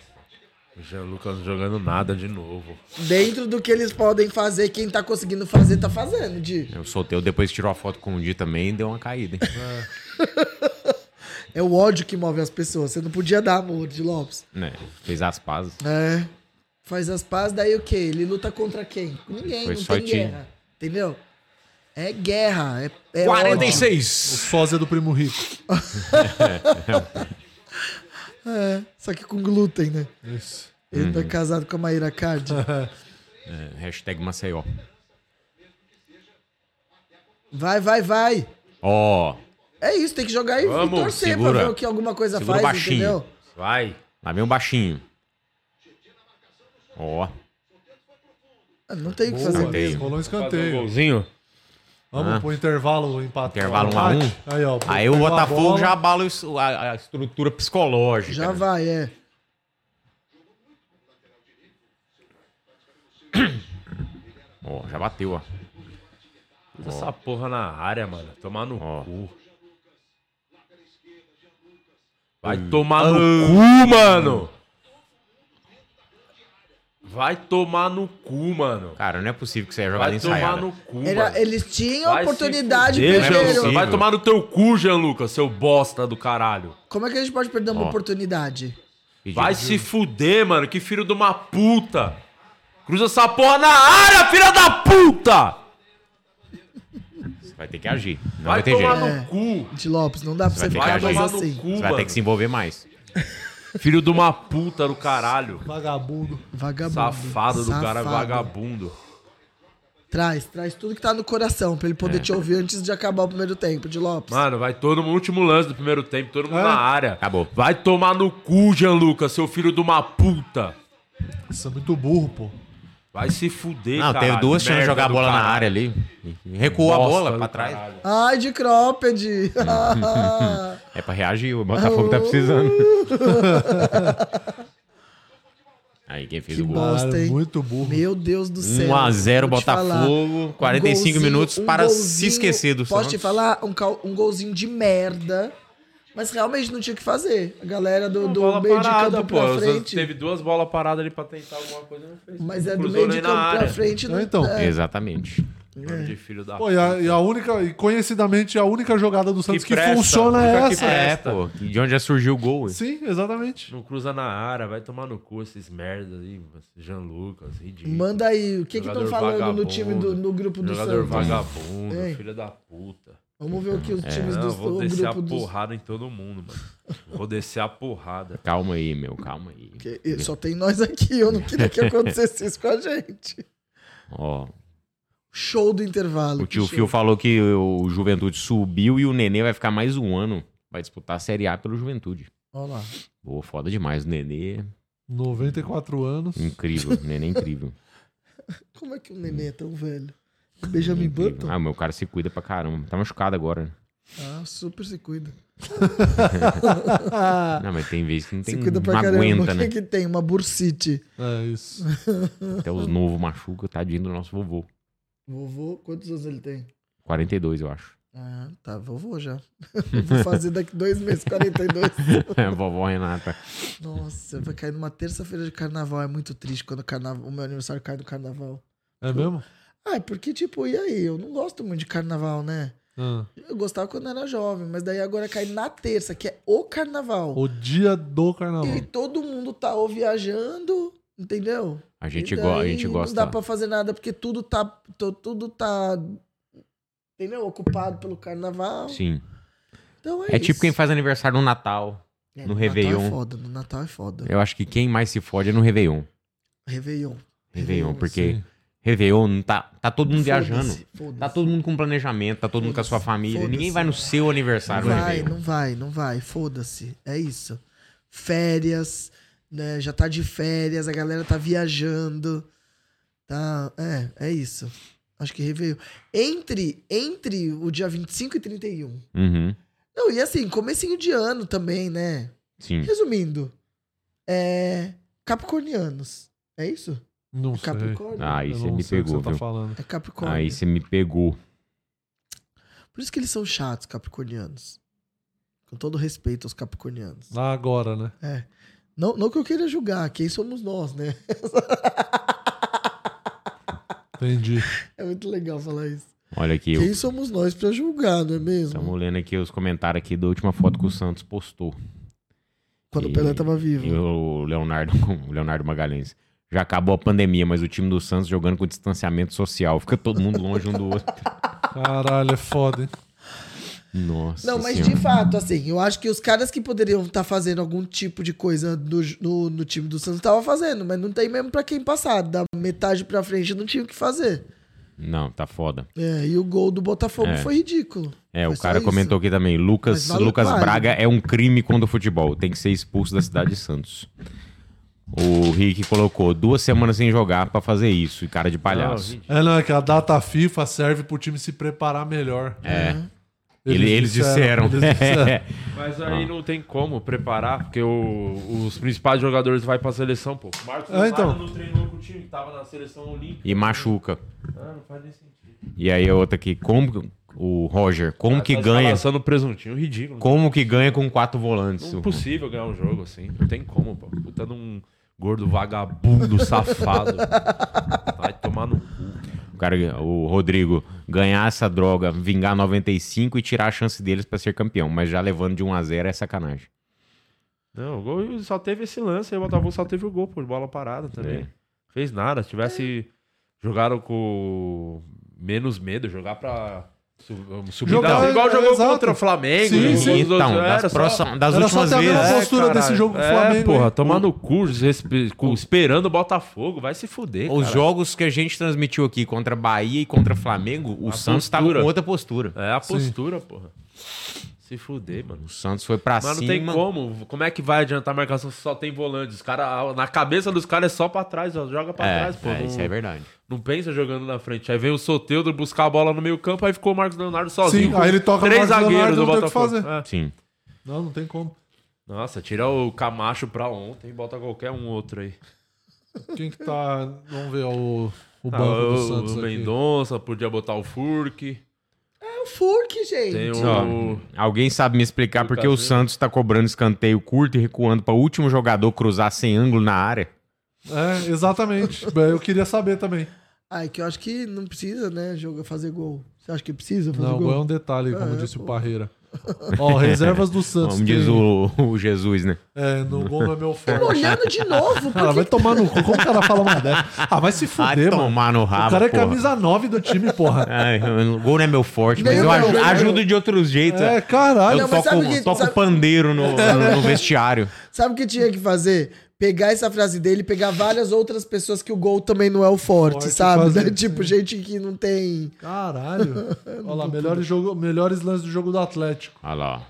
Speaker 1: O Jean Lucas não jogando nada de novo.
Speaker 4: Dentro do que eles podem fazer, quem tá conseguindo fazer, tá fazendo, Di.
Speaker 3: Eu soltei, depois tirou a foto com o Di também e deu uma caída, hein?
Speaker 4: [LAUGHS] É o ódio que move as pessoas. Você não podia dar amor, Di Lopes.
Speaker 3: né? Fez as pazes.
Speaker 4: É. Faz as pazes, daí o quê? Ele luta contra quem? Com Ninguém,
Speaker 3: Foi
Speaker 4: não
Speaker 3: só
Speaker 4: tem
Speaker 3: time.
Speaker 4: guerra. Entendeu? É guerra, é, é ódio.
Speaker 3: 46!
Speaker 2: Sósia do primo rico.
Speaker 4: É, só que com glúten, né?
Speaker 2: Isso.
Speaker 4: Ele
Speaker 3: Uhum.
Speaker 4: tá casado com a Maíra Cardi.
Speaker 3: É, hashtag Maceió.
Speaker 4: Vai, vai, vai.
Speaker 3: Ó,
Speaker 4: É isso, tem que jogar e
Speaker 1: Vamos,
Speaker 4: torcer
Speaker 3: segura.
Speaker 4: pra ver o que alguma coisa
Speaker 3: Segura
Speaker 4: faz,
Speaker 3: baixinho.
Speaker 4: entendeu?
Speaker 1: Vai.
Speaker 3: lá vem um baixinho. Ó,
Speaker 4: Ah, Não tem o que
Speaker 2: Boa,
Speaker 4: fazer
Speaker 3: Boa.
Speaker 4: mesmo.
Speaker 2: rolou um
Speaker 1: Fazer um
Speaker 2: escanteio.
Speaker 1: golzinho.
Speaker 2: Vamos
Speaker 3: Ah.
Speaker 2: pro intervalo empate.
Speaker 3: Intervalo um a um.
Speaker 2: Aí, ó,
Speaker 3: aí o
Speaker 2: pegou a
Speaker 3: Botafogo
Speaker 2: bola.
Speaker 3: já abala o es- a, a estrutura psicológica.
Speaker 4: Já
Speaker 3: né?
Speaker 4: vai, é.
Speaker 3: Ó, já bateu, ó.
Speaker 1: Essa porra na área, mano. Tomar no
Speaker 3: Ó.
Speaker 1: cu. Vai
Speaker 3: Hum.
Speaker 1: tomar no
Speaker 3: Ah.
Speaker 1: cu, mano. Vai tomar no cu, mano.
Speaker 3: Cara, né? não é possível que você ia jogar
Speaker 1: Vai
Speaker 3: ali
Speaker 1: tomar
Speaker 3: ensaiada.
Speaker 1: no cu,
Speaker 4: Era-
Speaker 1: mano.
Speaker 4: eles tinham a
Speaker 1: Vai se
Speaker 4: é oportunidade,
Speaker 1: fuder, Jean
Speaker 3: primeiro.
Speaker 1: Lucas.
Speaker 4: perderam.
Speaker 1: Vai tomar no teu cu, Jean Lucas, seu bosta do caralho.
Speaker 4: Como é que a gente pode perder uma
Speaker 3: Ó.
Speaker 4: oportunidade?
Speaker 3: Pediu
Speaker 1: Vai
Speaker 3: de-
Speaker 1: se fuder, mano. Que filho de uma puta. Cruza essa porra na área, filha da puta.
Speaker 3: Vai ter que agir. Não vai,
Speaker 1: Vai
Speaker 3: ter jeito.
Speaker 1: tomar no cu.
Speaker 4: De Lopes, não dá pra você
Speaker 3: vai ter
Speaker 4: falar
Speaker 3: que
Speaker 4: mais
Speaker 3: agir.
Speaker 4: assim.
Speaker 1: cu,
Speaker 3: Você vai ter que se envolver mais.
Speaker 1: Filho de uma puta do caralho.
Speaker 2: Vagabundo.
Speaker 4: Vagabundo.
Speaker 1: Safado do cara,
Speaker 4: Safado.
Speaker 1: vagabundo.
Speaker 4: Traz, traz tudo que tá no coração pra ele poder te ouvir antes de acabar o primeiro tempo, de Lopes.
Speaker 1: É. Mano, vai todo mundo, último lance do primeiro tempo, todo mundo
Speaker 2: É.
Speaker 1: na área.
Speaker 3: Acabou.
Speaker 1: Vai tomar no cu, Jean Lucas, seu filho de uma puta.
Speaker 2: Isso é muito burro, pô.
Speaker 1: Vai se fuder,
Speaker 3: Não,
Speaker 1: cara.
Speaker 3: teve duas chances de jogar a bola na área ali. E Recuou a bola pra trás.
Speaker 4: Ai, de crópede.
Speaker 3: É pra reagir, o Botafogo tá precisando. Aí quem fez
Speaker 4: Que
Speaker 3: o gol?
Speaker 4: bosta,
Speaker 2: Cara,
Speaker 4: hein?
Speaker 2: muito burro.
Speaker 4: [LAUGHS] Meu Deus do
Speaker 1: Um
Speaker 4: céu.
Speaker 3: 1x0
Speaker 4: Vou te falar. Um
Speaker 3: Botafogo, 45
Speaker 4: golzinho- um
Speaker 3: minutos para se
Speaker 4: golzinho-
Speaker 3: esquecer do
Speaker 4: Posso te
Speaker 3: Santos.
Speaker 4: falar? Um, cal- um golzinho de merda. Mas realmente não tinha o que fazer. A galera do, do
Speaker 1: bola
Speaker 4: um meio de
Speaker 1: parada,
Speaker 4: campo
Speaker 1: pô.
Speaker 4: pra
Speaker 1: Você
Speaker 4: frente.
Speaker 1: Teve duas bolas paradas ali pra tentar alguma coisa, não fez.
Speaker 4: Mas é do
Speaker 1: Cruzou
Speaker 4: meio
Speaker 1: nem
Speaker 4: de
Speaker 1: na
Speaker 4: campo pra
Speaker 1: área.
Speaker 4: frente.
Speaker 2: Não,
Speaker 4: Não,
Speaker 2: então.
Speaker 3: né?
Speaker 4: é.
Speaker 3: Exatamente.
Speaker 1: Bando de filho da
Speaker 2: Pô, e a, e a única, e conhecidamente a única jogada do Santos que,
Speaker 1: presta,
Speaker 2: funciona é
Speaker 1: fica que
Speaker 2: essa.
Speaker 1: presta.
Speaker 3: É, pô. E de onde já surgiu o gol? hein?
Speaker 2: Sim, exatamente.
Speaker 1: Não cruza na área, vai tomar no cu esses merdas aí, Jean Lucas, ridículo.
Speaker 4: Manda aí, o que que estão
Speaker 1: Jogador
Speaker 4: falando
Speaker 1: vagabundo.
Speaker 4: no time do, no grupo do
Speaker 1: Jogador
Speaker 4: Santos?
Speaker 1: vagabundo,
Speaker 4: Hein?
Speaker 1: filho da puta.
Speaker 4: Vamos ver o que os times
Speaker 1: Não,
Speaker 4: do
Speaker 1: eu vou descer a
Speaker 4: grupo dos.
Speaker 1: porrada em todo mundo,
Speaker 4: [LAUGHS]
Speaker 1: mano. Vou descer a porrada.
Speaker 3: Calma aí, meu, calma aí.
Speaker 4: Que- e Só tem nós aqui, eu não queria
Speaker 3: [LAUGHS]
Speaker 4: que acontecesse isso com a gente.
Speaker 3: Ó,
Speaker 4: Show do intervalo.
Speaker 3: o tio
Speaker 4: que
Speaker 3: Fio
Speaker 4: show.
Speaker 3: falou que o Juventude subiu e o Nenê vai ficar mais um ano. Vai disputar a Série A pelo Juventude.
Speaker 4: Olha lá.
Speaker 3: Boa, foda demais. O Nenê,
Speaker 2: 94 anos.
Speaker 4: [LAUGHS]
Speaker 3: incrível. O Nenê é incrível.
Speaker 4: Como é que o neném é tão velho? Benjamin
Speaker 3: Incrível.
Speaker 4: Button?
Speaker 3: Ah, meu cara se cuida pra caramba. Tá machucado agora. né?
Speaker 4: Ah, super se cuida.
Speaker 3: Não, mas tem vezes que não tem.
Speaker 4: se cuida pra
Speaker 3: Não
Speaker 4: caramba.
Speaker 3: aguenta,
Speaker 4: o que,
Speaker 3: né?
Speaker 4: que tem? Uma bursite.
Speaker 2: É isso.
Speaker 3: Até os novos machuca, tadinho do nosso vovô.
Speaker 4: Vovô, quantos anos ele tem?
Speaker 3: 42, eu
Speaker 4: [LAUGHS]
Speaker 3: acho. [LAUGHS]
Speaker 4: Ah, tá, vovô [LAUGHS] já. Vou fazer daqui dois meses 42.
Speaker 3: Vovó Renata.
Speaker 4: Nossa, vai cair numa terça-feira de carnaval. É muito triste quando o, carnaval, o meu aniversário cai no carnaval.
Speaker 2: É mesmo?
Speaker 4: Ah, é porque, tipo, e aí? Eu não gosto muito de carnaval, né?
Speaker 2: Ah.
Speaker 4: Eu gostava quando era jovem, mas daí agora cai na terça, que é o carnaval.
Speaker 2: O dia do carnaval.
Speaker 4: E todo mundo tá ou viajando, entendeu?
Speaker 3: A gente,
Speaker 4: E daí
Speaker 3: go a gente gosta.
Speaker 4: Não dá pra fazer nada porque tudo tá. tu- Tudo tá. Entendeu? Ocupado pelo carnaval.
Speaker 3: Sim.
Speaker 4: Então é,
Speaker 3: É tipo
Speaker 4: isso.
Speaker 3: quem faz aniversário no Natal.
Speaker 4: É,
Speaker 3: no
Speaker 4: Natal
Speaker 3: Réveillon.
Speaker 4: é foda, no Natal é foda.
Speaker 3: Eu acho que quem mais se fode é no Réveillon. É.
Speaker 4: Réveillon.
Speaker 3: Réveillon,
Speaker 4: Réveillon,
Speaker 3: porque Réveillon não tá, tá todo mundo
Speaker 4: Foda-se,
Speaker 3: viajando.
Speaker 4: foda-se.
Speaker 3: Tá todo mundo com planejamento, tá todo mundo com a sua família.
Speaker 4: Foda-se.
Speaker 3: Ninguém vai no seu
Speaker 4: Não
Speaker 3: aniversário no
Speaker 4: vai,
Speaker 3: Réveillon.
Speaker 4: não vai, não vai. Foda-se. É isso. Férias, né? Já tá de férias, a galera tá viajando. Tá. É, é isso. Acho que Réveillon. Entre, entre o dia 25 e 31.
Speaker 3: Uhum.
Speaker 4: Não, e assim, comecinho de ano também, né?
Speaker 3: Sim.
Speaker 4: Resumindo. É. Capricornianos. É isso?
Speaker 2: Não sei.
Speaker 4: Capricórnio?
Speaker 3: Ah, aí
Speaker 2: Eu
Speaker 3: você
Speaker 2: não
Speaker 3: me
Speaker 2: sei o que
Speaker 3: pegou,
Speaker 2: você
Speaker 3: viu?
Speaker 2: tá falando.
Speaker 4: É Capricórnio.
Speaker 3: Aí você me pegou.
Speaker 4: Por isso que eles são chatos, capricornianos. Com todo respeito aos capricornianos.
Speaker 2: Lá agora, né?
Speaker 4: É. Não, não que eu queira julgar, quem somos nós, né? [LAUGHS]
Speaker 2: Entendi.
Speaker 4: É muito legal falar isso.
Speaker 3: Olha aqui, eu
Speaker 4: Quem somos nós pra julgar, não é mesmo?
Speaker 3: Estamos lendo aqui os comentários aqui da última foto que o Santos postou.
Speaker 4: Quando
Speaker 3: E-
Speaker 4: o Pelé tava
Speaker 3: E
Speaker 4: vivo.
Speaker 3: o Leonardo, [LAUGHS] o Leonardo Magalhães. Já acabou a pandemia, mas o time do Santos jogando com distanciamento social. Fica todo mundo longe um do
Speaker 4: [LAUGHS]
Speaker 3: outro.
Speaker 2: Caralho, é foda, hein?
Speaker 3: Nossa
Speaker 4: Não, mas
Speaker 3: Senhora.
Speaker 4: de fato, assim, eu acho que os caras que poderiam estar fazendo algum tipo de coisa no, no, no time do Santos estavam fazendo, mas não tem mesmo pra quem passar. Da metade pra frente não tinha o que fazer.
Speaker 3: Não, tá foda.
Speaker 4: É, e o gol do Botafogo
Speaker 3: É.
Speaker 4: foi ridículo.
Speaker 3: É,
Speaker 4: Foi
Speaker 3: o
Speaker 4: só
Speaker 3: cara
Speaker 4: isso.
Speaker 3: comentou aqui também. Lucas,
Speaker 4: Mas vale-
Speaker 3: Lucas
Speaker 4: vale.
Speaker 3: Braga é um crime contra o futebol. Tem que ser expulso da cidade de Santos. O Rick colocou duas semanas sem jogar pra fazer isso. E cara de palhaço.
Speaker 2: É, não, é que a data FIFA serve pro time se preparar melhor.
Speaker 3: é.
Speaker 4: Uhum.
Speaker 3: Ele- eles, disseram.
Speaker 2: eles
Speaker 3: [LAUGHS]
Speaker 2: disseram.
Speaker 1: Mas aí não tem como preparar, porque o- os principais jogadores vai pra seleção, pô. Marcos
Speaker 2: É,
Speaker 1: Leonardo
Speaker 2: então.
Speaker 1: não treinou com o time, tava na seleção olímpica.
Speaker 3: e machuca.
Speaker 1: Ah, não faz nem sentido.
Speaker 3: E aí a outra aqui, como o Roger, como Um que ganha?
Speaker 1: Passando Tá presuntinho, ridículo.
Speaker 3: Como que ganha com quatro volantes?
Speaker 1: Não é possível ganhar um jogo assim. Não tem como, pô. Puta de um gordo vagabundo safado. Vai tomar no cu.
Speaker 3: O cara, o Rodrigo, ganhar essa droga, vingar 95 e tirar a chance deles pra ser campeão, mas já levando de 1 a 0 é sacanagem.
Speaker 1: Não, o gol só teve esse lance, aí o Botafogo só teve o gol, pô, de bola parada também.
Speaker 3: É.
Speaker 1: Fez nada. Se tivesse. Jogaram com menos medo, jogar pra. su- Subir
Speaker 2: Jogar-
Speaker 1: da- igual jogou
Speaker 2: exato.
Speaker 1: contra o Flamengo.
Speaker 2: Sim,
Speaker 1: jogou
Speaker 2: sim.
Speaker 1: contra os outros,
Speaker 3: Então, das,
Speaker 1: era só-
Speaker 3: próxima- das
Speaker 2: Era só
Speaker 3: últimas
Speaker 2: ter a mesma
Speaker 3: vezes,
Speaker 2: postura
Speaker 1: caralho.
Speaker 2: desse jogo com o
Speaker 1: É,
Speaker 2: Flamengo.
Speaker 1: Porra,
Speaker 2: hein?
Speaker 1: tomar no cu, desrespe- cu- esperando o Botafogo, vai se fuder.
Speaker 3: os
Speaker 1: cara.
Speaker 3: jogos que a gente transmitiu aqui contra Bahia e contra Flamengo, o
Speaker 1: A
Speaker 3: Santos tava
Speaker 1: postura.
Speaker 3: com outra postura.
Speaker 1: É a postura, porra. Se fuder, mano.
Speaker 3: O Santos foi pra
Speaker 2: Assim,
Speaker 1: Mas não tem
Speaker 3: cima.
Speaker 1: como. Como é que vai adiantar a marcação se só tem volante? Os cara, na cabeça dos caras é só pra trás, ó. Joga pra
Speaker 3: é,
Speaker 1: trás, pô.
Speaker 3: é,
Speaker 1: não,
Speaker 3: isso é verdade.
Speaker 1: não pensa jogando na frente. Aí vem o Soteudo buscar a bola no meio campo, aí ficou o Marcos Leonardo sozinho.
Speaker 2: Sim, aí ele toca no
Speaker 1: Três
Speaker 2: Marcos
Speaker 1: zagueiros
Speaker 2: Leonardo,
Speaker 1: do
Speaker 2: não tem o que
Speaker 1: Botafogo. É.
Speaker 3: Sim.
Speaker 2: Não, não tem como.
Speaker 1: Nossa, tira o Camacho pra ontem e bota qualquer um outro aí.
Speaker 2: Quem que tá. Vamos ver o,
Speaker 3: Tá,
Speaker 2: o
Speaker 1: Ah,
Speaker 2: banco do
Speaker 1: o
Speaker 2: Santos
Speaker 1: o
Speaker 2: aqui.
Speaker 1: Mendonça, podia botar o Furk.
Speaker 4: É o Furk, gente.
Speaker 1: Tem
Speaker 2: um-
Speaker 3: Ó,
Speaker 1: o.
Speaker 3: alguém sabe me explicar
Speaker 1: Lucas
Speaker 3: porque o
Speaker 1: Lima.
Speaker 3: Santos tá cobrando escanteio curto e recuando pra último jogador cruzar sem ângulo na área?
Speaker 2: É, exatamente. Bem, Eu queria saber também.
Speaker 4: Ah, é que eu acho que não precisa, né, jogo fazer gol. Você acha que precisa fazer
Speaker 2: Não,
Speaker 4: gol?
Speaker 2: agora é um detalhe, como
Speaker 4: É,
Speaker 2: disse o
Speaker 4: pô.
Speaker 2: Parreira. Ó, reservas
Speaker 3: [LAUGHS]
Speaker 2: do Santos.
Speaker 3: Como diz
Speaker 2: tem-
Speaker 3: o, [LAUGHS] o Jesus, né?
Speaker 2: É, no gol não é meu
Speaker 4: Tô
Speaker 2: forte.
Speaker 4: olhando
Speaker 2: [LAUGHS]
Speaker 4: de novo,
Speaker 2: Cara, vai
Speaker 4: porque...
Speaker 2: tomar no cu. Como o cara fala uma dessa? Ah, vai se
Speaker 3: Vai
Speaker 2: fuder, mano.
Speaker 3: tomar no
Speaker 2: O
Speaker 3: rabo,
Speaker 2: cara é
Speaker 3: porra.
Speaker 2: camisa 9 do time, porra.
Speaker 3: Ai, o gol não é meu forte, mas
Speaker 4: Nem
Speaker 3: eu
Speaker 4: o
Speaker 3: aju-
Speaker 4: meu, né?
Speaker 3: ajudo de outros jeitos.
Speaker 2: É,
Speaker 3: Eu
Speaker 2: caralho.
Speaker 4: Não, mas
Speaker 3: toco,
Speaker 4: sabe o que-
Speaker 3: toco
Speaker 4: sabe-
Speaker 3: pandeiro no, no- no vestiário.
Speaker 4: Sabe o que tinha que fazer? Pegar essa frase dele e pegar várias outras pessoas que o gol também não é o forte,
Speaker 2: Forte
Speaker 4: sabe?
Speaker 2: fazer.
Speaker 4: [LAUGHS] Tipo, gente que não tem...
Speaker 2: Caralho.
Speaker 3: [LAUGHS]
Speaker 2: Olha lá, melhores, jogo, melhores lances do jogo do Atlético.
Speaker 3: Olha lá.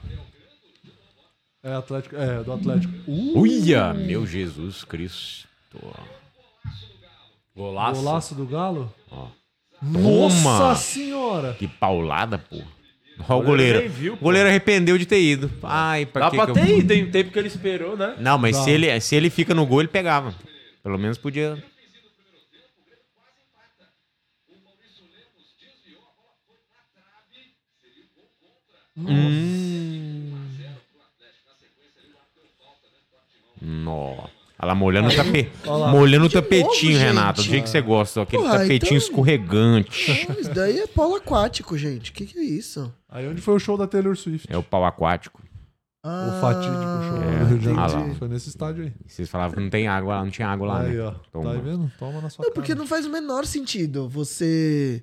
Speaker 2: É, Atlético. É, do Atlético. Uh,
Speaker 3: Uia, meu Jesus Cristo.
Speaker 1: Golaço.
Speaker 2: golaço do Galo?
Speaker 3: Ó.
Speaker 2: Nossa
Speaker 3: Toma.
Speaker 2: senhora!
Speaker 3: Que paulada, porra. Ó, o goleiro.
Speaker 1: nem viu,
Speaker 3: o
Speaker 1: pô.
Speaker 3: goleiro arrependeu de ter ido. Ai, pra
Speaker 1: Dá
Speaker 3: que
Speaker 1: pra
Speaker 3: que eu-
Speaker 1: ter ido, hein? Tem porque ele esperou, né?
Speaker 3: Não, mas
Speaker 2: Dá.
Speaker 3: se ele, se ele fica no gol, ele pegava. Pelo menos podia. Hum. Nó. Olha lá, molhando o tapete. Molhando o
Speaker 4: De novo,
Speaker 3: tapetinho,
Speaker 4: gente.
Speaker 3: Renato. Do jeito que você gosta, ó, aquele
Speaker 4: Porra,
Speaker 3: tapetinho
Speaker 4: então-
Speaker 3: escorregante.
Speaker 4: Não, Isso daí é polo aquático, gente. O que, que é isso?
Speaker 2: Aí onde foi o show da Taylor Swift?
Speaker 3: É o pau aquático.
Speaker 4: Ah,
Speaker 2: O fatídico show
Speaker 3: É,
Speaker 2: do Rio de
Speaker 3: entendi.
Speaker 2: Janeiro.
Speaker 3: Ah lá.
Speaker 2: Foi nesse estádio aí.
Speaker 3: Vocês falavam que não tem água lá, não tinha água lá,
Speaker 2: aí,
Speaker 3: né?
Speaker 2: ó.
Speaker 3: Toma.
Speaker 2: Tá vendo? Toma na sua
Speaker 4: Não, porque
Speaker 2: cara.
Speaker 4: não faz o menor sentido você.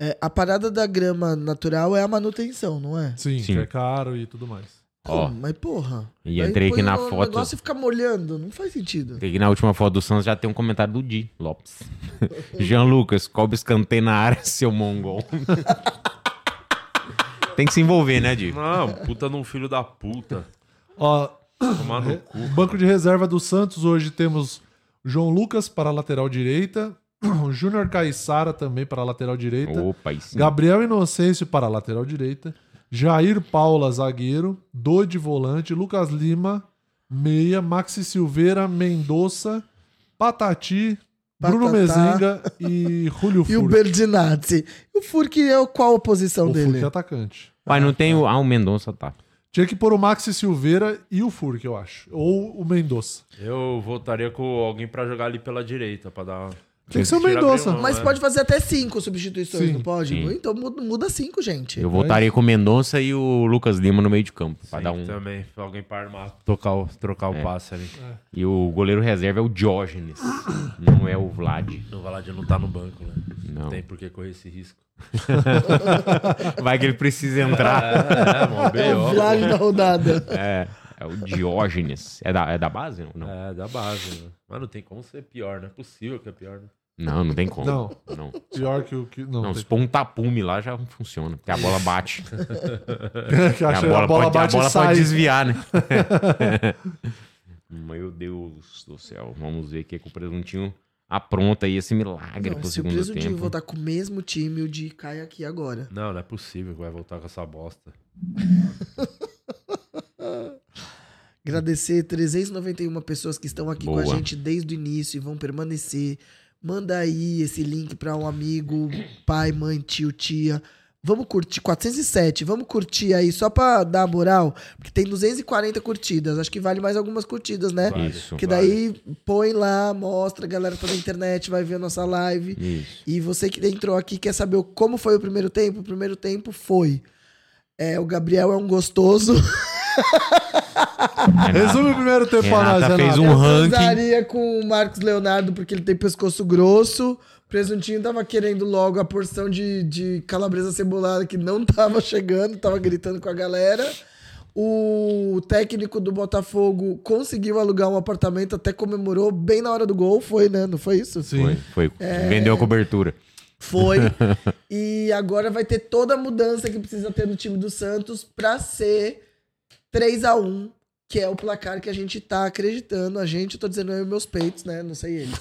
Speaker 4: é, a parada da grama natural é a manutenção, não é?
Speaker 2: Sim,
Speaker 3: Sim.
Speaker 2: que é caro e tudo mais.
Speaker 3: Ó.
Speaker 4: Pô, mas porra.
Speaker 3: E
Speaker 4: Aí
Speaker 3: entrei
Speaker 4: põe
Speaker 3: aqui na
Speaker 4: o
Speaker 3: foto.
Speaker 4: negócio e fica molhando. Não faz sentido.
Speaker 3: Tem que na última foto do Santos já tem um comentário do Di Lopes. [LAUGHS] Jean Lucas, cobre escanteio na área, [LAUGHS] seu mongol. tem que se envolver, né, Di?
Speaker 1: Não, Ah, puta num filho da puta.
Speaker 2: Ó,
Speaker 1: Tomar no
Speaker 2: [LAUGHS]
Speaker 1: cu.
Speaker 2: banco de reserva do Santos, hoje temos João Lucas para a lateral direita, [CLEARS THROAT] Júnior Caissara também para a lateral direita,
Speaker 3: Opa, isso.
Speaker 2: Gabriel Inocêncio para a lateral direita, Jair Paula, zagueiro, Dodi, volante, Lucas Lima, meia, Maxi Silveira, Mendonça, Patati, Bruno
Speaker 4: Patatá.
Speaker 2: Mezenga e Julio
Speaker 4: [LAUGHS] E o
Speaker 2: Furque,
Speaker 4: Berdinazzi? O Furk é o- qual a posição
Speaker 2: o
Speaker 4: dele?
Speaker 2: Furque é atacante.
Speaker 3: Mas não tem o. Ah, o Mendonça tá.
Speaker 2: Tinha que pôr o Maxi Silveira e o Furque, eu acho. Ou o Mendonça.
Speaker 1: Eu voltaria com alguém pra jogar ali pela direita, pra dar.
Speaker 2: Tem que ser o
Speaker 1: Tira
Speaker 2: Mendonça.
Speaker 1: bem, mano.
Speaker 4: Mas pode fazer até cinco substituições,
Speaker 2: Sim.
Speaker 4: não pode?
Speaker 3: É. Sim.
Speaker 4: Então muda, muda cinco, gente.
Speaker 3: Eu voltaria com o Mendonça e o Lucas Lima no meio de campo. Pra
Speaker 1: Sim, tá.
Speaker 3: dar um...
Speaker 1: Também, alguém pra armar, É. tocar o, trocar o passe ali.
Speaker 3: E o goleiro reserva é o Diógenes. não é o Vlad.
Speaker 1: O Valadinho não tá no banco, né?
Speaker 3: Não.
Speaker 1: Tem por que correr esse risco.
Speaker 3: Vai que ele
Speaker 1: [LAUGHS]
Speaker 3: precisa entrar.
Speaker 1: [LAUGHS] É, mó
Speaker 4: É o
Speaker 1: B.O.
Speaker 4: Vlad da rodada.
Speaker 3: é, é o Diógenes. É da, é da base? Não? Não.
Speaker 1: É, da base, né? Mas não tem como ser pior, não é possível que é pior, né?
Speaker 3: não, não tem como.
Speaker 2: Não.
Speaker 3: não.
Speaker 2: Pior que o que. Não,
Speaker 3: Não,
Speaker 2: tem-
Speaker 3: se pôr um tapume lá já não funciona, porque a bola bate.
Speaker 2: [LAUGHS] que
Speaker 3: E
Speaker 2: acha- a bola,
Speaker 3: pode,
Speaker 2: bate
Speaker 3: É, a bola
Speaker 2: e sai.
Speaker 3: pode
Speaker 4: [LAUGHS]
Speaker 3: desviar, né? [LAUGHS] Meu Deus do céu. Vamos ver o que que o presuntinho apronta aí esse milagre
Speaker 4: Não,
Speaker 3: pro
Speaker 4: se o
Speaker 3: segundo
Speaker 4: Presuntinho
Speaker 3: tempo.
Speaker 4: voltar com o mesmo time, o de cai aqui agora.
Speaker 1: Não, não é possível que vai voltar com essa bosta.
Speaker 4: Agradecer 391 pessoas que estão aqui com
Speaker 3: Boa.
Speaker 4: a gente desde o início e vão permanecer. Manda aí esse link para um amigo, pai, mãe, tio, tia. Vamos curtir 407, vamos curtir aí só pra dar moral, porque tem 240 curtidas, acho que vale mais algumas curtidas, né?
Speaker 1: Vale.
Speaker 3: Isso.
Speaker 4: Que
Speaker 1: vale.
Speaker 4: daí põe lá, mostra, a galera tá na internet, vai ver a nossa live.
Speaker 3: Isso.
Speaker 4: E você que entrou aqui quer saber o- como foi o primeiro tempo? O primeiro tempo foi. É, o Gabriel é um gostoso.
Speaker 2: Resume o primeiro tempo pra nós,
Speaker 3: Renata
Speaker 2: Renato.
Speaker 3: fez um ranking.
Speaker 4: Usaria com o Marcos Leonardo porque ele tem pescoço grosso. Presuntinho tava querendo logo a porção de, de calabresa cebolada que não tava chegando, tava gritando com a galera. O técnico do Botafogo conseguiu alugar um apartamento, até comemorou bem na hora do gol, foi, né? Não foi isso? Sim.
Speaker 3: Foi, foi.
Speaker 4: É.
Speaker 3: Vendeu a cobertura.
Speaker 2: [LAUGHS]
Speaker 4: Foi. e agora vai ter toda a mudança que precisa ter no time do Santos pra ser 3 a 1 que é o placar que a gente tá acreditando. A gente, eu tô dizendo eu e meus peitos, né?
Speaker 2: [LAUGHS]
Speaker 4: Não sei ele.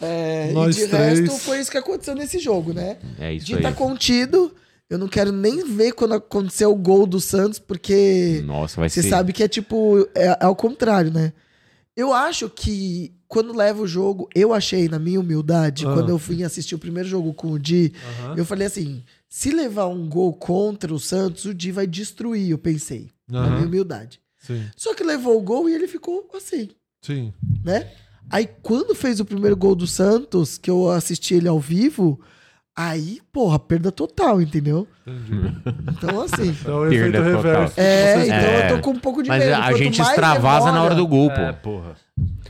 Speaker 4: É,
Speaker 2: Nós
Speaker 4: e de
Speaker 2: três.
Speaker 4: resto, foi isso que aconteceu nesse jogo, né?
Speaker 3: É isso
Speaker 4: De tá
Speaker 3: aí.
Speaker 4: contido. Eu não quero nem ver quando aconteceu o gol do Santos, porque
Speaker 3: Nossa, vai
Speaker 4: você
Speaker 3: ser.
Speaker 4: sabe que é tipo. É, é ao contrário, né? Eu acho que quando leva o jogo, eu achei, na minha humildade,
Speaker 2: Ah.
Speaker 4: quando eu fui assistir o primeiro jogo com o Di,
Speaker 3: Ah.
Speaker 2: Aham.
Speaker 4: eu falei assim: se levar um gol contra o Santos, o Di vai destruir, eu pensei. Na minha
Speaker 2: Aham.
Speaker 4: humildade.
Speaker 2: Sim,
Speaker 4: Só que levou o gol e ele ficou assim,
Speaker 2: sim.
Speaker 4: né? Aí quando fez o primeiro gol do Santos, que eu assisti ele ao vivo, aí, porra, perda total, entendeu?
Speaker 2: Entendi.
Speaker 4: Então,
Speaker 3: [LAUGHS]
Speaker 4: assim.
Speaker 2: Então, o
Speaker 3: Perda
Speaker 2: efeito
Speaker 3: total.
Speaker 2: reverso.
Speaker 4: É,
Speaker 2: Vocês-
Speaker 4: então
Speaker 3: É.
Speaker 4: eu tô com um pouco de
Speaker 3: Mas
Speaker 4: medo.
Speaker 3: a
Speaker 4: Quanto
Speaker 3: gente
Speaker 4: mais
Speaker 3: extravasa na hora
Speaker 4: demora-
Speaker 3: do gol, pô.
Speaker 1: É, porra.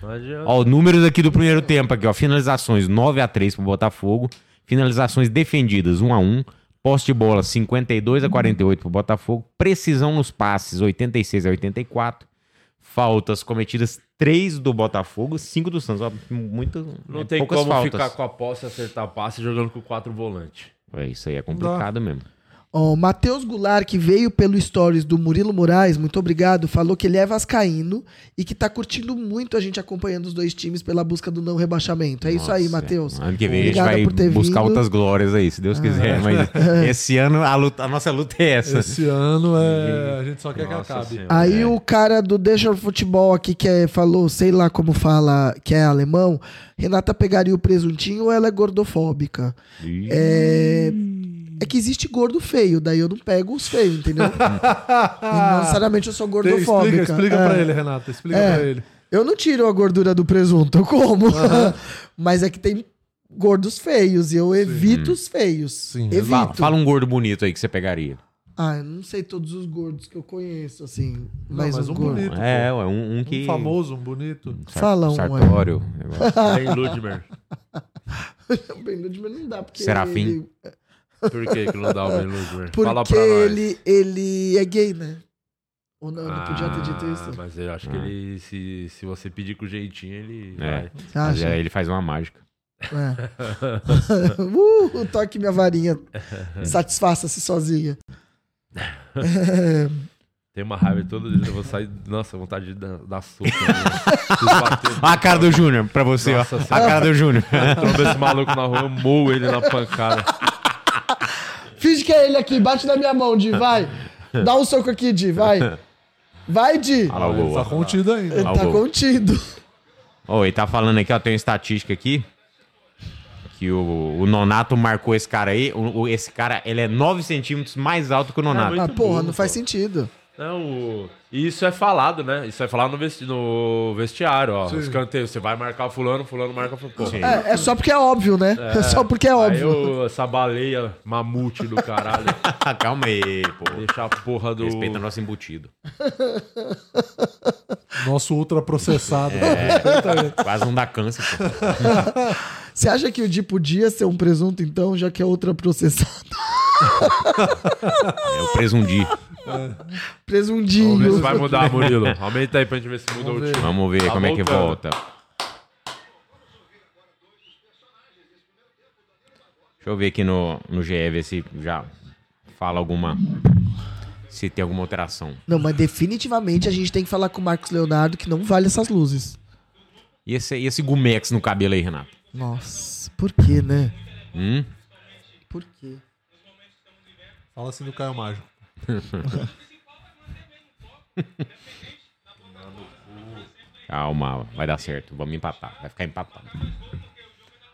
Speaker 1: Não adianta.
Speaker 3: Ó, números aqui do primeiro tempo aqui, ó. Finalizações 9 a 3 pro Botafogo, finalizações defendidas 1 a 1, posse de bola 52 a 48 pro Botafogo, precisão nos passes 86 a 84. Faltas cometidas 3 do Botafogo, 5 do Santos. Ó, muito
Speaker 1: Não
Speaker 3: é
Speaker 1: tem
Speaker 3: poucas
Speaker 1: como
Speaker 3: faltas.
Speaker 1: ficar com a posse, acertar passe jogando com quatro volantes.
Speaker 3: É, isso aí é complicado mesmo.
Speaker 4: Ó, o Matheus Goulart, que veio pelo Stories do Murilo Moraes, muito obrigado, falou que ele é vascaíno e que tá curtindo muito a gente acompanhando os dois times pela busca do não rebaixamento. É isso aí,
Speaker 3: Nossa,
Speaker 4: Matheus.
Speaker 3: é. Ano que vem
Speaker 4: Obrigada
Speaker 3: a gente
Speaker 4: por ter
Speaker 3: vai buscar
Speaker 4: vindo. Ah.
Speaker 3: outras glórias aí, se Deus quiser.
Speaker 4: [LAUGHS]
Speaker 3: Mas esse ano a, luta- a nossa luta é essa.
Speaker 2: Esse ano é... a gente só quer que
Speaker 1: Nossa
Speaker 2: acabe.
Speaker 4: [LAUGHS]
Speaker 1: Senhora.
Speaker 4: Aí o cara do Deixa o Futebol aqui, que é- falou, sei lá como fala, que é alemão, Renata pegaria o presuntinho ou ela é gordofóbica?
Speaker 3: Ih.
Speaker 4: É... é que existe gordo feio, daí eu não pego os
Speaker 2: [LAUGHS]
Speaker 4: feios, entendeu? E não necessariamente eu sou
Speaker 2: Tem-
Speaker 4: gordofóbica.
Speaker 2: Explica, explica
Speaker 4: É.
Speaker 2: pra ele, Renata. Explica
Speaker 4: É.
Speaker 2: pra ele.
Speaker 4: Eu não tiro a gordura do presunto, [LAUGHS] eu como. Mas é que tem gordos feios e eu evito os feios.
Speaker 2: Sim,
Speaker 4: evito.
Speaker 3: Fala, fala um gordo bonito aí que você pegaria.
Speaker 4: Ah, eu não sei todos os gordos que eu conheço, assim.
Speaker 2: Não,
Speaker 4: Mas,
Speaker 2: mas
Speaker 4: um,
Speaker 2: um
Speaker 4: gordo.
Speaker 2: bonito.
Speaker 3: É, ué, um, um que.
Speaker 2: Um famoso, um bonito.
Speaker 3: Sar-
Speaker 4: Fala um, ué.
Speaker 3: Sartório. negócio.
Speaker 1: Aí, Ludmer.
Speaker 4: O Ben Ludmer não dá, porque.
Speaker 3: Serafim?
Speaker 4: Ele,
Speaker 1: Por que que não dá o Ben Ludmer? Fala
Speaker 4: porque
Speaker 1: pra nós.
Speaker 4: ele, ele é gay, né? Ou não, eu não podia ter dito
Speaker 1: Ah,
Speaker 4: isso.
Speaker 1: Mas eu acho que
Speaker 3: Ah.
Speaker 1: ele, se, se você pedir com jeitinho, ele
Speaker 3: É.
Speaker 1: vai. [LAUGHS]
Speaker 4: Você
Speaker 3: Mas
Speaker 4: acha?
Speaker 3: aí ele faz uma mágica.
Speaker 4: Ah, É. [LAUGHS] uh, toque minha varinha. Satisfaça-se sozinha.
Speaker 1: Tem uma raiva todo dia. Eu vou sair. Nossa, vontade de dar, dar soco. Né? [LAUGHS]
Speaker 3: Ah, a cara do Júnior, pra você,
Speaker 1: Nossa
Speaker 3: ó. A
Speaker 1: Senhora.
Speaker 3: cara
Speaker 1: [LAUGHS]
Speaker 3: do Júnior.
Speaker 1: Todo esse maluco na rua, eu moo ele na pancada.
Speaker 4: Finge que é ele aqui, bate na minha mão, Di, vai.
Speaker 3: [LAUGHS]
Speaker 4: Dá um soco aqui, Di, vai. Vai, Di.
Speaker 3: Olha lá o gol,
Speaker 2: Tá
Speaker 3: ó.
Speaker 2: contido ainda.
Speaker 4: Tá
Speaker 3: Alô.
Speaker 4: contido.
Speaker 3: Ó, ele tá falando aqui, ó, tem uma estatística aqui. Que o, o Nonato marcou esse cara aí. O- o- esse cara, ele é 9 centímetros mais alto que o Nonato.
Speaker 1: muito
Speaker 4: Ah, porra,
Speaker 1: burro,
Speaker 4: não faz
Speaker 1: pô.
Speaker 4: sentido.
Speaker 1: Não, o- e isso é falado, né? Isso é falado no, vesti- no vestiário, ó. Escanteio, você vai marcar o fulano, fulano marca o fulano. Pô,
Speaker 4: É, é só porque é óbvio, né? [LAUGHS] É, só porque é
Speaker 1: Aí
Speaker 4: óbvio.
Speaker 1: eu, essa baleia mamute do caralho,
Speaker 3: Ah, Calma aí, pô.
Speaker 1: deixa a porra do...
Speaker 3: Respeita nosso embutido.
Speaker 4: É.
Speaker 2: Nosso ultraprocessado.
Speaker 1: É. Tá
Speaker 3: Quase não dá câncer, pô.
Speaker 4: Você acha que o Di podia ser um presunto, então, já que é outra processada? [LAUGHS]
Speaker 3: É o presundi.
Speaker 1: Vamos ver
Speaker 4: Presundinho.
Speaker 1: se vai mudar, Murilo. Aumenta aí pra gente ver se muda o time.
Speaker 3: Vamos ver
Speaker 1: Tá
Speaker 3: como é que volta.
Speaker 1: voltando.
Speaker 3: Deixa eu ver aqui no, no GE ver se já fala alguma. Se tem alguma alteração.
Speaker 4: Não, mas definitivamente a gente tem que falar com o Marcos Leonardo que não vale essas luzes.
Speaker 3: E esse, e esse Gumex no cabelo aí, Renato?
Speaker 4: Nossa, por quê, né?
Speaker 3: Hum?
Speaker 4: Por quê?
Speaker 2: [LAUGHS] Fala assim do Caio Mágico.
Speaker 3: Calma, vai dar certo. Vamos empatar. Vai ficar empatado.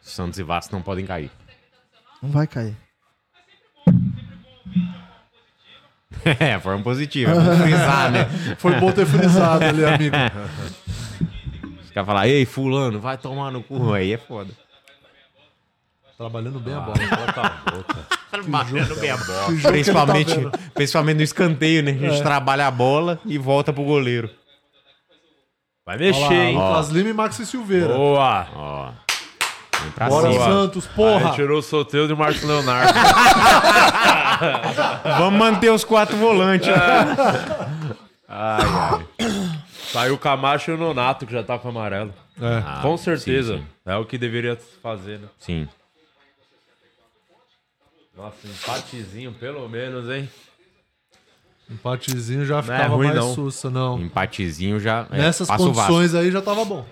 Speaker 3: Santos e Vasco não podem cair. [LAUGHS]
Speaker 4: Não vai cair.
Speaker 3: É, forma positiva. Vamos frisar, né?
Speaker 1: [LAUGHS]
Speaker 2: Foi bom ter frisado ali, amigo.
Speaker 3: Os caras falam, ei, fulano, vai tomar no cu. Aí é foda.
Speaker 2: Trabalhando bem a bola.
Speaker 1: Ah. Bota
Speaker 3: Batendo bem a bola.
Speaker 2: Que jogo que ele tá
Speaker 3: Principalmente,
Speaker 2: vendo.
Speaker 3: principalmente no escanteio, né? A gente trabalha a bola e volta pro goleiro.
Speaker 1: Vai
Speaker 2: Olha lá,
Speaker 1: mexer, hein?
Speaker 2: Lucas Lima e Maxi Silveira.
Speaker 1: Boa!
Speaker 3: Ó. Vem pra
Speaker 2: Bora,
Speaker 1: boa.
Speaker 3: cima.
Speaker 2: Santos, porra!
Speaker 1: Aí tirou o Soteudo e o Marcos Leonardo. [LAUGHS]
Speaker 3: Vamos manter os quatro volantes. né?
Speaker 1: Saiu o Camacho e o Nonato, que já tá com amarelo.
Speaker 2: É.
Speaker 1: com certeza. É o que deveria fazer, né?
Speaker 3: Sim.
Speaker 1: Nossa, empatezinho, pelo menos, hein?
Speaker 2: Empatezinho já ficava
Speaker 1: ruim,
Speaker 2: mais
Speaker 1: não.
Speaker 2: sussa, não.
Speaker 3: um Empatezinho já. é,
Speaker 2: Nessas
Speaker 3: passa o Vasco.
Speaker 2: condições aí já tava bom.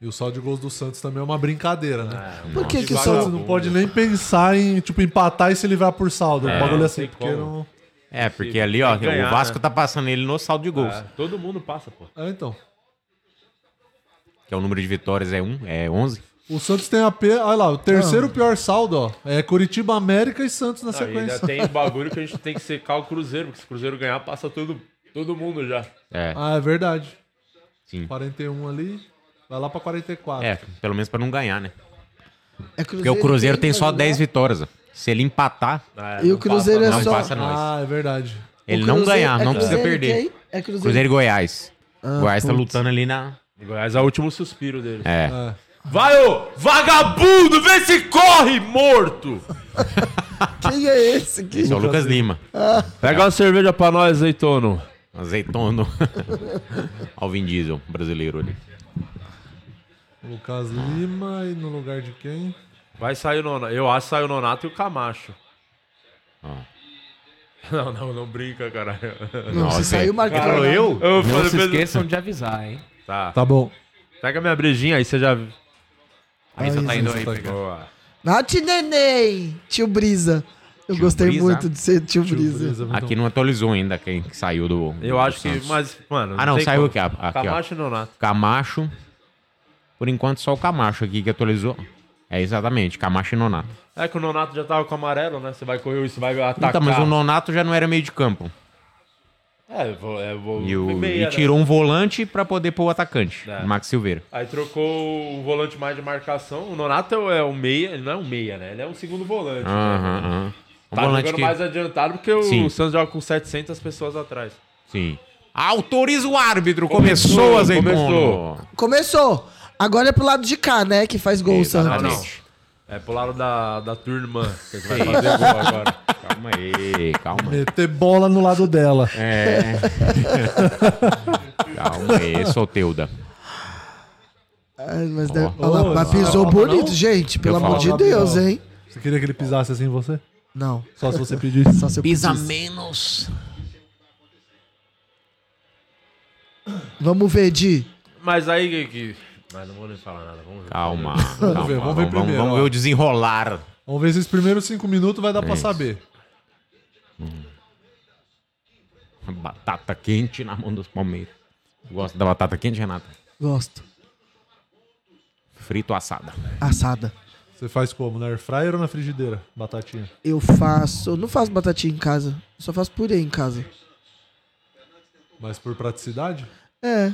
Speaker 2: E o saldo de gols do Santos também é uma brincadeira,
Speaker 3: É.
Speaker 2: né?
Speaker 4: Por que, que
Speaker 2: o
Speaker 4: o
Speaker 2: Santos
Speaker 4: Santos
Speaker 2: não pode nem pensar em, tipo, empatar e se livrar por saldo. É, um bagulho
Speaker 1: não
Speaker 2: assim,
Speaker 1: tem
Speaker 2: porque
Speaker 1: como.
Speaker 2: não...
Speaker 3: É, porque ali, ó,
Speaker 1: Tem que ganhar,
Speaker 3: o Vasco
Speaker 1: né?
Speaker 3: tá passando ele no saldo de gols.
Speaker 1: É, todo mundo passa, pô.
Speaker 2: É, então.
Speaker 3: Que é o número de vitórias, é um, é 11.
Speaker 2: O Santos tem a... P... Olha lá, o terceiro pior saldo, ó. É Curitiba, América e Santos na
Speaker 1: Não, e ainda
Speaker 2: sequência.
Speaker 1: [LAUGHS] tem um bagulho que a gente tem que secar o Cruzeiro, porque se o Cruzeiro ganhar, passa todo, todo mundo já.
Speaker 3: É,
Speaker 2: Ah, é verdade.
Speaker 3: sim.
Speaker 2: 41 ali, vai lá pra 44.
Speaker 3: É, pelo menos pra não ganhar, né?
Speaker 4: É
Speaker 3: Porque o Cruzeiro tem
Speaker 4: que
Speaker 3: só
Speaker 4: jogar.
Speaker 3: 10 vitórias. ó. Se ele empatar,
Speaker 1: Ah,
Speaker 4: E
Speaker 1: não
Speaker 4: o Cruzeiro
Speaker 1: passa,
Speaker 4: é
Speaker 1: não.
Speaker 3: não
Speaker 4: só-
Speaker 3: passa nós.
Speaker 2: Ah, é verdade.
Speaker 3: Ele não
Speaker 4: Cruzeiro-
Speaker 3: ganhar,
Speaker 4: é
Speaker 3: não precisa
Speaker 4: Cruzeiro
Speaker 3: perder.
Speaker 4: quem? É Cruzeiro.
Speaker 3: Cruzeiro e Goiás.
Speaker 4: Ah,
Speaker 3: Goiás tá
Speaker 4: putz.
Speaker 3: lutando ali na.
Speaker 1: O Goiás é o último suspiro dele.
Speaker 3: É.
Speaker 2: É.
Speaker 1: Vai, ô! Vagabundo! Vê se corre, morto!
Speaker 4: Quem é esse? Que...
Speaker 3: Esse é o Lucas Lima.
Speaker 1: Pega uma cerveja pra nós, Azeitono.
Speaker 3: [LAUGHS] Azeitono. Olha o Vin Diesel, brasileiro ali.
Speaker 2: Lucas Lima e no lugar de quem?
Speaker 1: Vai sair o Nonato. Eu acho que sai o Nonato e o Camacho.
Speaker 3: Ah.
Speaker 1: [LAUGHS] Não, não, não brinca, caralho.
Speaker 4: Não, se saiu o Marquinhos.
Speaker 3: é. Falou eu?
Speaker 1: Eu
Speaker 5: Não
Speaker 1: falei
Speaker 5: se
Speaker 1: pra ele-
Speaker 5: esqueçam de avisar, hein?
Speaker 1: Tá.
Speaker 2: Tá bom.
Speaker 1: Pega minha brejinha aí, você já.
Speaker 5: Aí você
Speaker 4: Ai,
Speaker 5: tá indo
Speaker 2: Jesus,
Speaker 5: aí.
Speaker 2: tá
Speaker 5: pegar.
Speaker 1: Boa.
Speaker 4: Nath Neném! Tio Brisa. Eu
Speaker 3: Tio
Speaker 4: gostei
Speaker 3: Brisa?
Speaker 4: muito de ser tio,
Speaker 2: Tio
Speaker 4: Brisa.
Speaker 2: Brisa, muito
Speaker 3: Aqui
Speaker 2: bom.
Speaker 3: não atualizou ainda quem que saiu do.
Speaker 1: Eu
Speaker 3: do
Speaker 1: acho que.
Speaker 3: Santos.
Speaker 1: Mas, mano.
Speaker 3: Ah, não,
Speaker 1: tem
Speaker 3: saiu
Speaker 1: como.
Speaker 3: aqui, ó, aqui, ó.
Speaker 1: Camacho e Nonato.
Speaker 3: Camacho. Por enquanto, só o Camacho aqui que atualizou. É exatamente, Camacho e Nonato.
Speaker 1: É que o Nonato já tava com o amarelo, né? Você vai correr o- você vai atacar.
Speaker 3: Então, mas o Nonato já não era meio de campo.
Speaker 1: É, eu vou. eu vou-
Speaker 3: E, o-
Speaker 1: Foi
Speaker 3: e
Speaker 1: meia, né?
Speaker 3: tirou um volante pra poder pôr o atacante,
Speaker 1: É.
Speaker 3: Max Silveira.
Speaker 1: Aí trocou o volante mais de marcação. O Nonato é o meia, ele não é um meia, né? Ele é um segundo volante.
Speaker 3: Aham,
Speaker 1: né?
Speaker 3: aham. Um
Speaker 1: Tá
Speaker 3: volante
Speaker 1: jogando
Speaker 3: que...
Speaker 1: mais adiantado porque
Speaker 3: Sim.
Speaker 1: o Santos joga com 700 pessoas atrás.
Speaker 3: Sim. Autoriza o árbitro. Começou,
Speaker 1: Começou,
Speaker 3: azeitono.
Speaker 1: começou.
Speaker 4: Começou! Agora é pro lado de cá, né? Que faz gol o Santos.
Speaker 1: Não, não. É pro lado da, da turma que vai fazer gol agora.
Speaker 3: Calma aí, calma.
Speaker 2: então Meter bola no lado dela.
Speaker 3: É. calma aí, Soteuda.
Speaker 4: Ai, mas deve...
Speaker 3: Ó.
Speaker 4: Olha lá,
Speaker 2: Ô, não
Speaker 4: mas pisou
Speaker 2: fala
Speaker 4: bonito,
Speaker 2: não.
Speaker 4: gente. Pelo
Speaker 3: Eu
Speaker 4: amor de
Speaker 2: falo.
Speaker 4: Deus, hein?
Speaker 2: Você queria que ele pisasse assim em você?
Speaker 4: Não.
Speaker 2: Só se você
Speaker 4: [LAUGHS]
Speaker 2: pedisse.
Speaker 4: Só se eu pedisse.
Speaker 3: menos.
Speaker 4: Vamos ver, Di.
Speaker 1: Mas aí que. que- Mas não vou nem falar nada, vamos ver.
Speaker 3: Calma.
Speaker 2: Vamos ver,
Speaker 3: calma,
Speaker 2: vamos ver primeiro,
Speaker 3: vamos
Speaker 2: ó.
Speaker 3: ver o desenrolar.
Speaker 2: Vamos ver se esses primeiros cinco minutos vai dar pra
Speaker 3: Isso.
Speaker 2: saber.
Speaker 3: Batata quente na mão dos Palmeiras. Gosta da batata quente, Renata?
Speaker 4: Gosto.
Speaker 3: Frito ou assada?
Speaker 4: Assada.
Speaker 2: Você faz como? Na air fryer ou na frigideira? Batatinha.
Speaker 4: Eu faço. Não faço batatinha em casa. Eu só faço purê em casa.
Speaker 2: Mas por praticidade?
Speaker 4: É.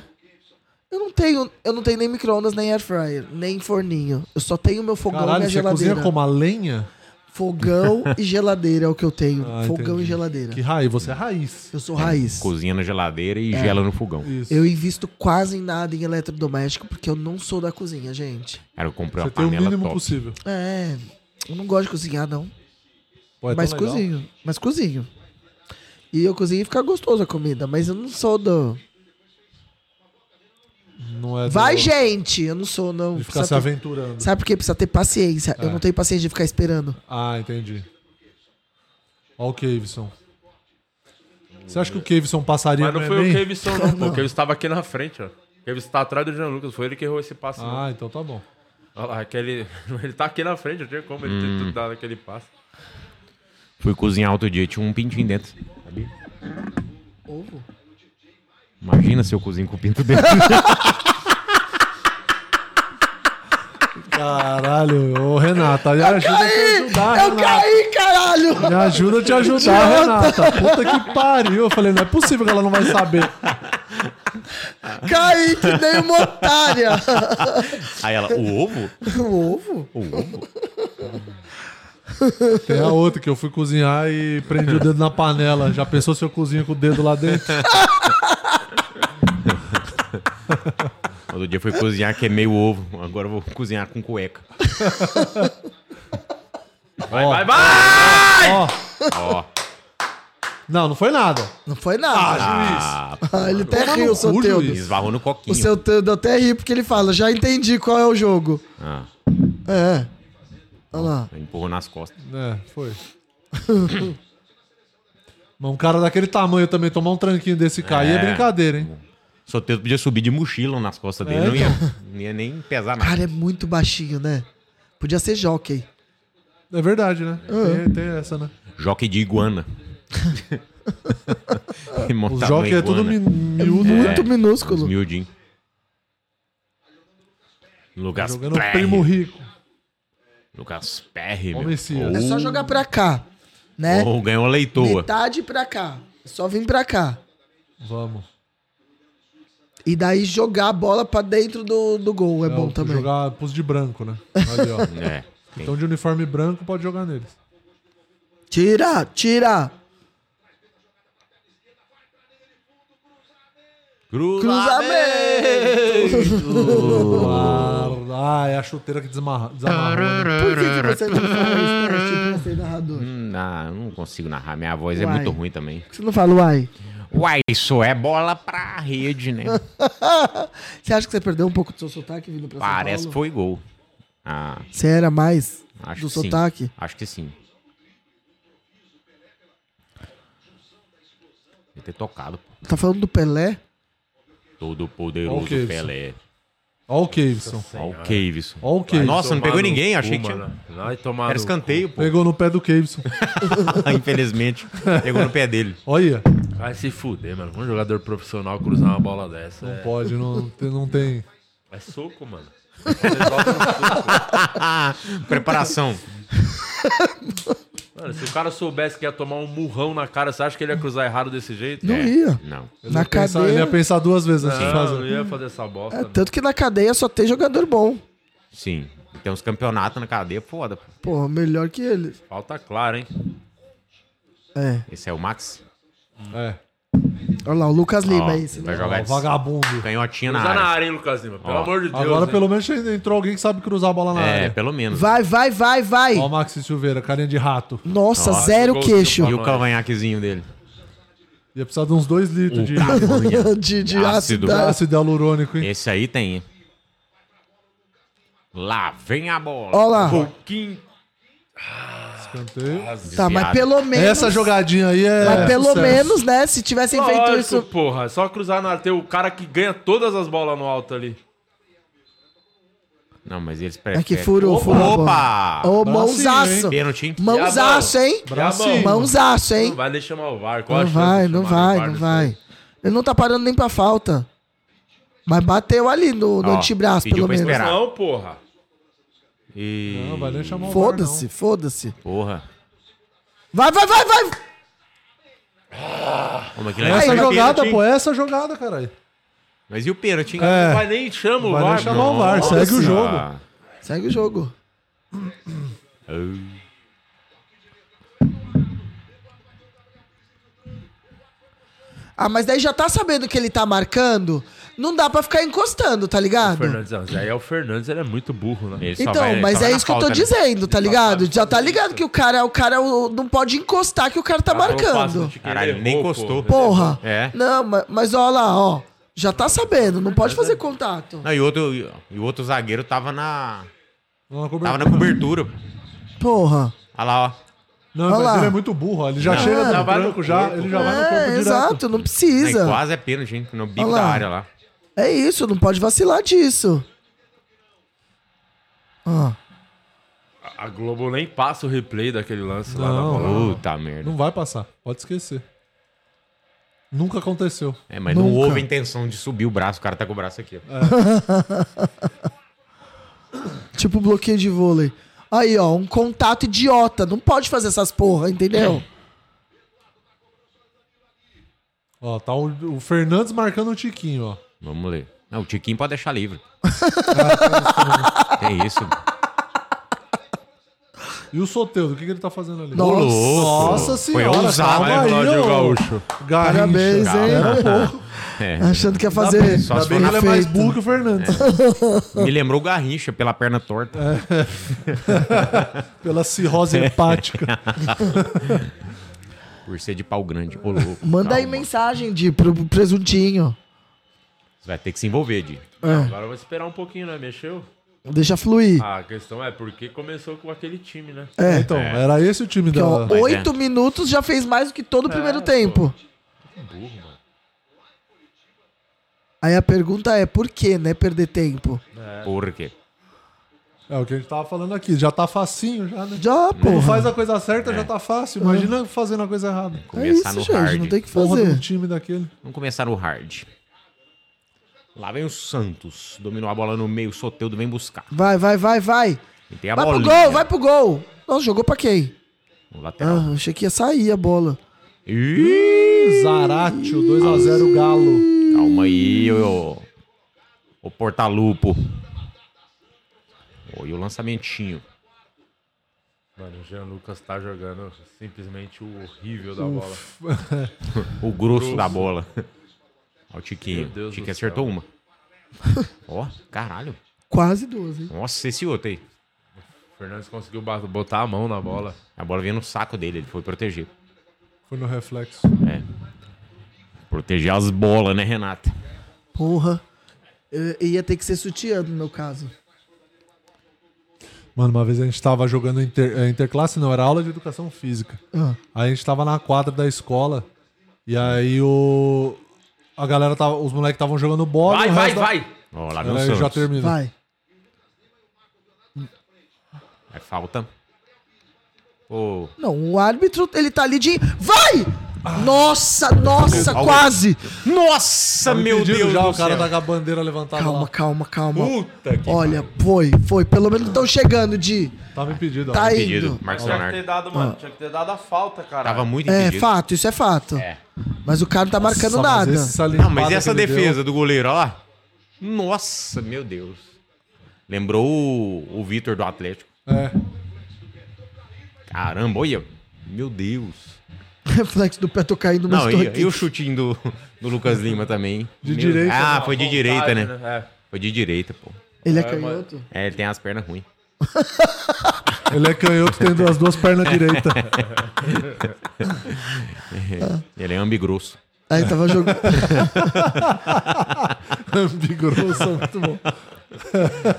Speaker 4: Eu não tenho, eu não tenho nem micro-ondas, nem air fryer, nem forninho. Eu só tenho meu fogão e
Speaker 2: Caralho,
Speaker 4: minha
Speaker 2: você cozinha
Speaker 4: geladeira.
Speaker 2: como a lenha? [LAUGHS]
Speaker 4: Fogão e geladeira é o que eu tenho.
Speaker 2: Ah,
Speaker 4: fogão
Speaker 2: entendi.
Speaker 4: e geladeira.
Speaker 2: Que raiz, você é raiz.
Speaker 4: Eu sou raiz.
Speaker 3: Cozinha na geladeira e
Speaker 2: É.
Speaker 3: gela no fogão.
Speaker 2: Isso.
Speaker 4: Eu invisto quase em nada em eletrodoméstico porque eu não sou da cozinha, gente.
Speaker 3: Cara, eu comprei
Speaker 2: Você
Speaker 3: uma
Speaker 2: tem o
Speaker 3: panela
Speaker 2: mínimo
Speaker 3: top.
Speaker 2: possível.
Speaker 4: É, eu não gosto de cozinhar não,
Speaker 2: Pô, é tão
Speaker 4: mas
Speaker 2: legal.
Speaker 4: cozinho, mas cozinho. E eu cozinho e fica gostoso a comida, mas eu não sou do
Speaker 2: Não é do-
Speaker 4: Vai, gente, eu não sou não.
Speaker 2: De ficar se É.
Speaker 4: Precisa ter-
Speaker 2: aventurando.
Speaker 4: Sabe por quê? Precisa ter paciência. Eu não tenho paciência de ficar esperando.
Speaker 2: Ah, entendi. Olha o Caveson. Você acha que o Caveson passaria é
Speaker 1: Mas não
Speaker 2: no
Speaker 1: foi o
Speaker 2: Enem?
Speaker 1: Kevson, não, pô. O Kevson tava aqui na frente, ó. O Kevson tá atrás do Jean Lucas. Foi ele que errou esse passe. não.
Speaker 2: Ah, então tá bom.
Speaker 1: Olha lá, aquele... [LAUGHS] ele tá aqui na frente, não tinha como ele
Speaker 3: Hum.
Speaker 1: ter tudo dado aquele passe.
Speaker 3: Fui cozinhar outro dia, tinha um pintinho dentro.
Speaker 4: Ovo?
Speaker 3: Imagina se eu cozinho com pinto
Speaker 4: [LAUGHS]
Speaker 3: dentro.
Speaker 2: Caralho, ô Renata, me ajuda a te ajudar,
Speaker 4: Eu
Speaker 2: Renata.
Speaker 4: caí, caralho!
Speaker 2: Me ajuda a te ajudar, Renata. Puta que pariu. Eu falei, não é possível que ela não vai saber.
Speaker 4: Caí que nem uma otária.
Speaker 3: Aí ela, o ovo?
Speaker 4: O ovo?
Speaker 3: O ovo?
Speaker 2: Tem a outra que eu fui cozinhar e prendi o dedo na panela. Já pensou se eu cozinho com o dedo lá dentro?
Speaker 3: Outro dia fui cozinhar, queimei o ovo. Agora eu vou cozinhar com cueca.
Speaker 1: Vai, vai, vai!
Speaker 2: Ó,
Speaker 3: Ó.
Speaker 2: não, não foi nada.
Speaker 4: Não foi nada.
Speaker 3: Ah,
Speaker 4: Ah, ele até
Speaker 2: Toma
Speaker 4: riu,
Speaker 2: no
Speaker 4: o seu
Speaker 2: cu,
Speaker 4: Teudo.
Speaker 2: juiz.
Speaker 3: esvarrou no
Speaker 4: O
Speaker 3: coquinho.
Speaker 4: seu Teudo até ri porque ele fala, já entendi qual é o jogo.
Speaker 3: Ah,
Speaker 4: É. Olha lá.
Speaker 3: empurrou nas costas.
Speaker 2: É, foi. Mas um cara daquele tamanho também, tomar um tranquinho desse cara aí é
Speaker 3: É.
Speaker 2: brincadeira, hein?
Speaker 3: Soteldo podia subir de mochila nas costas dele.
Speaker 2: É,
Speaker 3: não,
Speaker 4: então.
Speaker 3: ia, não ia nem pesar nada.
Speaker 4: Cara, é muito baixinho, né? Podia ser jockey.
Speaker 2: É verdade, né? Tem, tem essa, né?
Speaker 3: Joque de
Speaker 4: [LAUGHS]
Speaker 3: iguana. E
Speaker 2: Os
Speaker 3: montava
Speaker 2: jogos
Speaker 3: uma
Speaker 2: é tudo mi-
Speaker 3: iguana.
Speaker 2: miúdo. né?
Speaker 4: Muito
Speaker 3: Os
Speaker 4: minúsculo.
Speaker 3: miudinho. Lucas
Speaker 2: Jogando o
Speaker 3: Perry.
Speaker 2: primo rico.
Speaker 3: Lucas Perry,
Speaker 2: Ó o
Speaker 3: meu. Oh.
Speaker 2: Messias.
Speaker 4: É só jogar pra cá, né?
Speaker 3: Ou ganhou a leitoa.
Speaker 4: Metade pra cá. É só vir pra cá.
Speaker 2: Vamos.
Speaker 4: E daí jogar a bola pra dentro do, do gol. É,
Speaker 2: É,
Speaker 4: bom
Speaker 2: o-
Speaker 4: também.
Speaker 2: Jogar pros de branco,
Speaker 4: [LAUGHS]
Speaker 2: né? Ali, ó.
Speaker 3: É. tem-
Speaker 2: Então de uniforme branco pode jogar neles.
Speaker 4: Tira, tira. Uh.
Speaker 2: Claro. Ah, é a chuteira que desmarra, desamarrou. né?
Speaker 4: Por que, que você não fala isso, Teste, pra ser narrador?
Speaker 3: Hum, ah, eu não consigo narrar. Minha voz é
Speaker 4: Uai.
Speaker 3: muito ruim também.
Speaker 4: Por que você não fala uai?
Speaker 3: Uai, isso é bola pra rede,
Speaker 4: [LAUGHS]
Speaker 3: né?
Speaker 4: Você acha que você perdeu um pouco do seu sotaque vindo pra São
Speaker 3: Parece que
Speaker 4: Paulo?
Speaker 3: foi gol. Ah,
Speaker 4: Você era mais
Speaker 3: acho
Speaker 4: do
Speaker 3: que sim.
Speaker 4: sotaque?
Speaker 3: Acho que sim. Deve ter tocado.
Speaker 4: Tá falando do Pelé?
Speaker 3: Todo poderoso
Speaker 2: Ok, isso.
Speaker 3: Pelé.
Speaker 2: Ó o Caveson.
Speaker 3: Ó o Caveson.
Speaker 2: Ó o Caveson.
Speaker 3: Nossa, não
Speaker 1: Tomar
Speaker 3: pegou
Speaker 1: no
Speaker 3: ninguém.
Speaker 1: cu,
Speaker 3: Achei que tinha...
Speaker 1: mano. Vai tomar
Speaker 3: Era
Speaker 1: no cu.
Speaker 2: [LAUGHS]
Speaker 3: escanteio, pô.
Speaker 2: Pegou no pé do Caveson.
Speaker 3: Infelizmente. Pegou no pé dele.
Speaker 2: Olha,
Speaker 1: Vai se fuder, mano. Um jogador profissional cruzar uma bola dessa.
Speaker 2: não
Speaker 1: É,
Speaker 2: pode, não, tem- não tem.
Speaker 1: é soco, mano. Resolve no soco.
Speaker 3: Ah, preparação.
Speaker 1: Mano, se o cara soubesse que ia tomar um murrão na cara, você acha que ele ia cruzar errado desse jeito?
Speaker 4: [LAUGHS] Não
Speaker 1: É.
Speaker 4: ia.
Speaker 3: Não.
Speaker 2: Ele
Speaker 4: Na
Speaker 2: ia pensar-
Speaker 4: cadeia-
Speaker 2: Ele ia pensar duas vezes antes de
Speaker 1: Não,
Speaker 2: fazer.
Speaker 1: não ia fazer essa bosta.
Speaker 4: É,
Speaker 1: mano.
Speaker 4: tanto que na cadeia só tem jogador bom.
Speaker 3: Sim. Tem uns campeonatos na cadeia, foda. pô.
Speaker 4: Porra, melhor que ele.
Speaker 1: Falta clara, hein?
Speaker 4: É.
Speaker 3: Esse é o Max.
Speaker 2: É.
Speaker 4: Olha lá, o Lucas
Speaker 3: Ó,
Speaker 4: Lima é esse.
Speaker 3: vai
Speaker 4: Né?
Speaker 3: jogar
Speaker 2: Ó,
Speaker 3: de
Speaker 2: vagabundo.
Speaker 3: canhotinha na
Speaker 1: Cruzar na
Speaker 3: área.
Speaker 1: área, hein, Lucas Lima? Pelo
Speaker 3: Ó.
Speaker 1: amor de Deus.
Speaker 2: Agora
Speaker 1: hein?
Speaker 2: pelo menos entrou alguém que sabe cruzar a bola na
Speaker 3: É,
Speaker 2: área.
Speaker 3: pelo menos.
Speaker 4: Vai, vai, vai, vai.
Speaker 2: Ó o Maxi Silveira, carinha de rato.
Speaker 4: Nossa, zero
Speaker 1: golzinho
Speaker 4: queixo.
Speaker 1: pra
Speaker 3: E o
Speaker 1: nós.
Speaker 3: cavanhaquezinho dele.
Speaker 2: Ia precisar de uns dois litros de
Speaker 3: Cavanha.
Speaker 4: [LAUGHS] De, de
Speaker 3: Ácido.
Speaker 4: ácido.
Speaker 2: ácido hialurônico,
Speaker 1: É.
Speaker 2: hein?
Speaker 3: Esse aí tem. hein? Lá vem a bola.
Speaker 4: Olha lá.
Speaker 1: Pouquinho.
Speaker 2: Escanteio.
Speaker 4: Tá, mas pelo menos.
Speaker 2: Essa jogadinha aí é.
Speaker 4: Mas pelo
Speaker 2: sucesso.
Speaker 4: menos, né? Se tivessem feito
Speaker 1: Lógico,
Speaker 4: isso.
Speaker 1: porra. É só cruzar na área. Tem o cara que ganha todas as bolas no alto ali.
Speaker 3: Não, mas eles
Speaker 4: É
Speaker 3: preferem.
Speaker 4: que furou, furou. a bola.
Speaker 3: Opa!
Speaker 4: Ô,
Speaker 2: Bracinho,
Speaker 4: mãozaço.
Speaker 3: Pênalti, Ah, hein?
Speaker 4: Mãozaço, hein?
Speaker 1: Tá
Speaker 2: Bracinho.
Speaker 4: Mãozaço,
Speaker 1: Não
Speaker 4: hein?
Speaker 1: vai nem chamar o VAR. Qual a
Speaker 4: Não
Speaker 1: chance de
Speaker 4: vai, não
Speaker 1: chamar o
Speaker 4: vai,
Speaker 1: VAR
Speaker 4: não
Speaker 1: disso aí?
Speaker 4: vai. Ele não tá parando nem pra falta. Mas bateu ali no, no
Speaker 3: Ó,
Speaker 4: antebraço,
Speaker 3: pediu
Speaker 4: pelo
Speaker 3: pra
Speaker 4: menos.
Speaker 3: esperar.
Speaker 1: Não, porra.
Speaker 3: E...
Speaker 2: Não, vai nem chamar o
Speaker 4: Foda-se, foda-se.
Speaker 3: Porra.
Speaker 4: Vai, vai, vai, vai!
Speaker 3: Ô, mas aquilo
Speaker 2: VAR, não.
Speaker 3: ali
Speaker 2: Essa
Speaker 3: foi pênalti,
Speaker 2: jogada,
Speaker 3: hein?
Speaker 2: pô, é essa jogada, caralho.
Speaker 3: Mas e o pênalti, hein? Ah,
Speaker 1: Não
Speaker 2: É.
Speaker 1: vai nem chama o
Speaker 2: Vai nem
Speaker 1: VAR.
Speaker 2: chamar o VAR, é
Speaker 3: Nossa.
Speaker 2: segue o jogo.
Speaker 4: Segue o jogo.
Speaker 3: Ah.
Speaker 4: Ah, mas daí já tá sabendo que ele tá marcando. Não dá pra ficar encostando, tá
Speaker 1: O
Speaker 4: ligado?
Speaker 1: Fernandes, não, Zé, aí é o Fernandes, ele é muito burro, né?
Speaker 3: Ele só
Speaker 4: Então,
Speaker 3: vai- só
Speaker 4: mas
Speaker 3: vai
Speaker 4: é
Speaker 3: na
Speaker 4: isso que eu tô
Speaker 3: falta, né?
Speaker 4: dizendo, tá ligado? Já tá ligado que o cara, o cara o- não pode encostar que o
Speaker 1: Ah,
Speaker 4: cara tá marcando.
Speaker 3: Caralho, nem encostou.
Speaker 1: né?
Speaker 4: Porra.
Speaker 3: É.
Speaker 4: Não, mas, mas ó lá, ó. Já tá sabendo, não pode fazer contato.
Speaker 3: Não, e o outro, e o outro zagueiro tava na.
Speaker 2: Não, na
Speaker 3: Tava
Speaker 2: cobertura.
Speaker 3: na cobertura.
Speaker 4: Porra.
Speaker 3: Olha lá, ó.
Speaker 2: Não,
Speaker 4: Olha
Speaker 2: mas
Speaker 4: lá.
Speaker 2: ele é muito burro, ó. Ele já chega
Speaker 4: Já
Speaker 2: no
Speaker 1: vai no
Speaker 2: branco, já,
Speaker 1: corpo.
Speaker 2: ele já vai no corpo
Speaker 4: É,
Speaker 2: direto.
Speaker 4: exato, não
Speaker 3: Aí
Speaker 4: precisa.
Speaker 3: quase é pênalti, hein? No bico
Speaker 4: Olha
Speaker 3: da
Speaker 4: lá.
Speaker 3: área lá.
Speaker 4: É isso, não pode vacilar disso. Ó.
Speaker 1: A Globo nem passa o replay daquele lance lá na
Speaker 2: Não.
Speaker 1: bola.
Speaker 3: Puta merda.
Speaker 2: Não vai passar, pode esquecer. Nunca aconteceu.
Speaker 3: É, mas não
Speaker 4: Nunca.
Speaker 3: houve intenção de subir o braço, o cara tá com o braço aqui. ó.
Speaker 4: Tipo bloqueio de vôlei. Aí, ó, um contato idiota. Não pode fazer essas porra, entendeu?
Speaker 2: Ó, tá o, o Fernandes marcando o Tiquinho, ó.
Speaker 3: Vamos ler. Não, o Tiquinho pode deixar livre.
Speaker 4: [LAUGHS]
Speaker 3: é isso.
Speaker 2: E o Soteudo, o que, que ele tá fazendo ali?
Speaker 4: Nossa.
Speaker 2: Nossa
Speaker 3: Foi
Speaker 2: senhora,
Speaker 3: ousado,
Speaker 2: calma aí,
Speaker 3: hein,
Speaker 2: ô.
Speaker 1: Cláudio Gaúcho.
Speaker 2: Garrincha.
Speaker 4: Parabéns, hein?
Speaker 3: É.
Speaker 4: Achando que ia fazer.
Speaker 3: só
Speaker 2: Ainda
Speaker 3: se
Speaker 2: bem
Speaker 3: for
Speaker 2: que
Speaker 3: na
Speaker 2: ele é mais
Speaker 4: feita.
Speaker 2: burro que o Fernandes.
Speaker 3: Me lembrou o Garrincha pela perna torta.
Speaker 4: É.
Speaker 2: Pela cirrose hepática.
Speaker 3: Por ser de pau grande. Ô, louco.
Speaker 4: Manda aí
Speaker 3: calma.
Speaker 4: mensagem de, pro pro presuntinho.
Speaker 3: Você vai ter que se envolver, Di.
Speaker 4: É,
Speaker 1: Agora vai esperar um pouquinho, né? Mexeu?
Speaker 4: deixa fluir.
Speaker 1: Ah, a questão é por que começou com aquele time, né?
Speaker 4: É.
Speaker 2: Então, era esse o time
Speaker 4: Porque, ó,
Speaker 2: da...
Speaker 3: Mas
Speaker 4: oito
Speaker 3: é.
Speaker 4: minutos já fez mais do que todo o primeiro tempo.
Speaker 1: Burro, mano.
Speaker 4: Aí a pergunta é, por que, né, perder tempo?
Speaker 3: Por quê?
Speaker 2: É o que a gente tava falando aqui, já tá facinho já, né?
Speaker 4: Já,
Speaker 2: Não
Speaker 4: porra.
Speaker 2: faz a coisa certa, já tá fácil. Imagina fazendo a coisa errada.
Speaker 4: É
Speaker 3: Começar
Speaker 4: isso,
Speaker 3: no
Speaker 4: gente,
Speaker 3: hard.
Speaker 4: não tem o que
Speaker 2: Porra de um
Speaker 4: fazer.
Speaker 2: time daquele.
Speaker 3: Vamos começar no hard. Lá vem o Santos. Dominou a bola no meio, Soteudo vem buscar.
Speaker 4: Vai, vai, vai, vai.
Speaker 3: E tem É a
Speaker 4: vai
Speaker 3: bolinha.
Speaker 4: pro gol, vai pro gol. Nossa, jogou pra quem?
Speaker 3: O lateral.
Speaker 4: Ah, achei que ia sair a bola.
Speaker 3: Ih,
Speaker 2: Zaratio, 2x0 Galo.
Speaker 3: Calma aí, ô. Ô Portalupo. Ô, e o lançamentinho.
Speaker 1: Mano, o Jean Lucas tá jogando simplesmente o horrível da bola.
Speaker 3: O grosso da bola. Ó, o Tiquinho.
Speaker 1: Meu Deus
Speaker 3: O
Speaker 1: do
Speaker 3: Tiquinho
Speaker 1: céu.
Speaker 3: acertou uma. Ó, caralho.
Speaker 4: Quase 12, hein?
Speaker 3: Nossa, esse outro aí.
Speaker 1: O Fernandes conseguiu ba- botar a mão na bola.
Speaker 3: A bola veio no saco dele, ele foi proteger.
Speaker 2: Foi no reflexo.
Speaker 3: É. Proteger as bolas, né, Renata?
Speaker 4: Porra. Eu- eu ia ter que ser sutiã no meu caso.
Speaker 2: Mano, uma vez a gente tava jogando inter, eh, interclasse, não, era aula de educação física.
Speaker 4: Ah.
Speaker 2: Aí a gente tava na quadra da escola e aí o. A galera tava. Os moleques estavam jogando bola.
Speaker 1: Vai,
Speaker 2: o
Speaker 1: vai,
Speaker 2: resto da-
Speaker 1: vai!
Speaker 3: Ó, lá vem o
Speaker 2: Peraí, eu
Speaker 3: Santos.
Speaker 2: já termino.
Speaker 4: Vai.
Speaker 3: É falta. Ô,
Speaker 4: Não, o árbitro, ele tá ali de. Vai! Ah. Nossa, nossa, quase!
Speaker 3: Nossa,
Speaker 2: Me
Speaker 3: meu
Speaker 2: pediram
Speaker 3: Deus
Speaker 2: já,
Speaker 3: do
Speaker 2: o cara
Speaker 3: céu.
Speaker 2: tá com a bandeira levantada
Speaker 4: Calma,
Speaker 2: lá.
Speaker 4: calma, calma.
Speaker 1: Puta que.
Speaker 4: Olha, foi, foi. Pelo menos estão chegando, Di.
Speaker 2: Tá me pedindo. ó.
Speaker 4: Tá
Speaker 3: Impedido,
Speaker 4: indo.
Speaker 3: Marcos
Speaker 1: Tinha que ter
Speaker 3: Leonardo.
Speaker 1: dado, mano. Tinha que ter dado a falta, cara.
Speaker 3: Ah. Tava muito
Speaker 4: É,
Speaker 3: impedido.
Speaker 4: fato, isso é fato.
Speaker 3: É.
Speaker 4: Mas o cara não tá marcando
Speaker 2: Nossa, mas
Speaker 4: nada.
Speaker 2: essa
Speaker 3: Não,
Speaker 2: limpada
Speaker 3: mas
Speaker 2: que
Speaker 3: e essa
Speaker 2: ele deu-
Speaker 3: defesa do goleiro, ó lá. Nossa, meu Deus. Lembrou o, o Vitor do Atlético.
Speaker 2: É.
Speaker 3: Caramba, olha. Meu Deus.
Speaker 4: Reflexo do pé, tô caindo no
Speaker 3: Não,
Speaker 4: estou
Speaker 3: e,
Speaker 4: aqui.
Speaker 3: e o chutinho do, do Lucas Lima também. hein?
Speaker 2: De direita,
Speaker 3: Ah,
Speaker 1: Uma
Speaker 3: foi de
Speaker 1: vontade,
Speaker 3: direita, né?
Speaker 1: É.
Speaker 3: Foi de direita, pô.
Speaker 4: Ele é canhoto?
Speaker 3: É, ele tem as pernas ruins.
Speaker 2: Ele é canhoto tendo as duas
Speaker 3: [LAUGHS]
Speaker 2: pernas direitas.
Speaker 3: Ele é ambigrosso.
Speaker 4: Aí tava jogando.
Speaker 3: [LAUGHS]
Speaker 2: Ambiguroso, [LAUGHS] muito bom.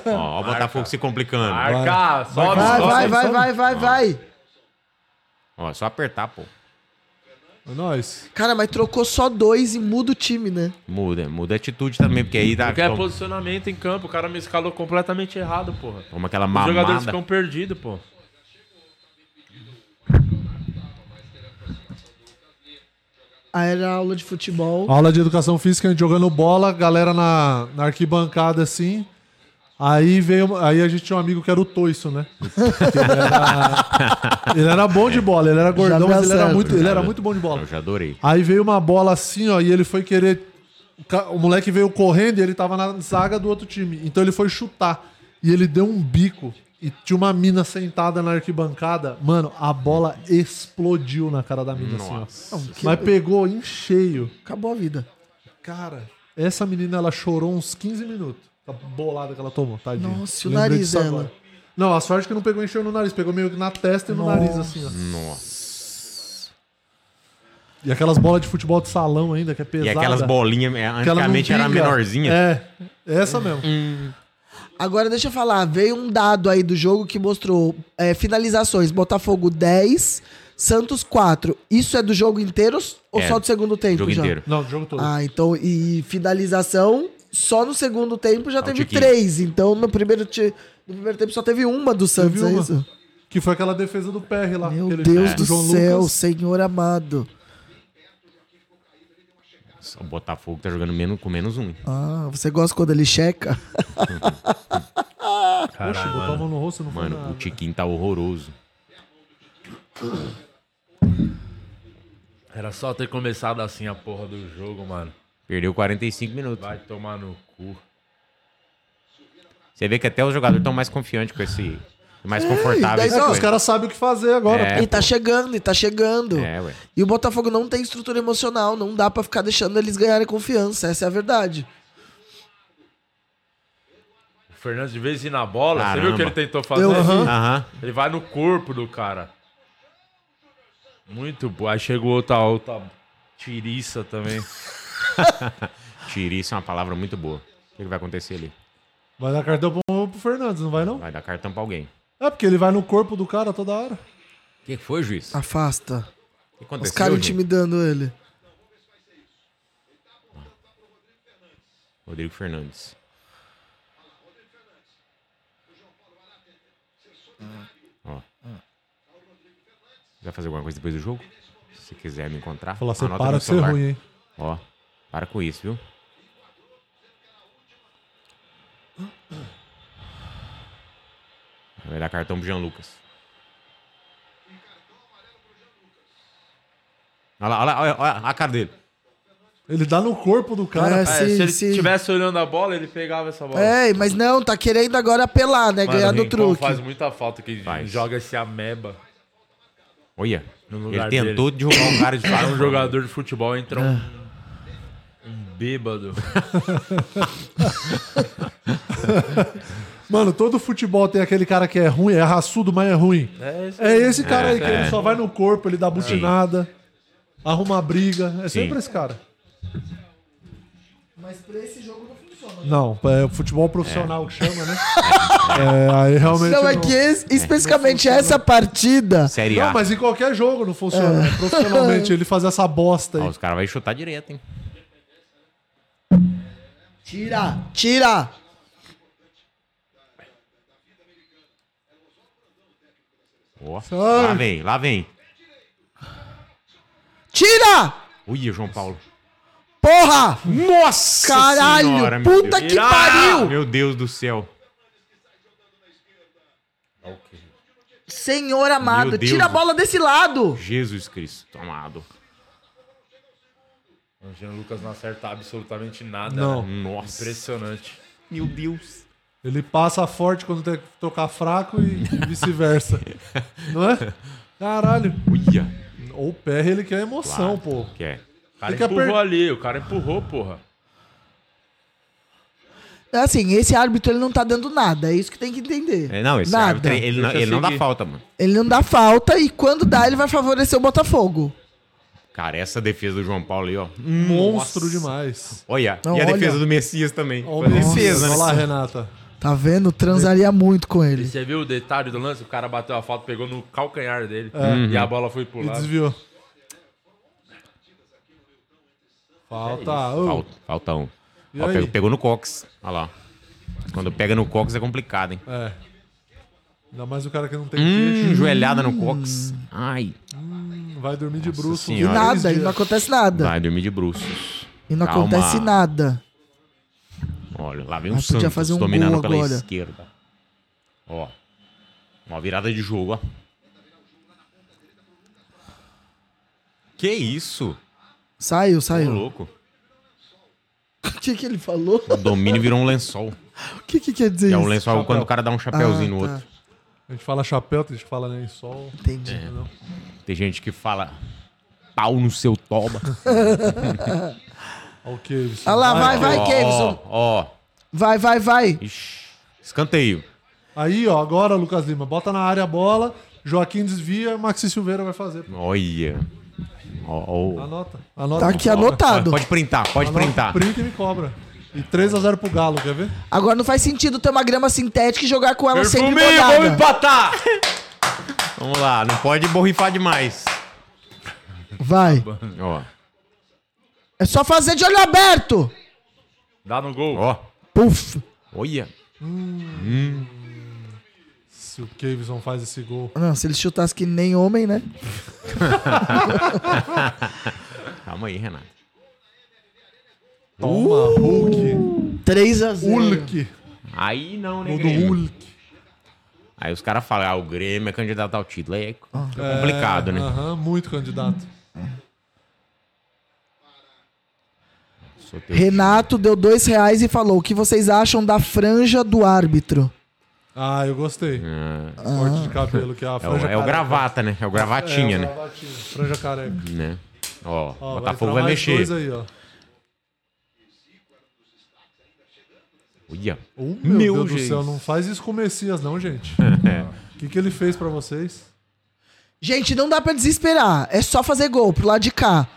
Speaker 3: Ó, ó o Botafogo se complicando.
Speaker 1: Arca, sobe,
Speaker 4: Vai,
Speaker 1: sobe.
Speaker 3: um
Speaker 4: vai, vai, vai, vai, vai.
Speaker 3: Ó, é só apertar, pô.
Speaker 2: É nóis.
Speaker 4: Cara, mas trocou só dois e muda o time, né?
Speaker 3: Muda, muda a atitude também, porque aí dá.
Speaker 1: Qualquer
Speaker 3: Toma,
Speaker 1: é posicionamento em campo, o cara me escalou completamente errado, porra.
Speaker 3: toma aquela
Speaker 1: Os jogadores
Speaker 3: mamada.
Speaker 1: ficam perdidos, pô.
Speaker 4: Aí era aula de futebol.
Speaker 2: Aula de educação física, a gente jogando bola, galera na, na arquibancada assim. Aí veio. Aí a gente tinha um amigo que era o Toiço, né? Que ele, era, ele era bom de bola, ele era
Speaker 4: Já
Speaker 2: gordão,
Speaker 4: me
Speaker 2: mas ele era,
Speaker 4: acerta.
Speaker 2: muito, ele era muito bom de bola.
Speaker 3: Eu já adorei.
Speaker 2: Aí veio uma bola assim, ó, e ele foi querer. o ca- O moleque veio correndo e ele tava na zaga do outro time. Então ele foi chutar. E ele deu um bico. E tinha uma mina sentada na arquibancada. Mano, a bola explodiu na cara da mina, assim, ó. Mas pegou em cheio.
Speaker 4: Acabou a vida.
Speaker 2: Cara, essa menina, ela chorou uns 15 minutos. A bolada que ela tomou, tadinha.
Speaker 4: Nossa, e o
Speaker 2: Lembrei
Speaker 4: nariz
Speaker 2: disso
Speaker 4: dela?
Speaker 2: agora. Não, a sorte é que não pegou encheu no nariz. Pegou meio que na testa e no nariz, assim, ó.
Speaker 3: Nossa.
Speaker 2: E aquelas bolas de futebol de salão ainda, que é
Speaker 3: E
Speaker 2: pesada.
Speaker 3: aquelas bolinhas, é,
Speaker 2: Que ela não
Speaker 3: antigamente era
Speaker 2: pinga.
Speaker 3: menorzinha. assim,
Speaker 2: É, essa mesmo.
Speaker 4: Agora deixa eu falar, veio um dado aí do jogo que mostrou é, finalizações, Botafogo 10, Santos 4. Isso é do jogo inteiro ou
Speaker 3: É,
Speaker 4: só do segundo tempo
Speaker 3: jogo
Speaker 2: então
Speaker 4: já?
Speaker 3: inteiro.
Speaker 2: Não, o jogo todo.
Speaker 4: Ah, então e finalização só no segundo tempo já teve
Speaker 3: Tá um tiquinho.
Speaker 4: três. Então no primeiro, ti- no primeiro tempo só teve uma do Santos,
Speaker 2: Teve
Speaker 4: é
Speaker 2: uma.
Speaker 4: isso?
Speaker 2: Que foi aquela defesa do PR lá.
Speaker 4: Meu
Speaker 2: aquele
Speaker 4: Deus
Speaker 3: É.
Speaker 2: chute
Speaker 4: do
Speaker 2: João
Speaker 4: céu,
Speaker 2: Lucas.
Speaker 4: Senhor amado.
Speaker 3: Só O Botafogo tá jogando menos, com menos um.
Speaker 4: Ah, você gosta quando ele checa?
Speaker 2: Poxa, botou a mão no rosto, não foi
Speaker 3: Mano,
Speaker 2: nada.
Speaker 3: o Tiquinho tá horroroso.
Speaker 1: Era só ter começado assim a porra do jogo, mano.
Speaker 3: Perdeu 45 minutos.
Speaker 1: Vai tomar no cu.
Speaker 3: Você vê que até os jogadores estão mais confiantes com esse. Mais confortáveis.
Speaker 4: daí
Speaker 2: É
Speaker 3: com
Speaker 2: que os
Speaker 3: ele.
Speaker 2: caras sabem o que fazer agora.
Speaker 3: É,
Speaker 4: e tá chegando, e tá chegando.
Speaker 3: É, ué.
Speaker 4: E o Botafogo não tem estrutura emocional, não dá pra ficar deixando eles ganharem confiança, essa é a verdade.
Speaker 1: O Fernandes, de vez em ir na bola, você viu
Speaker 3: Caramba.
Speaker 1: o que ele tentou fazer?
Speaker 4: Eu- aham.
Speaker 3: Aham.
Speaker 1: Ele vai no corpo do cara. Muito bom. Aí chegou outra, outra tiriça também.
Speaker 3: Tiriça é uma palavra muito boa. O que que vai acontecer ali?
Speaker 2: Vai dar cartão pro, pro Fernandes, não vai não?
Speaker 3: Vai dar cartão pra alguém.
Speaker 2: É porque ele vai no corpo do cara toda hora.
Speaker 3: O que que foi, juiz?
Speaker 4: Afasta.
Speaker 3: O que aconteceu?
Speaker 4: Os caras
Speaker 3: gente?
Speaker 4: intimidando ele.
Speaker 3: Rodrigo Fernandes. Ó.
Speaker 2: Ah.
Speaker 3: Vai fazer alguma coisa depois do jogo? Se você quiser me encontrar.
Speaker 2: Falar, você
Speaker 3: anota
Speaker 2: para
Speaker 3: meu
Speaker 2: de ser
Speaker 3: celular.
Speaker 2: ruim, hein?
Speaker 3: Ó, para com isso, viu? Vai dar cartão pro Jean Lucas. Olha lá, olha lá, olha, olha a cara dele.
Speaker 2: Ele dá no corpo do cara.
Speaker 4: É,
Speaker 1: É, se
Speaker 4: sim,
Speaker 1: ele
Speaker 4: sim.
Speaker 1: estivesse olhando a bola, ele pegava essa bola.
Speaker 4: É, mas não, tá querendo agora apelar, né?
Speaker 1: Mano,
Speaker 4: Ganhar no
Speaker 1: Rincon
Speaker 4: truque.
Speaker 1: faz muita falta que
Speaker 3: Faz.
Speaker 1: joga esse ameba.
Speaker 3: Olha.
Speaker 1: No
Speaker 3: Ele
Speaker 1: lugar
Speaker 3: tentou derrubar
Speaker 1: [COUGHS]
Speaker 3: um cara de
Speaker 1: É
Speaker 3: fora.
Speaker 1: um jogador de futebol, entra um, um bêbado.
Speaker 2: Mano, todo futebol tem aquele cara que é ruim, é raçudo, mas é ruim.
Speaker 1: É isso
Speaker 2: É esse cara aí que
Speaker 3: é.
Speaker 2: ele só vai no corpo, ele dá butinada, arruma briga. É sempre esse cara.
Speaker 4: Mas pra esse jogo não funciona.
Speaker 2: Não, é o futebol profissional que chama, né? É, aí realmente.
Speaker 4: Não,
Speaker 2: Não,
Speaker 4: é que esse- especificamente essa partida.
Speaker 3: Série A.
Speaker 2: Não, mas em qualquer jogo não funciona. né? Profissionalmente, ele faz essa bosta
Speaker 3: Ó,
Speaker 2: aí.
Speaker 3: os caras vão chutar direto, hein?
Speaker 4: Tira, tira.
Speaker 3: Ó,
Speaker 2: Sai.
Speaker 3: lá vem, lá vem.
Speaker 4: Tira!
Speaker 3: Ui, o João Paulo.
Speaker 4: Porra!
Speaker 3: Nossa
Speaker 4: Caralho,
Speaker 3: senhora, meu
Speaker 4: puta
Speaker 3: Deus.
Speaker 4: que
Speaker 3: Ah,
Speaker 4: pariu!
Speaker 3: Meu Deus do céu.
Speaker 1: Tá
Speaker 4: Senhor amado,
Speaker 3: Meu Deus.
Speaker 4: tira a bola desse lado.
Speaker 3: Jesus Cristo, amado.
Speaker 1: O Jean Lucas não acerta absolutamente nada.
Speaker 2: Não.
Speaker 1: né?
Speaker 3: Nossa.
Speaker 1: Impressionante.
Speaker 3: Meu Deus.
Speaker 2: Ele passa forte quando tem que tocar fraco
Speaker 3: [LAUGHS]
Speaker 2: e vice-versa. não é? Caralho.
Speaker 3: Uia.
Speaker 2: Ou o PR ele quer emoção, pô.
Speaker 3: Que é.
Speaker 1: O cara
Speaker 2: Fica
Speaker 1: empurrou
Speaker 2: per-
Speaker 1: ali, o cara empurrou, porra.
Speaker 4: Assim, esse árbitro ele não tá dando nada, é isso que tem que entender.
Speaker 3: É, Não, esse
Speaker 4: nada.
Speaker 3: árbitro, ele, não,
Speaker 1: Deixa eu
Speaker 3: ele não dá
Speaker 1: seguir.
Speaker 3: falta, mano.
Speaker 4: Ele não dá falta e quando dá, ele vai favorecer o Botafogo.
Speaker 3: Cara, essa defesa do João Paulo aí, ó. Hum,
Speaker 2: Monstro demais.
Speaker 3: Olha,
Speaker 4: Não,
Speaker 3: e a
Speaker 4: olha.
Speaker 3: defesa do Messias também.
Speaker 2: Olha
Speaker 3: Foi
Speaker 2: o
Speaker 3: defesa,
Speaker 2: Messias,
Speaker 3: né?
Speaker 2: olha lá, Renata.
Speaker 4: Tá vendo? Transaria muito com
Speaker 1: E
Speaker 4: ele.
Speaker 1: você viu o detalhe do lance? O cara bateu a falta, pegou no calcanhar dele. E a bola foi pro
Speaker 2: E
Speaker 1: lado.
Speaker 2: desviou. Falta. ô.
Speaker 3: É Falta, falta um.
Speaker 2: E
Speaker 3: Ó,
Speaker 2: aí?
Speaker 3: pegou, pegou no Cox. Olha lá. Quando pega no Cox é complicado, hein?
Speaker 2: É. Ainda mais o cara que não tem
Speaker 3: Hum,
Speaker 2: queixo.
Speaker 3: joelhada no Cox. Ai.
Speaker 2: Vai dormir de
Speaker 3: Nossa
Speaker 2: bruxo.
Speaker 4: E
Speaker 3: senhora.
Speaker 2: três
Speaker 4: nada, e
Speaker 2: dias.
Speaker 4: não acontece nada.
Speaker 3: Vai dormir de bruços.
Speaker 4: E não
Speaker 3: Calma.
Speaker 4: acontece nada.
Speaker 3: Olha, lá vem o
Speaker 4: Mas podia
Speaker 3: Santos
Speaker 4: fazer um
Speaker 3: dominando
Speaker 4: gol
Speaker 3: pela
Speaker 4: agora.
Speaker 3: esquerda. Ó. Uma virada de jogo, ó. Que isso?
Speaker 4: Saiu,
Speaker 3: Ô,
Speaker 4: saiu.
Speaker 3: louco.
Speaker 4: O que, que ele falou?
Speaker 3: O domínio virou um lençol.
Speaker 4: O que, que quer dizer
Speaker 3: Que é
Speaker 4: isso?
Speaker 3: um lençol
Speaker 2: Chapéu.
Speaker 3: quando o cara dá um chapéuzinho
Speaker 4: Ah,
Speaker 3: no
Speaker 4: tá.
Speaker 3: outro.
Speaker 2: A gente fala chapéu, tem gente que fala nem sol.
Speaker 4: Entendi.
Speaker 3: É.
Speaker 2: entendeu?
Speaker 3: Tem gente que fala pau no seu toba.
Speaker 4: [LAUGHS]
Speaker 2: Olha o Caves.
Speaker 4: Olha Tá lá, vai, vai,
Speaker 3: ó,
Speaker 4: Kevson.
Speaker 3: Ó, ó.
Speaker 4: Vai, vai, vai.
Speaker 3: Ixi. Escanteio.
Speaker 2: Aí, ó, agora, Lucas Lima, bota na área a bola, Joaquim desvia, Maxi Silveira vai fazer.
Speaker 3: Olha. Ó, ó.
Speaker 2: Anota. Anota.
Speaker 4: Tá aqui
Speaker 2: Anota,
Speaker 4: anotado.
Speaker 3: Pode printar, pode printar.
Speaker 2: Printa e me cobra. E 3x0 pro Galo, quer ver?
Speaker 4: Agora não faz sentido ter uma grama sintética e jogar com ela sempre
Speaker 1: Perfuminho, vamos
Speaker 4: podada.
Speaker 1: empatar!
Speaker 3: [LAUGHS] Vamos lá, não pode borrifar demais.
Speaker 4: Vai.
Speaker 3: Ó,
Speaker 4: É só fazer de olho aberto.
Speaker 1: Dá no gol.
Speaker 3: ó.
Speaker 4: Puf.
Speaker 3: Olha.
Speaker 2: Se o Caveson faz esse gol.
Speaker 4: Não, se ele chutasse que nem homem, né?
Speaker 3: Calma aí, Renato.
Speaker 2: Toma,
Speaker 4: Uh!
Speaker 2: Hulk.
Speaker 4: 3 a 0
Speaker 2: Hulk.
Speaker 3: Aí não, né,
Speaker 2: Gol do
Speaker 3: Grêmio?
Speaker 2: Hulk.
Speaker 3: Aí os caras falam, ah, o Grêmio é candidato ao título. Aí é complicado,
Speaker 2: É,
Speaker 3: né?
Speaker 2: Aham, muito candidato.
Speaker 3: Sorteio.
Speaker 4: Renato deu dois reais e falou: o que vocês acham da franja do árbitro?
Speaker 2: Ah, eu gostei.
Speaker 3: Ah,
Speaker 2: Corte de cabelo, que é a
Speaker 3: é, o,
Speaker 2: franja
Speaker 3: é o
Speaker 2: careca.
Speaker 3: gravata, né? É o gravatinha,
Speaker 2: é, o
Speaker 3: né?
Speaker 2: gravatinha. Franja careca.
Speaker 3: né? Ó,
Speaker 2: Ó,
Speaker 3: o Botafogo
Speaker 2: entrar
Speaker 3: vai,
Speaker 2: mais
Speaker 3: mexer.
Speaker 2: dois aí, ó.
Speaker 3: Olha.
Speaker 2: Oh, meu,
Speaker 3: Uh, Meu É.
Speaker 2: Deus
Speaker 3: Jesus.
Speaker 2: do céu, não faz isso com o Messias, não,
Speaker 3: [LAUGHS]
Speaker 2: gente. O que, que ele fez pra vocês?
Speaker 4: Gente, não dá pra desesperar. É só fazer gol pro lado de
Speaker 2: [LAUGHS]
Speaker 4: cá.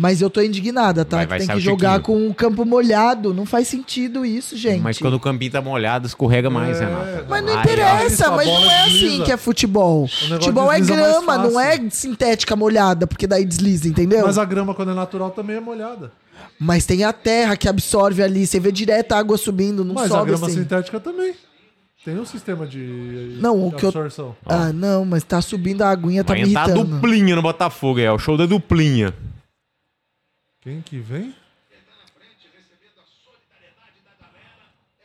Speaker 4: Mas eu tô indignada, tá?
Speaker 3: Vai-
Speaker 4: Que
Speaker 3: vai
Speaker 4: tem
Speaker 3: sair
Speaker 4: que
Speaker 3: o
Speaker 4: jogar
Speaker 3: Tiquinho.
Speaker 4: com o campo molhado. Não faz sentido isso, gente.
Speaker 3: Mas quando o campinho tá molhado, escorrega
Speaker 2: É.
Speaker 3: mais, Renato.
Speaker 4: Mas não
Speaker 3: Aí, ó.
Speaker 4: interessa,
Speaker 2: a
Speaker 4: mas
Speaker 2: Ah, bola
Speaker 4: não é
Speaker 2: desliza.
Speaker 4: assim que é futebol.
Speaker 2: negócio
Speaker 4: Futebol é
Speaker 2: desliza mais
Speaker 4: grama,
Speaker 2: fácil.
Speaker 4: não é sintética molhada, porque daí desliza, entendeu?
Speaker 2: Mas
Speaker 4: Mas,
Speaker 2: a grama, quando é natural, também é molhada.
Speaker 4: tem a terra que absorve ali, você vê direto a água subindo, não
Speaker 2: mas a
Speaker 4: sobe
Speaker 2: grama
Speaker 4: assim.
Speaker 2: sintética também. Tem um sistema de,
Speaker 4: Não, o
Speaker 2: de
Speaker 4: que eu-
Speaker 2: absorção.
Speaker 4: Ah, não, mas tá subindo a aguinha, tá
Speaker 3: Vai
Speaker 4: me
Speaker 3: entrar a
Speaker 4: irritando.
Speaker 3: duplinha no Botafogo, é o show da duplinha.
Speaker 2: Quem que vem?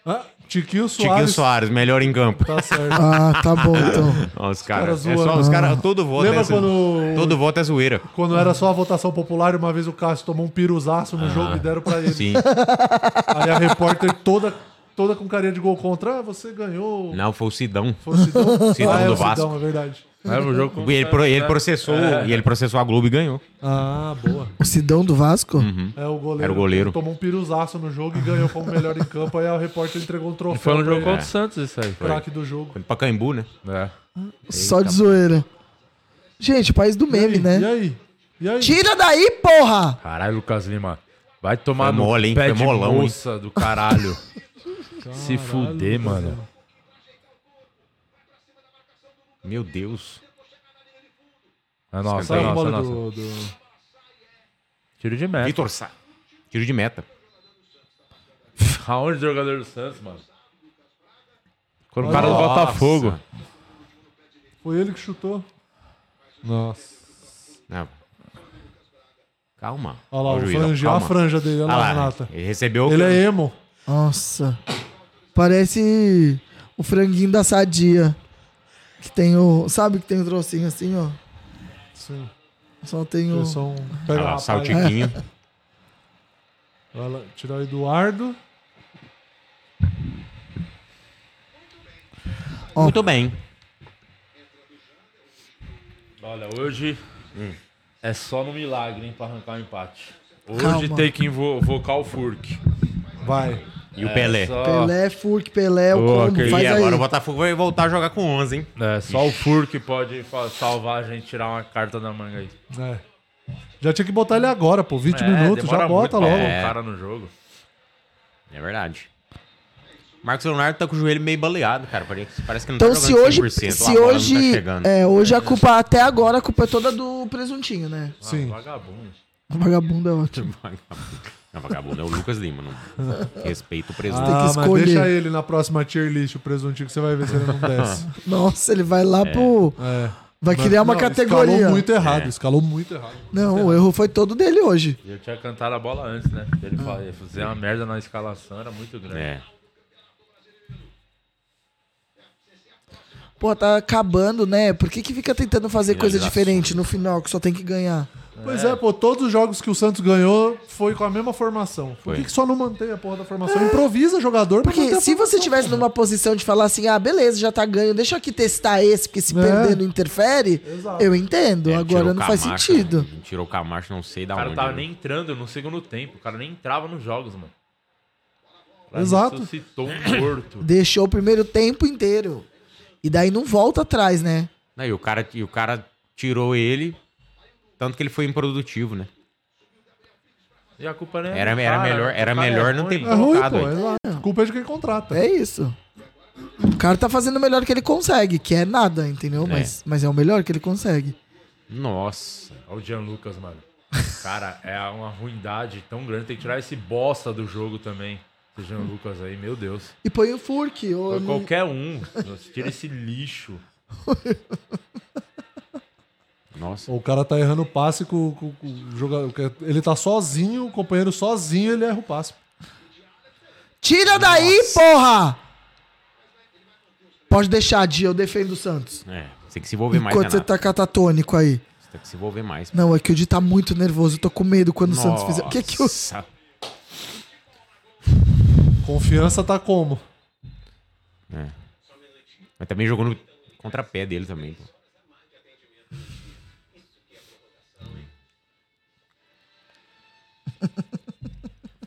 Speaker 2: Ah, Tiquinho
Speaker 3: Tiquinho
Speaker 2: Soares.
Speaker 3: Soares, melhor em campo.
Speaker 2: Tá certo.
Speaker 4: Ah, tá bom
Speaker 2: [LAUGHS]
Speaker 4: então.
Speaker 3: Ó, os caras,
Speaker 2: caras
Speaker 3: é só
Speaker 2: zoando.
Speaker 3: os caras, todo voto
Speaker 2: Lembra
Speaker 3: é zo-
Speaker 2: quando-
Speaker 3: Todo voto é zoeira.
Speaker 2: Quando era só a votação popular, uma vez o Cássio tomou um piruzaço no jogo e deram pra ele.
Speaker 3: Ah, Sim.
Speaker 2: [LAUGHS] Aí a repórter toda, toda com carinha de gol contra. Ah, você ganhou.
Speaker 3: Não, foi o Sidão.
Speaker 2: Foi o
Speaker 3: [LAUGHS]
Speaker 2: Sidão.
Speaker 3: Sidão
Speaker 2: ah, é
Speaker 3: do
Speaker 2: o
Speaker 3: Vasco.
Speaker 2: Sidão, é verdade.
Speaker 1: Leva o jogo com-
Speaker 3: E ele, pro- ele processou,
Speaker 1: É.
Speaker 3: e ele processou a Globo e ganhou.
Speaker 2: Ah, boa.
Speaker 4: O Sidão do Vasco?
Speaker 2: É o goleiro.
Speaker 3: Uhum. Era o goleiro.
Speaker 2: Tomou um piruzaço no jogo e ganhou como melhor em campo. Aí a repórter entregou um troféu.
Speaker 1: Foi no
Speaker 2: pra
Speaker 1: jogo
Speaker 2: ele,
Speaker 3: É.
Speaker 1: contra o Santos isso aí.
Speaker 3: né?
Speaker 2: craque do jogo.
Speaker 3: Foi no Pacaembu, né?
Speaker 1: É.
Speaker 4: Só de zoeira. Gente, país do meme,
Speaker 2: e aí? E
Speaker 4: né?
Speaker 2: aí? E aí?
Speaker 4: Tira daí, porra!
Speaker 1: Caralho, Lucas Lima. Vai tomar
Speaker 3: Foi
Speaker 1: no
Speaker 3: mole, hein?
Speaker 1: pé
Speaker 3: Foi
Speaker 1: de
Speaker 3: molão, hein?
Speaker 1: moça do [LAUGHS] caralho. Se fuder, mano.
Speaker 3: Meu Deus.
Speaker 1: É nossa,
Speaker 2: Sai
Speaker 1: é
Speaker 2: a
Speaker 1: nossa, é
Speaker 2: bola
Speaker 1: nossa.
Speaker 2: do, do-
Speaker 1: Tiro de meta.
Speaker 3: Vitor Sá. Tiro de meta.
Speaker 1: Aonde o jogador do Santos, mano? Quando o cara do Botafogo.
Speaker 2: Foi ele que chutou. Nossa.
Speaker 3: Não. Calma.
Speaker 2: Olha lá,
Speaker 3: Ó
Speaker 2: o
Speaker 3: juizão,
Speaker 2: franja, olha a
Speaker 3: calma.
Speaker 2: franja dele, olha
Speaker 3: Ah
Speaker 2: lá,
Speaker 3: lá,
Speaker 2: Renata.
Speaker 3: Ele recebeu.
Speaker 2: Ele é emo.
Speaker 4: Nossa. Parece o franguinho da sadia. Que tem o. Sabe que tem o trocinho assim, ó?
Speaker 2: Sim.
Speaker 4: Só tem o.
Speaker 2: Eles são.
Speaker 3: Olha
Speaker 2: Pega
Speaker 3: lá,
Speaker 2: uma palha. [LAUGHS]
Speaker 3: saltiquinho.
Speaker 2: Olha lá, Tirar o Eduardo.
Speaker 4: Ó.
Speaker 3: Muito bem.
Speaker 1: Olha, hoje é só no milagre, hein, pra arrancar o empate. Hoje
Speaker 4: Calma.
Speaker 1: tem que invo- invocar o Furk.
Speaker 2: Vai.
Speaker 3: E o
Speaker 1: É
Speaker 3: Pelé.
Speaker 1: só-
Speaker 4: Pelé, Furk, Pelé, o
Speaker 1: Ô,
Speaker 4: combo.
Speaker 1: aquele-
Speaker 4: Faz
Speaker 3: E
Speaker 4: aí.
Speaker 3: agora o Botafogo vai voltar a jogar com 11, hein?
Speaker 1: É, só o Furk pode fa- salvar a gente, tirar uma carta da manga aí.
Speaker 2: É. Já tinha que botar ele agora, pô. 20
Speaker 1: É,
Speaker 2: minutos,
Speaker 1: demora
Speaker 2: já bota
Speaker 1: muito pra
Speaker 2: logo.
Speaker 1: pôr o cara no jogo.
Speaker 3: É verdade. Marcos Leonardo tá com o joelho meio baleado, cara. Parece parece que não
Speaker 4: Então,
Speaker 3: tá
Speaker 4: se
Speaker 3: jogando
Speaker 4: hoje.
Speaker 3: 100%. a
Speaker 4: Se
Speaker 3: bola não tá
Speaker 4: hoje.
Speaker 3: chegando.
Speaker 4: é, hoje a culpa, até agora, a culpa é toda do presuntinho, né?
Speaker 1: Ah,
Speaker 2: Sim.
Speaker 1: vagabundo.
Speaker 4: O vagabundo é ótimo.
Speaker 2: [LAUGHS]
Speaker 3: Não, vagabundo é o Lucas Lima. Não... Respeita o presunto.
Speaker 4: tem
Speaker 2: Ah,
Speaker 4: que
Speaker 2: mas
Speaker 4: escolher.
Speaker 2: deixa ele na próxima tier list, o presuntinho, que você vai ver se ele não desce.
Speaker 4: Nossa, ele vai lá pro.
Speaker 2: É.
Speaker 4: Vai
Speaker 2: Mas,
Speaker 4: criar uma
Speaker 2: não,
Speaker 4: categoria.
Speaker 2: Escalou muito errado, escalou muito errado.
Speaker 4: Não, o erro foi todo dele hoje.
Speaker 1: E eu tinha cantado a bola antes, né? Ele fa- ele fazer uma merda na escalação era muito
Speaker 4: Ah,
Speaker 1: grande.
Speaker 3: É.
Speaker 4: Pô, tá acabando, né? Por que, que fica tentando fazer coisa
Speaker 3: Finalização.
Speaker 4: diferente no final, que só tem que ganhar?
Speaker 2: Pois é, pô, todos os jogos que o Santos ganhou foi com a mesma formação. Por
Speaker 3: Foi.
Speaker 2: que, que só não mantém a porra da formação? Improvisa jogador pra manter
Speaker 4: Porque
Speaker 2: a
Speaker 4: se você tivesse numa posição de falar assim, ah, beleza, já tá ganho, deixa eu aqui testar esse, porque se
Speaker 2: É.
Speaker 4: perder não interfere,
Speaker 2: Exato.
Speaker 4: eu entendo.
Speaker 3: É,
Speaker 4: Agora
Speaker 3: tirou
Speaker 4: não faz
Speaker 3: Camacho,
Speaker 4: sentido.
Speaker 3: né? Tirou o Camacho, não sei da
Speaker 1: O cara
Speaker 3: onde.
Speaker 1: não tava
Speaker 3: né?
Speaker 1: nem entrando no segundo tempo. O cara nem entrava nos jogos, mano. O cara
Speaker 2: Exato.
Speaker 1: Ressuscitou um morto.
Speaker 4: Deixou o primeiro tempo inteiro. E daí não volta atrás, né?
Speaker 3: Não, e, o cara, e o cara tirou ele, tanto que ele foi improdutivo, né?
Speaker 1: E a culpa nem é
Speaker 3: Era,
Speaker 1: do
Speaker 3: era
Speaker 1: cara,
Speaker 3: melhor,
Speaker 1: o
Speaker 3: era
Speaker 1: cara é
Speaker 3: melhor não
Speaker 1: ruim.
Speaker 3: ter
Speaker 2: É ruim,
Speaker 3: colocado.
Speaker 2: pô.
Speaker 3: ele.
Speaker 2: exato. Culpa é de quem contrata.
Speaker 4: É isso. O cara tá fazendo o melhor que ele consegue, que é nada, entendeu? Mas, mas é o melhor que ele consegue.
Speaker 3: Nossa.
Speaker 1: Olha o Jean Lucas, mano. Cara, é uma ruindade tão grande. Tem que tirar esse bosta do jogo também. Esse Jean Lucas aí, meu Deus.
Speaker 4: E põe o Furk. Ou...
Speaker 1: Qualquer um. Nossa, Tira esse lixo.
Speaker 3: Nossa.
Speaker 2: O cara tá errando o passe com, com, com o jogador. Ele tá sozinho, o companheiro sozinho, ele erra o passe.
Speaker 4: Tira daí, porra! Pode deixar, Dia, eu defendo o Santos.
Speaker 3: É, você tem que se envolver mais,
Speaker 4: Enquanto
Speaker 3: Renato.
Speaker 4: você tá catatônico aí.
Speaker 3: Você tem que se envolver mais.
Speaker 4: Não, é que o Di tá muito nervoso. Eu tô com medo quando o Santos fizer. O que é que o.
Speaker 3: Nossa.
Speaker 2: Confiança tá como?
Speaker 3: Mas também jogou no contrapé dele também, pô.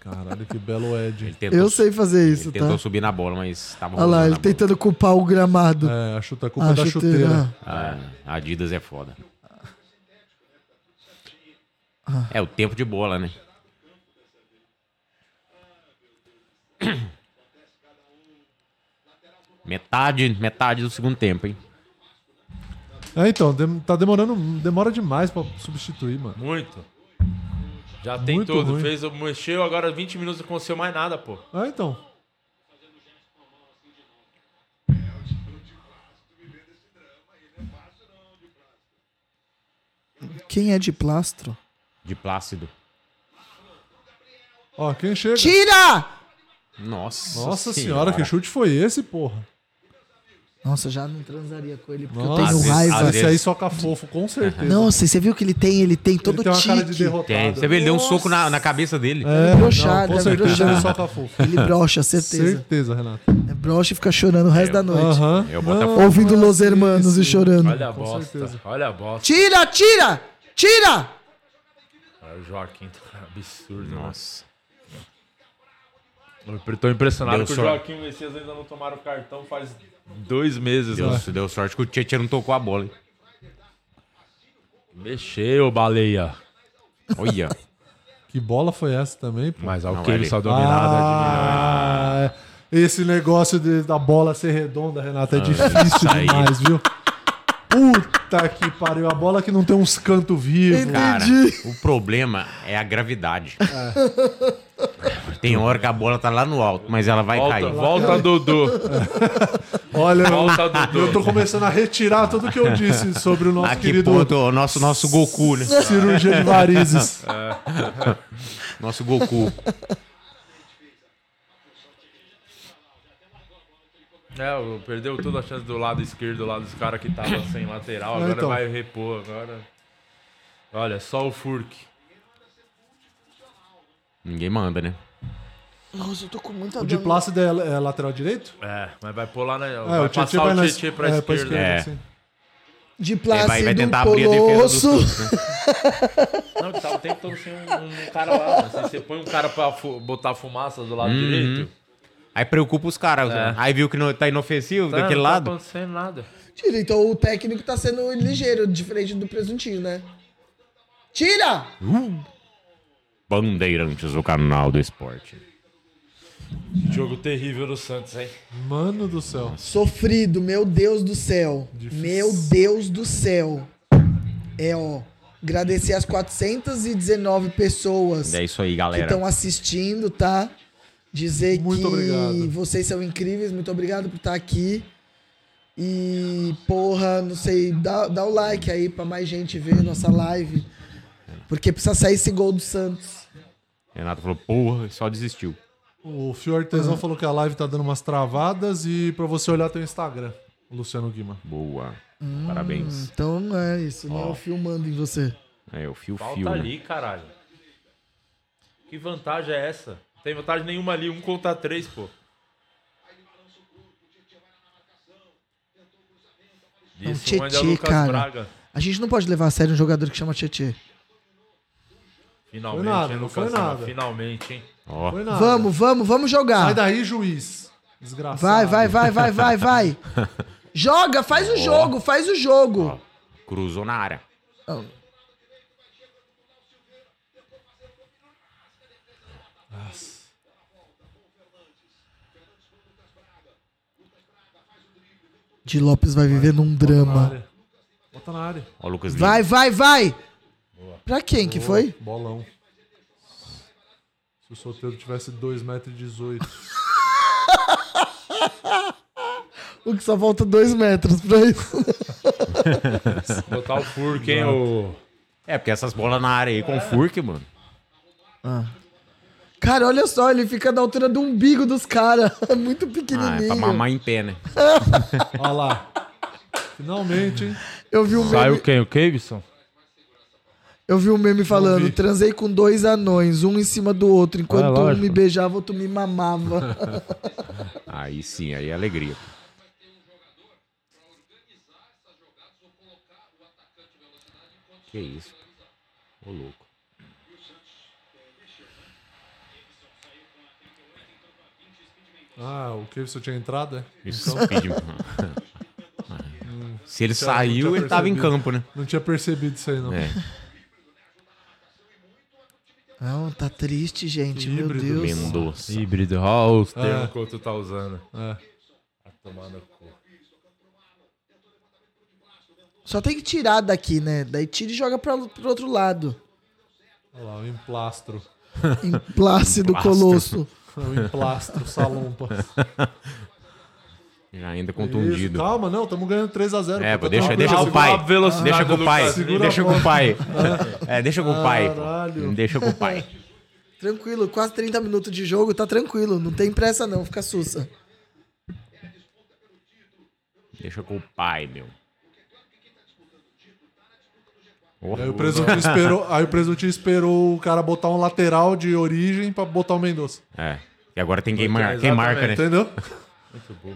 Speaker 2: Caralho, que belo
Speaker 3: Ele
Speaker 2: Ed.
Speaker 3: tentou,
Speaker 4: Eu sei fazer
Speaker 3: ele
Speaker 4: isso,
Speaker 3: tentou
Speaker 4: tá?
Speaker 3: subir na bola, mas tava
Speaker 4: Olha lá,
Speaker 3: rolando
Speaker 4: ele
Speaker 3: na bola.
Speaker 4: tentando culpar o gramado.
Speaker 2: um É, a chuta a culpa
Speaker 4: a
Speaker 2: da chuteira.
Speaker 4: chuteira.
Speaker 3: A
Speaker 2: Ah.
Speaker 3: a Adidas é foda. É o tempo de bola, né? Metade, metade do segundo tempo, hein?
Speaker 2: É, então, dem- tá demorando. Demora demais pra substituir, mano.
Speaker 1: Muito. Já tem
Speaker 2: Muito
Speaker 1: tudo.
Speaker 2: ruim.
Speaker 1: Fez, mexeu, agora 20 minutos não aconteceu mais nada, pô.
Speaker 2: Ah, então.
Speaker 4: Quem é de plastro?
Speaker 3: De Plácido.
Speaker 2: Ó, quem chega.
Speaker 4: Tira!
Speaker 3: Nossa,
Speaker 2: Nossa senhora, que chute foi esse, porra?
Speaker 4: Nossa, eu já não transaria com ele porque
Speaker 2: Nossa.
Speaker 4: eu tenho
Speaker 3: Às vezes-
Speaker 4: raiva.
Speaker 3: às vezes-
Speaker 2: Esse aí soca fofo, com certeza.
Speaker 4: Nossa, você viu que ele tem? Ele tem todo
Speaker 2: Ele tem uma cara de
Speaker 4: tique.
Speaker 2: derrotado.
Speaker 3: Tem. Você vê, ele deu um soco na, na cabeça dele.
Speaker 2: É,
Speaker 4: Broxado,
Speaker 2: não, com
Speaker 4: é
Speaker 2: certeza né?
Speaker 4: broxado.
Speaker 2: ele soca fofo.
Speaker 4: Ele brocha, certeza.
Speaker 2: Certeza, Renato.
Speaker 4: É brocha e fica chorando o resto da noite.
Speaker 2: Aham.
Speaker 3: É
Speaker 2: Não,
Speaker 3: o Botafogo.
Speaker 4: Ouvindo Los Hermanos e chorando.
Speaker 1: Olha a
Speaker 2: Com
Speaker 1: bosta.
Speaker 2: certeza.
Speaker 1: Olha a bosta.
Speaker 4: Tira, tira! Tira!
Speaker 1: Cara, o Joaquim tá [LAUGHS] absurdo, mano.
Speaker 3: Nossa.
Speaker 1: Eu tô impressionado
Speaker 3: Deu
Speaker 1: que o
Speaker 3: sorte.
Speaker 1: Joaquim e o Messias ainda não tomaram cartão faz dois meses, né?
Speaker 3: Deus, deu sorte que o Tietchan não tocou a bola, hein?
Speaker 1: Mexeu, baleia.
Speaker 3: Olha.
Speaker 2: Que bola foi essa também, pô?
Speaker 1: Mas
Speaker 3: Não,
Speaker 1: ao que
Speaker 3: ele-
Speaker 1: ele só dominada
Speaker 2: Ah, esse negócio de- da bola ser redonda, Renata, é difícil
Speaker 3: Ah, aí.
Speaker 2: demais, viu? Puta que pariu. A bola que não tem uns cantos vivos.
Speaker 3: Cara, o problema é a gravidade.
Speaker 2: É.
Speaker 3: Tem hora que a bola tá lá no alto, mas ela vai
Speaker 1: Volta,
Speaker 3: cair.
Speaker 1: volta
Speaker 2: [LAUGHS]
Speaker 1: Dudu.
Speaker 2: Olha,
Speaker 1: Volta,
Speaker 2: eu,
Speaker 1: Dudu.
Speaker 2: eu tô começando a retirar tudo que eu disse
Speaker 3: [LAUGHS]
Speaker 2: sobre o nosso
Speaker 3: A que
Speaker 2: querido
Speaker 3: ponto o nosso, nosso Goku, né?
Speaker 2: cirurgia de
Speaker 4: [LAUGHS]
Speaker 2: varizes.
Speaker 3: Nosso Goku.
Speaker 1: É, o- perdeu toda a chance do lado esquerdo, do lado dos caras que tava sem lateral.
Speaker 2: Ah,
Speaker 1: Agora
Speaker 2: então.
Speaker 1: vai repor, agora... Olha, só o Furk.
Speaker 3: Ninguém manda, né?
Speaker 4: Nossa, eu tô com muita
Speaker 2: O
Speaker 4: dor.
Speaker 2: de Plácido é, é lateral direito?
Speaker 1: É, mas vai pôr lá na...
Speaker 2: é,
Speaker 1: vai passar o
Speaker 2: na-
Speaker 1: Tietchan pra
Speaker 2: é,
Speaker 1: esquerda.
Speaker 3: É.
Speaker 2: sim.
Speaker 4: De
Speaker 3: Ele
Speaker 4: Plácido
Speaker 3: vai, vai tentar abrir a defesa dos
Speaker 4: Tá Colosso.
Speaker 3: outros, né?
Speaker 1: Não, que tá o tempo todo sem um, um cara lá. né? Se você põe um cara pra fu- botar fumaça do lado direito...
Speaker 3: Aí preocupa os caras.
Speaker 1: É.
Speaker 3: Aí viu que não, tá inofensivo
Speaker 1: tá-
Speaker 3: daquele
Speaker 1: não
Speaker 3: lado.
Speaker 1: Tá acontecendo nada.
Speaker 4: [LAUGHS] Tira, então o técnico tá sendo ligeiro, diferente do presuntinho, né? Tira!
Speaker 3: Bandeirantes, o canal do esporte.
Speaker 1: Jogo terrível do Santos, hein?
Speaker 2: Mano do céu.
Speaker 4: Sofrido, meu Deus do céu. Meu Deus do céu. É, ó. Agradecer as 419 pessoas
Speaker 3: É isso aí,
Speaker 4: que
Speaker 3: galera.
Speaker 4: estão assistindo, tá? Dizer
Speaker 2: Muito
Speaker 4: que
Speaker 2: obrigado.
Speaker 4: vocês são incríveis. Muito obrigado por estar aqui. E, porra, não sei, dá, dá o like aí pra mais gente ver nossa live. Porque precisa sair esse gol do Santos.
Speaker 3: Renato falou, porra, só desistiu.
Speaker 2: O Fio Artesão
Speaker 4: É.
Speaker 2: falou que a live tá dando umas travadas e pra você olhar teu Instagram, Luciano Guima.
Speaker 3: Boa. Parabéns.
Speaker 4: Então não é isso, não é
Speaker 3: Ó.
Speaker 4: o filmando em você.
Speaker 3: É, o fio
Speaker 1: Falta
Speaker 3: fio. né?
Speaker 1: ali, caralho. Que vantagem é essa? Não tem vantagem nenhuma ali, um contra três, pô.
Speaker 4: um
Speaker 1: Isso,
Speaker 4: Tietê,
Speaker 1: manda Lucas
Speaker 4: cara.
Speaker 1: Braga.
Speaker 4: A gente não pode levar a sério um jogador que chama Tietê.
Speaker 1: Finalmente,
Speaker 2: Foi nada,
Speaker 1: hein,
Speaker 2: não
Speaker 1: Lucas
Speaker 2: foi
Speaker 1: Silva,
Speaker 2: nada.
Speaker 1: Finalmente, hein?
Speaker 3: Ó,
Speaker 2: Foi nada.
Speaker 4: Vamos, vamos, vamos
Speaker 2: Ah. Sai
Speaker 4: jogar.
Speaker 2: daí, juiz. Desgraçado.
Speaker 4: Vai, vai, vai, vai, vai, vai.
Speaker 2: [LAUGHS]
Speaker 4: Joga, faz o jogo, faz o jogo.
Speaker 3: cruzou na área.
Speaker 4: De Lopes vai viver num drama.
Speaker 2: área. Bota na área.
Speaker 3: Ó, o Lucas Lima.
Speaker 4: Vai, vai, vai. Pra quem que foi?
Speaker 2: Bolão. Se o solteiro tivesse 2,18m.
Speaker 4: O que só falta dois metros pra isso.
Speaker 1: Botar o Furk, hein, o...
Speaker 3: É, porque essas bolas na área aí
Speaker 4: É.
Speaker 3: com o Furk, mano.
Speaker 4: [LAUGHS] Cara, olha só, ele fica da altura do umbigo dos caras. É [LAUGHS] muito
Speaker 3: Ah, é pra
Speaker 4: pequenininho.
Speaker 3: mamar em pé, né?
Speaker 2: Olha lá. Finalmente, hein?
Speaker 4: eu, vi um meme,
Speaker 1: Saiu quem? O Keibson?
Speaker 4: eu vi um meme falando:
Speaker 2: vi.
Speaker 4: transei com dois anões, um em cima do outro.
Speaker 1: É,
Speaker 4: Enquanto um
Speaker 1: lógico.
Speaker 4: me beijava, outro me mamava. [LAUGHS]
Speaker 3: Aí sim, aí é alegria. Que isso? Ô, louco.
Speaker 2: Ah, o Kevson tinha entrado, é?
Speaker 3: Isso [LAUGHS] speed, mano. Se ele
Speaker 2: não
Speaker 3: saiu,
Speaker 2: tinha
Speaker 3: ele tava em
Speaker 2: percebido.
Speaker 3: campo, né?
Speaker 2: Não tinha percebido isso aí, não.
Speaker 3: É.
Speaker 4: Não, tá triste, gente. Meu
Speaker 2: Híbrido
Speaker 4: Deus.
Speaker 3: Mendonça.
Speaker 1: Híbrido. Olha os termos
Speaker 2: É.
Speaker 1: que o outro tá usando.
Speaker 2: É.
Speaker 1: Tá tomando cu.
Speaker 4: Só tem que tirar daqui, né? Daí tira e joga pra, pro outro lado.
Speaker 2: Olha lá, o emplastro. [LAUGHS]
Speaker 4: Em Plácido Colosso.
Speaker 2: O emplastro, salompa.
Speaker 3: Já ainda
Speaker 2: Isso,
Speaker 3: contundido.
Speaker 2: calma, não, estamos ganhando 3x0.
Speaker 3: É, pô, deixa, deixa
Speaker 1: Calma,
Speaker 3: com o pai.
Speaker 1: a velocidade
Speaker 3: Deixa com
Speaker 1: do
Speaker 3: o pai.
Speaker 1: Lucas.
Speaker 2: Segura
Speaker 3: Deixa
Speaker 2: a
Speaker 3: com o
Speaker 2: bola.
Speaker 3: pai. É, deixa com o pai. pô.
Speaker 2: Caralho.
Speaker 3: Deixa com o pai.
Speaker 4: Tranquilo, quase 30 minutos de jogo, tá tranquilo. Não tem pressa não, fica sussa.
Speaker 3: Deixa com o pai, meu.
Speaker 2: Aí o presuntinho esperou, aí o presuntinho esperou o cara botar um lateral de origem pra botar o Mendonça.
Speaker 3: É. E agora tem quem, mar...
Speaker 1: Exatamente.
Speaker 3: quem marca, né?
Speaker 2: Entendeu?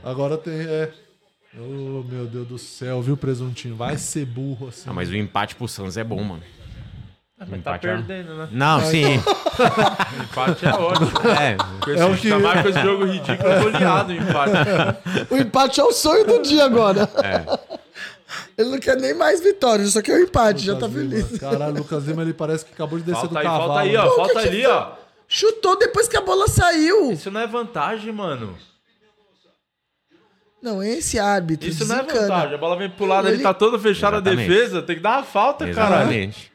Speaker 2: Agora tem. É. Ô, meu Deus do céu, viu, presuntinho? Vai ser burro assim.
Speaker 3: Ah, mas o empate pro Santos é bom, mano.
Speaker 1: Mas tá
Speaker 3: empate é-
Speaker 1: perdendo, né?
Speaker 3: Não, sim.
Speaker 1: Empate é ótimo.
Speaker 3: [LAUGHS] É.
Speaker 1: Com
Speaker 2: [LAUGHS] É o
Speaker 1: esse,
Speaker 2: que-
Speaker 1: tá mais com esse jogo
Speaker 2: [LAUGHS]
Speaker 1: ridículo, goleado o empate.
Speaker 4: O empate é o sonho do dia agora. [LAUGHS] Ele não quer nem mais vitória, ele só quer o empate, [LAUGHS] já tá
Speaker 2: Lucas Lima.
Speaker 4: feliz.
Speaker 2: Caralho, o Lucas Lima ele parece que acabou de descer do
Speaker 1: Falta aí,
Speaker 2: cavalo.
Speaker 1: falta aí, ó.
Speaker 4: Pô,
Speaker 1: Falta
Speaker 4: que que
Speaker 1: ali, ó.
Speaker 4: Chutou depois que a bola saiu.
Speaker 1: Isso não é vantagem, mano.
Speaker 4: Não, esse árbitro.
Speaker 1: Isso não é
Speaker 4: desencana.
Speaker 1: vantagem. A bola vem pro lado, ele
Speaker 4: Ele-
Speaker 1: tá todo fechado a
Speaker 3: Exatamente.
Speaker 1: defesa. Tem que dar uma falta, caralho.
Speaker 3: Exatamente.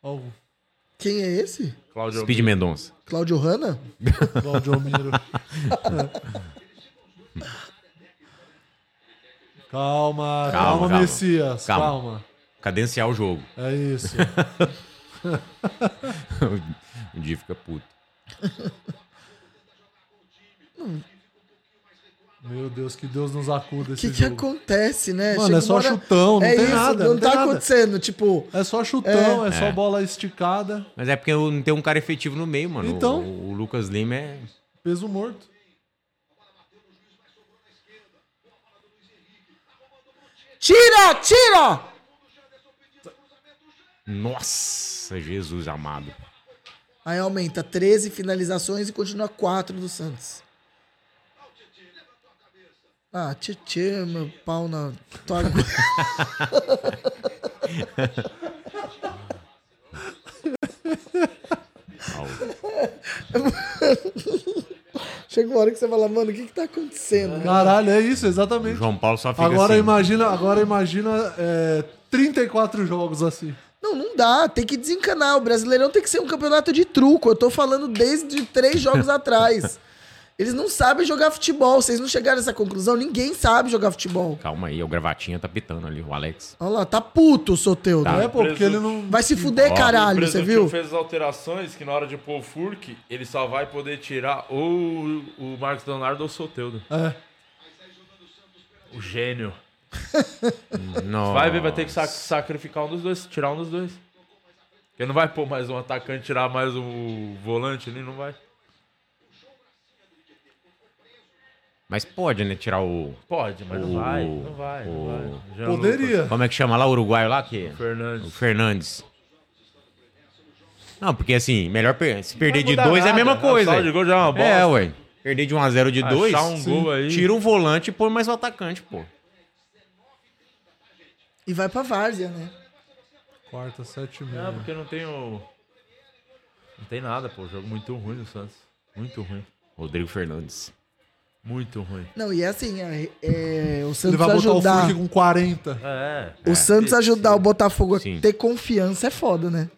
Speaker 2: Ó,
Speaker 4: Quem é esse?
Speaker 1: Cláudio
Speaker 3: Speed Mendonça.
Speaker 4: Cláudio Hanna?
Speaker 2: o Valdir Almiro. [LAUGHS] Calma, calma,
Speaker 3: calma.
Speaker 2: Messias.
Speaker 3: Calma.
Speaker 2: Calma.
Speaker 3: Cadenciar o jogo. [LAUGHS]
Speaker 2: É isso.
Speaker 3: O Di fica puto.
Speaker 2: Meu Deus, que Deus nos acuda
Speaker 4: O
Speaker 2: esse
Speaker 4: que, que
Speaker 2: jogo.
Speaker 4: acontece, né?
Speaker 2: Mano,
Speaker 4: Chega
Speaker 2: é só
Speaker 4: uma hora-
Speaker 2: chutão, não
Speaker 4: é
Speaker 2: tem
Speaker 4: isso,
Speaker 2: nada,
Speaker 4: Não,
Speaker 2: não tem
Speaker 4: tá
Speaker 2: nada.
Speaker 4: acontecendo, tipo.
Speaker 2: É só chutão, é, só
Speaker 3: É.
Speaker 2: bola esticada,
Speaker 3: Mas é porque não tem um cara efetivo no meio, mano.
Speaker 2: Então.
Speaker 3: O, o Lucas Lima é.
Speaker 2: peso morto.
Speaker 4: Tira, tira!
Speaker 3: Nossa, Jesus amado.
Speaker 4: Aí aumenta 13 finalizações e continua 4 do Santos. Ah, tchê, meu pau na tua [LAUGHS] gu- Chega uma hora que você fala, mano, o que que tá acontecendo? cara?
Speaker 2: Caralho, é isso,
Speaker 3: O
Speaker 2: exatamente.
Speaker 3: João Paulo só fica
Speaker 2: Agora
Speaker 3: assim.
Speaker 2: imagina, agora imagina é, 34 jogos assim.
Speaker 4: Não, não dá. Tem que desencanar. O Brasileirão tem que ser um campeonato de truco. Eu tô falando desde
Speaker 3: [LAUGHS]
Speaker 4: três jogos atrás. Eles não sabem jogar futebol. Vocês não chegaram a essa conclusão? Ninguém sabe jogar futebol.
Speaker 3: Calma aí, o gravatinha tá pitando ali, o Alex.
Speaker 4: Olha lá, tá puto o Soteudo.
Speaker 2: Não é, pô, porque ele não.
Speaker 4: Vai se fuder,
Speaker 3: Tá. Ó,
Speaker 4: caralho,
Speaker 1: Presuntinho
Speaker 4: você viu?
Speaker 1: fez as alterações que na hora de pôr o Furk, ele só vai poder tirar ou o Marcos Leonardo ou o Soteudo.
Speaker 2: É.
Speaker 1: O gênio.
Speaker 3: Nossa.
Speaker 1: Vai ver, vai ter que sac- sacrificar um dos dois, tirar um dos dois. Ele não vai pôr mais um atacante, tirar mais um volante ali, não vai.
Speaker 3: Mas pode, né? Tirar o.
Speaker 1: Pode, mas não
Speaker 3: O-
Speaker 1: vai, não vai, não
Speaker 3: o-
Speaker 1: vai.
Speaker 2: Tá
Speaker 1: Jean
Speaker 2: Poderia.
Speaker 3: Como é que chama lá o uruguaio lá? Que...
Speaker 1: Lucas
Speaker 3: O
Speaker 1: Fernandes.
Speaker 3: Fernandes. Não, porque assim, melhor per- se perder
Speaker 1: Não
Speaker 3: de
Speaker 1: muda
Speaker 3: dois é a
Speaker 1: nada,
Speaker 3: mesma
Speaker 1: né?
Speaker 3: coisa.
Speaker 1: O saldo de gol já é uma bosta.
Speaker 3: É, ué. Perder de 1 a 0 de
Speaker 1: Achar
Speaker 3: 2,
Speaker 1: um gol aí.
Speaker 3: tira o volante e põe mais o atacante, pô.
Speaker 4: E vai pra várzea, né?
Speaker 2: Quarta, sete e
Speaker 1: Não,
Speaker 2: meia.
Speaker 1: porque não tem o... Não tem nada, pô. Jogo muito ruim no Santos. Muito ruim.
Speaker 3: Rodrigo Fernandes.
Speaker 1: Muito ruim.
Speaker 4: Não, e é assim, é- é, o
Speaker 2: Ele
Speaker 4: Santos
Speaker 2: vai botar o
Speaker 4: ajudar.
Speaker 2: Furk com 40.
Speaker 1: É,
Speaker 4: O Santos ajudar o Botafogo a
Speaker 3: Sim.
Speaker 4: ter confiança é foda, né?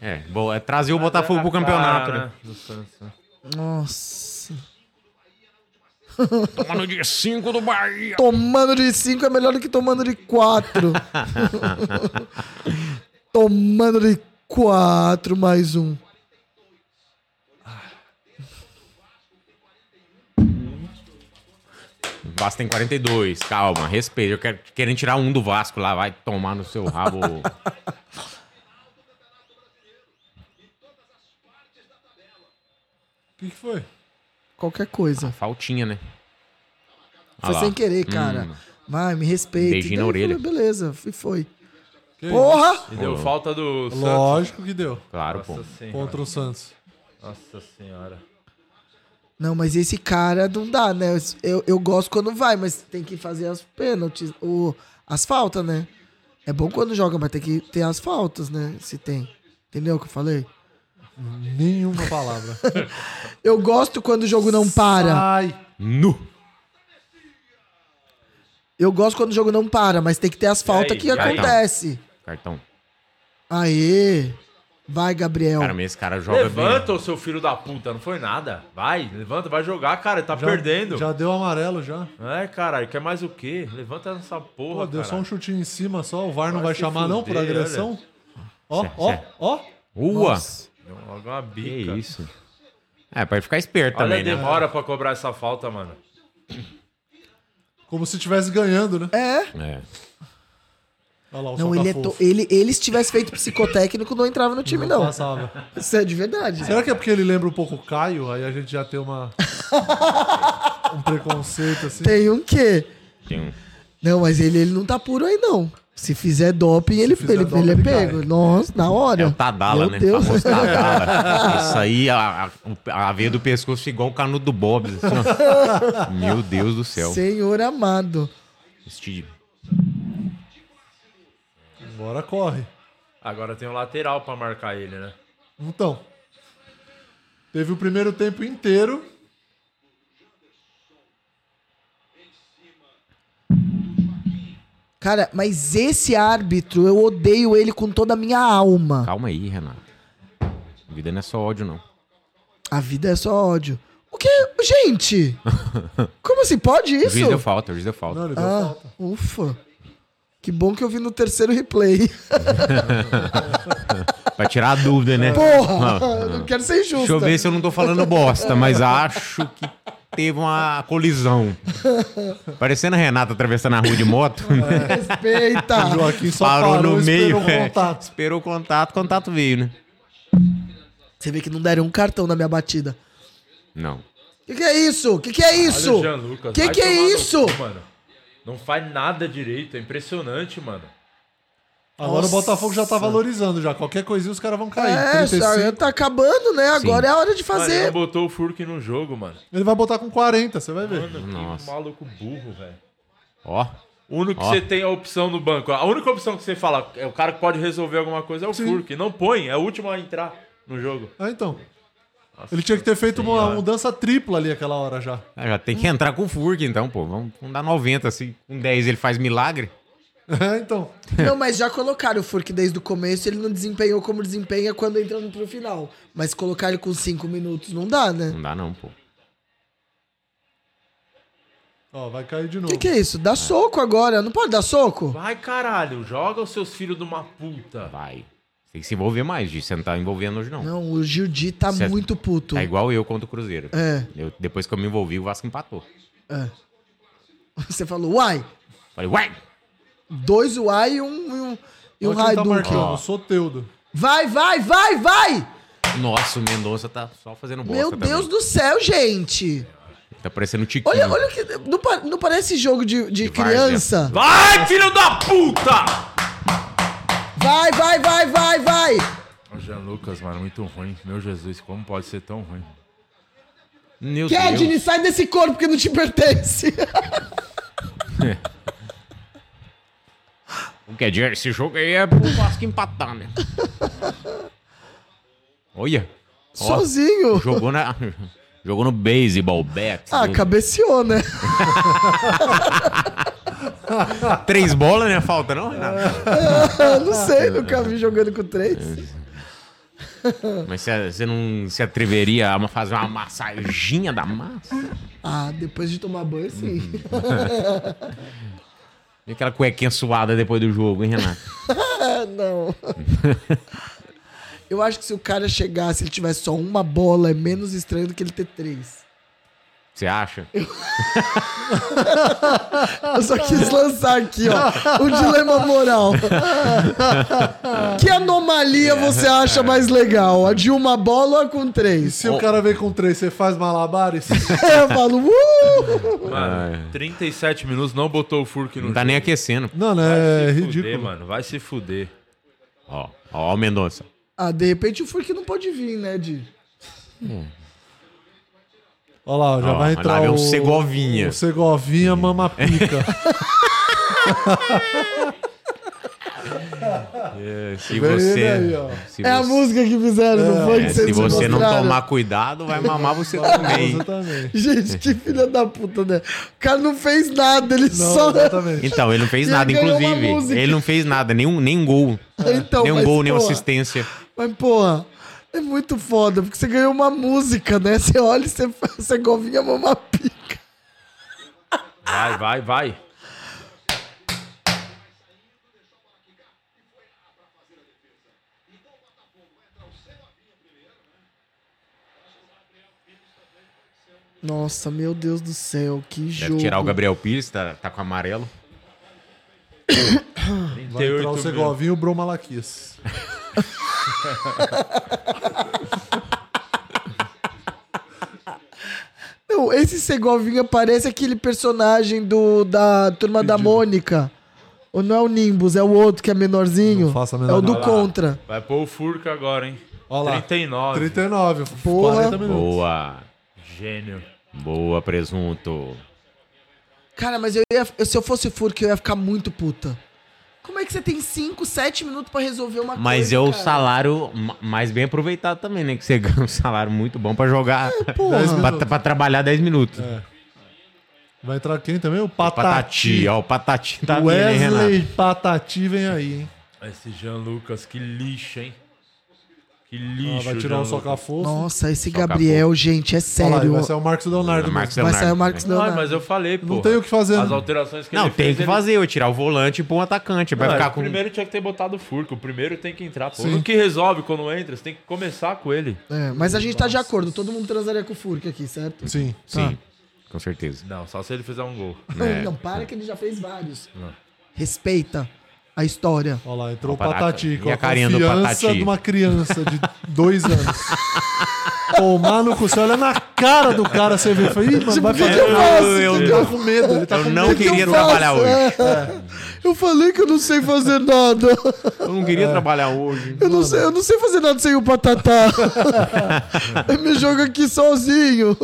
Speaker 3: É, bo- é trazer o Botafogo pro campeonato, né?
Speaker 1: Do Santos, né?
Speaker 4: Nossa.
Speaker 3: Toma no dia 5 do Bahia.
Speaker 4: Tomando de 5 é melhor do que tomando de
Speaker 3: [LAUGHS]
Speaker 4: 4. tomando de 4 mais um.
Speaker 3: Vasco tem 42, calma, respeito. Eu quero querendo tirar um do Vasco lá, vai tomar no seu rabo.
Speaker 1: [LAUGHS]
Speaker 2: O que, que foi?
Speaker 4: Qualquer coisa.
Speaker 3: Faltinha, né?
Speaker 4: Foi
Speaker 3: Ah lá.
Speaker 4: sem querer, cara. Vai, me respeita.
Speaker 3: Beijinho na
Speaker 4: Daí eu
Speaker 3: orelha.
Speaker 4: falei, Beleza, e foi.
Speaker 2: Que
Speaker 4: Porra!
Speaker 1: E deu falta do
Speaker 2: isso?
Speaker 1: Santos.
Speaker 2: Lógico que deu.
Speaker 3: Claro, pô.
Speaker 1: Nossa senhora.
Speaker 2: Contra o Santos.
Speaker 1: Nossa senhora.
Speaker 4: Não, mas esse cara não dá, né? Eu, eu gosto quando vai, mas tem que fazer as pênaltis, o, as faltas, né? É bom quando joga, mas tem que ter as faltas, né? Se tem. Entendeu o que eu falei?
Speaker 2: Nenhuma palavra.
Speaker 4: Eu gosto quando o jogo não para.
Speaker 2: Ai.
Speaker 3: Nu.
Speaker 4: Eu gosto quando o jogo não para, mas tem que ter as faltas
Speaker 1: aí,
Speaker 4: que
Speaker 1: e aí?
Speaker 4: acontece.
Speaker 3: Cartão.
Speaker 4: Aê! Vai, Gabriel.
Speaker 3: Cara, mas esse cara joga bem.
Speaker 1: levanta, ô seu filho da puta, não foi nada. Vai, levanta, vai jogar, cara, tá
Speaker 2: Já-
Speaker 1: perdendo.
Speaker 2: Já deu amarelo já.
Speaker 1: É, caralho, quer mais o quê? Levanta essa porra,
Speaker 2: Pô, deu só
Speaker 1: caralho.
Speaker 2: um chutinho em cima só. O VAR não
Speaker 1: Vai
Speaker 2: vai
Speaker 1: se
Speaker 2: chamar não por
Speaker 1: fuder,
Speaker 2: agressão. Ó,
Speaker 3: Cê-
Speaker 2: ó,
Speaker 3: cê-
Speaker 2: ó.
Speaker 3: Ua!
Speaker 1: Deu logo uma bica.
Speaker 3: Que isso? É, pode ficar esperto
Speaker 1: Olha
Speaker 3: também,
Speaker 1: a
Speaker 3: né?
Speaker 1: demora pra cobrar essa falta, mano.
Speaker 2: Como se estivesse ganhando, né?
Speaker 4: É.
Speaker 3: É.
Speaker 2: Olha lá, o
Speaker 4: Não,
Speaker 2: Santa
Speaker 4: ele, é
Speaker 2: Fofo.
Speaker 4: to- ele, ele se tivesse feito psicotécnico, não entrava no time, não.
Speaker 2: Passava.
Speaker 4: Isso é de verdade.
Speaker 2: Será que é porque ele lembra um pouco o Caio? Aí a gente já tem
Speaker 4: [LAUGHS]
Speaker 2: uma... um preconceito, assim.
Speaker 4: Tem um quê?
Speaker 3: Tem um...
Speaker 4: Não, mas ele, ele não tá puro aí, não. Se fizer doping, ele,
Speaker 2: fizer
Speaker 4: ele,
Speaker 2: doping,
Speaker 4: ele é
Speaker 2: ele
Speaker 4: pego.
Speaker 2: cai.
Speaker 4: Nossa, na hora.
Speaker 3: É o Tadala,
Speaker 4: Meu
Speaker 3: né?
Speaker 4: Deus.
Speaker 3: O
Speaker 4: [LAUGHS]
Speaker 3: famoso Tadala. Isso aí, a, a, a veia do um
Speaker 4: [LAUGHS]
Speaker 3: pescoço igual o canudo do Bob. assim, ó. Meu Deus do céu.
Speaker 4: Senhor amado.
Speaker 3: Steve.
Speaker 2: Agora corre.
Speaker 1: Agora tem o lateral pra marcar ele, né?
Speaker 2: Então. Teve o primeiro tempo inteiro.
Speaker 4: Cara, mas esse árbitro, eu odeio ele com toda a minha alma.
Speaker 3: Calma aí, Renato. A vida não é só ódio, não.
Speaker 4: A vida é só ódio. O que?
Speaker 3: [LAUGHS]
Speaker 4: Gente! Como assim? Pode
Speaker 3: O juiz
Speaker 4: isso?
Speaker 3: deu falta, o juiz deu falta.
Speaker 2: Não, ele deu
Speaker 4: Ah,
Speaker 2: falta.
Speaker 4: ufa. Que bom que eu vi no terceiro replay. [LAUGHS]
Speaker 3: Pra tirar a dúvida, né?
Speaker 4: Porra! eu Não quero ser injusto.
Speaker 3: Deixa eu ver se eu não tô falando bosta, mas acho que teve uma colisão. Parecendo a Renata atravessando a rua de moto.
Speaker 4: [LAUGHS]
Speaker 3: né? [LAUGHS]
Speaker 4: Respeita!
Speaker 2: O Joaquim só
Speaker 3: Parou,
Speaker 2: parou
Speaker 3: no
Speaker 2: e
Speaker 3: meio.
Speaker 2: esperou o
Speaker 3: é.
Speaker 2: contato.
Speaker 3: Esperou o contato, contato veio, né?
Speaker 4: Você vê que não deram um cartão na minha batida.
Speaker 3: Não.
Speaker 4: O que, que é isso? O que, que é
Speaker 1: Olha
Speaker 4: isso?
Speaker 1: o Jean Lucas.
Speaker 4: que
Speaker 1: vai
Speaker 4: que é
Speaker 1: tomar no
Speaker 4: isso?
Speaker 1: cu, mano. Não faz nada direito. É impressionante, mano.
Speaker 2: Agora
Speaker 4: Nossa.
Speaker 2: o Botafogo já tá valorizando já. Qualquer coisinha os caras vão cair.
Speaker 4: É,
Speaker 2: 35.
Speaker 4: sabe, tá acabando, né? Agora é a hora de
Speaker 1: Mano, ele não
Speaker 4: fazer.
Speaker 1: botou o Furk no jogo, mano.
Speaker 2: Ele vai botar com 40, você vai ver.
Speaker 1: Mano, que
Speaker 3: Nossa.
Speaker 1: maluco burro, velho.
Speaker 3: Ó.
Speaker 1: O único que
Speaker 3: Ó.
Speaker 1: você tem a opção no banco. A única opção que você fala, é o cara que pode resolver alguma coisa é o Furk. Não põe, é o último a entrar no jogo.
Speaker 2: Ah, então. ele tinha que ter feito uma uma mudança tripla ali aquela hora já. [LAUGHS]
Speaker 3: Ah, Já tem que entrar com o Furk, então, pô. Vamos, vamos dar 90, assim. Com 10 ele faz milagre.
Speaker 2: É, então.
Speaker 4: Não, mas já colocaram o Furk desde o começo, ele não desempenhou como desempenha quando entrando pro final. Mas colocar ele com 5 minutos não dá, né?
Speaker 3: Não dá, não, pô.
Speaker 2: Ó, vai cair de
Speaker 4: O
Speaker 2: novo.
Speaker 4: que, que é isso? Dá soco agora, não pode dar soco?
Speaker 1: Vai, caralho. Joga os seus filhos de uma puta.
Speaker 3: Vai. Você tem que se envolver mais, Gi. Você não tá envolvendo hoje, não.
Speaker 4: Não, o Gildi tá
Speaker 3: Certo.
Speaker 4: muito puto.
Speaker 3: Tá igual eu contra o Cruzeiro.
Speaker 4: É,
Speaker 3: Eu- depois que eu me envolvi, o Vasco empatou.
Speaker 4: é. Você falou, uai,
Speaker 3: Falei, uai!
Speaker 4: dois uai e um, e um, e um
Speaker 2: Olha quem tá
Speaker 4: Raidu.
Speaker 2: marcando, o Soteudo.
Speaker 4: vai, vai, vai, vai!
Speaker 3: Nossa, o Mendonça tá só fazendo bosta
Speaker 4: Meu
Speaker 3: também.
Speaker 4: Deus do céu, gente!
Speaker 3: Tá parecendo um Tiquinho.
Speaker 4: Olha, olha o que. Não, pa- não parece jogo de, de
Speaker 3: De várzea.
Speaker 4: criança?
Speaker 1: Vai, filho da
Speaker 3: Tá.
Speaker 1: puta!
Speaker 4: Vai, vai, vai, vai, vai!
Speaker 1: O Jean Lucas, mano, muito ruim. Meu Jesus, como pode ser tão ruim?
Speaker 3: Meu
Speaker 4: Kedney, sai desse corpo que não te pertence!
Speaker 3: O que é dinheiro? Esse jogo aí é pro Vasco empatar,
Speaker 4: [LAUGHS]
Speaker 3: né? Olha. Ó,
Speaker 4: Sozinho!
Speaker 3: Jogou na... [LAUGHS] Jogou no baseball Tá bat.
Speaker 4: Ah, cabeceou, né? [LAUGHS]
Speaker 3: Três bolas, né? Falta, não,
Speaker 4: É.
Speaker 3: Renato?
Speaker 4: não
Speaker 3: Ah.
Speaker 4: sei, nunca vi jogando com três.
Speaker 3: É. Mas você você não se atreveria a fazer uma massaginha da massa?
Speaker 4: Ah, depois de tomar banho, sim.
Speaker 3: E aquela cuequinha suada depois do jogo, hein, Renato?
Speaker 4: Ah, não. [LAUGHS] Eu acho que se o cara chegasse, ele tivesse só uma bola, é menos estranho do que ele ter três.
Speaker 3: Você acha?
Speaker 4: Eu só quis lançar aqui, ó, o dilema moral. Que anomalia você acha mais legal? A de uma bola ou a com três?
Speaker 3: [LAUGHS]
Speaker 4: [LAUGHS]
Speaker 2: Se
Speaker 4: É,
Speaker 2: o cara vem com 3, você faz malabares?
Speaker 4: Eu falo, uh!
Speaker 1: Mano, 37 minutos, não botou o Furk no
Speaker 3: Não tá
Speaker 1: jogo.
Speaker 3: nem aquecendo.
Speaker 2: Não, né? É
Speaker 1: Vai se fuder,
Speaker 2: ridículo.
Speaker 1: mano. Vai se fuder.
Speaker 3: Ó, ó o Mendonça.
Speaker 4: Ah, de repente o Furk não pode vir, né, Di?
Speaker 2: Olha lá, ó, já
Speaker 3: Ó,
Speaker 2: vai
Speaker 3: lá
Speaker 2: entrar
Speaker 3: vem
Speaker 2: o...
Speaker 3: um Segovinha.
Speaker 2: O Segovinha mama pica.
Speaker 3: Se
Speaker 2: Vem ele
Speaker 3: você...
Speaker 2: aí, ó.
Speaker 3: se
Speaker 4: É a
Speaker 3: você-
Speaker 4: música que fizeram, não foi?
Speaker 3: é,
Speaker 4: que
Speaker 3: se
Speaker 4: vocês
Speaker 3: você não
Speaker 4: mostraram?
Speaker 3: tomar cuidado, vai mamar você também.
Speaker 2: Você também.
Speaker 4: [LAUGHS] Gente, que filha da puta, né? O cara não fez nada,
Speaker 2: Não,
Speaker 4: ele só...
Speaker 2: exatamente.
Speaker 3: Então, ele não fez
Speaker 4: Ele
Speaker 3: nada,
Speaker 4: ganhou uma
Speaker 3: inclusive.
Speaker 4: música.
Speaker 3: Ele não fez nada, nenhum, nenhum gol.
Speaker 4: [LAUGHS] Então,
Speaker 3: nenhum
Speaker 4: mas,
Speaker 3: um gol, nenhuma
Speaker 4: porra,
Speaker 3: assistência.
Speaker 4: Mas, porra, é muito foda, porque você ganhou uma música, né? Você olha e você, [LAUGHS] você é govinha mama pica.
Speaker 1: Vai, vai, vai.
Speaker 4: Nossa, meu Deus do céu, que
Speaker 3: Deve
Speaker 4: jogo.
Speaker 3: tirar o Gabriel Pires, tá, tá com amarelo.
Speaker 2: Vai entrar o
Speaker 1: 38 minutos.
Speaker 2: Segovinha e o Bro Malaquias.
Speaker 4: Não, esse Segovinha parece aquele personagem do da Turma da Mônica. Ou não é o Nimbus, é o outro que é menorzinho.
Speaker 2: Não faço a menor
Speaker 4: é o do
Speaker 2: ideia.
Speaker 4: Contra.
Speaker 1: Vai pôr o Furk agora, hein?
Speaker 2: Olha lá.
Speaker 1: 39.
Speaker 2: 39.
Speaker 4: Porra.
Speaker 2: 40 minutos.
Speaker 3: Boa.
Speaker 1: Gênio.
Speaker 3: Boa, presunto.
Speaker 4: Cara, mas eu ia, eu- se eu fosse Furk, eu ia ficar muito puta. Como é que você tem 5, 7 minutos pra resolver uma coisa?
Speaker 3: Mas é o
Speaker 4: cara?
Speaker 3: salário ma- mais bem aproveitado também, né? Que você [LAUGHS] ganha um salário muito bom pra jogar. [LAUGHS]
Speaker 2: Dez
Speaker 3: pra,
Speaker 2: minutos.
Speaker 3: pra trabalhar 10 minutos.
Speaker 2: Vai entrar quem também? O
Speaker 3: Patati,
Speaker 2: Patati.
Speaker 3: ó. O Patati tá vindo, hein, Renato?
Speaker 2: Wesley Patati vem aí, hein?
Speaker 1: Esse Jean Lucas, que lixo, hein? Que
Speaker 2: Ah,
Speaker 1: lixo.
Speaker 2: vai tirar um
Speaker 1: Jean Lucas.
Speaker 2: socafofo.
Speaker 4: Nossa, esse
Speaker 3: Só
Speaker 4: Gabriel, gente, é
Speaker 2: Olha lá,
Speaker 4: sério.
Speaker 2: vai ser o Marcos Leonardo.
Speaker 3: É, Marcos
Speaker 4: Vai sair o Marcos
Speaker 1: Não,
Speaker 4: Leonardo.
Speaker 1: mas eu falei, pô.
Speaker 2: Não tem o que fazer,
Speaker 1: As
Speaker 2: né?
Speaker 1: alterações que
Speaker 3: Não,
Speaker 1: ele
Speaker 3: tem
Speaker 1: fez,
Speaker 3: que
Speaker 1: ele-
Speaker 3: fazer. Eu tirar o volante e pôr um atacante. Vai
Speaker 1: Não,
Speaker 3: ficar
Speaker 1: ele
Speaker 3: com...
Speaker 1: Primeiro tinha que ter botado o Furco. O primeiro tem que entrar, pô.
Speaker 2: Sim.
Speaker 1: O que resolve quando entra, você tem que começar com ele.
Speaker 4: É, mas a gente tá de acordo, todo mundo transaria com o Furk aqui, certo?
Speaker 2: Sim.
Speaker 3: Sim, com certeza.
Speaker 1: Não, só se ele fizer um gol.
Speaker 3: É. Ah.
Speaker 4: Não, para que ele já fez vários. Respeita a história.
Speaker 2: Olha lá, entrou o
Speaker 3: Olha lá,
Speaker 2: Patati.
Speaker 3: e a carinha do
Speaker 2: confiança
Speaker 3: Patati?
Speaker 2: de uma criança de dois anos. Tomar no cu. Você olha na cara do cara, você vê. Fala, Ih, mano, vai
Speaker 4: que que
Speaker 2: fazer
Speaker 4: eu faço?
Speaker 2: Eu,
Speaker 4: Que
Speaker 2: eu,
Speaker 4: que eu-
Speaker 2: com medo. Ele tá
Speaker 3: Eu
Speaker 2: com
Speaker 3: não
Speaker 2: medo.
Speaker 3: queria
Speaker 4: eu
Speaker 3: trabalhar
Speaker 4: faço?
Speaker 3: hoje.
Speaker 4: Eu falei que eu não sei fazer nada.
Speaker 3: Eu não queria trabalhar hoje.
Speaker 4: Eu não, sei, eu não sei fazer nada sem o [LAUGHS] patatá. eu me jogo aqui sozinho.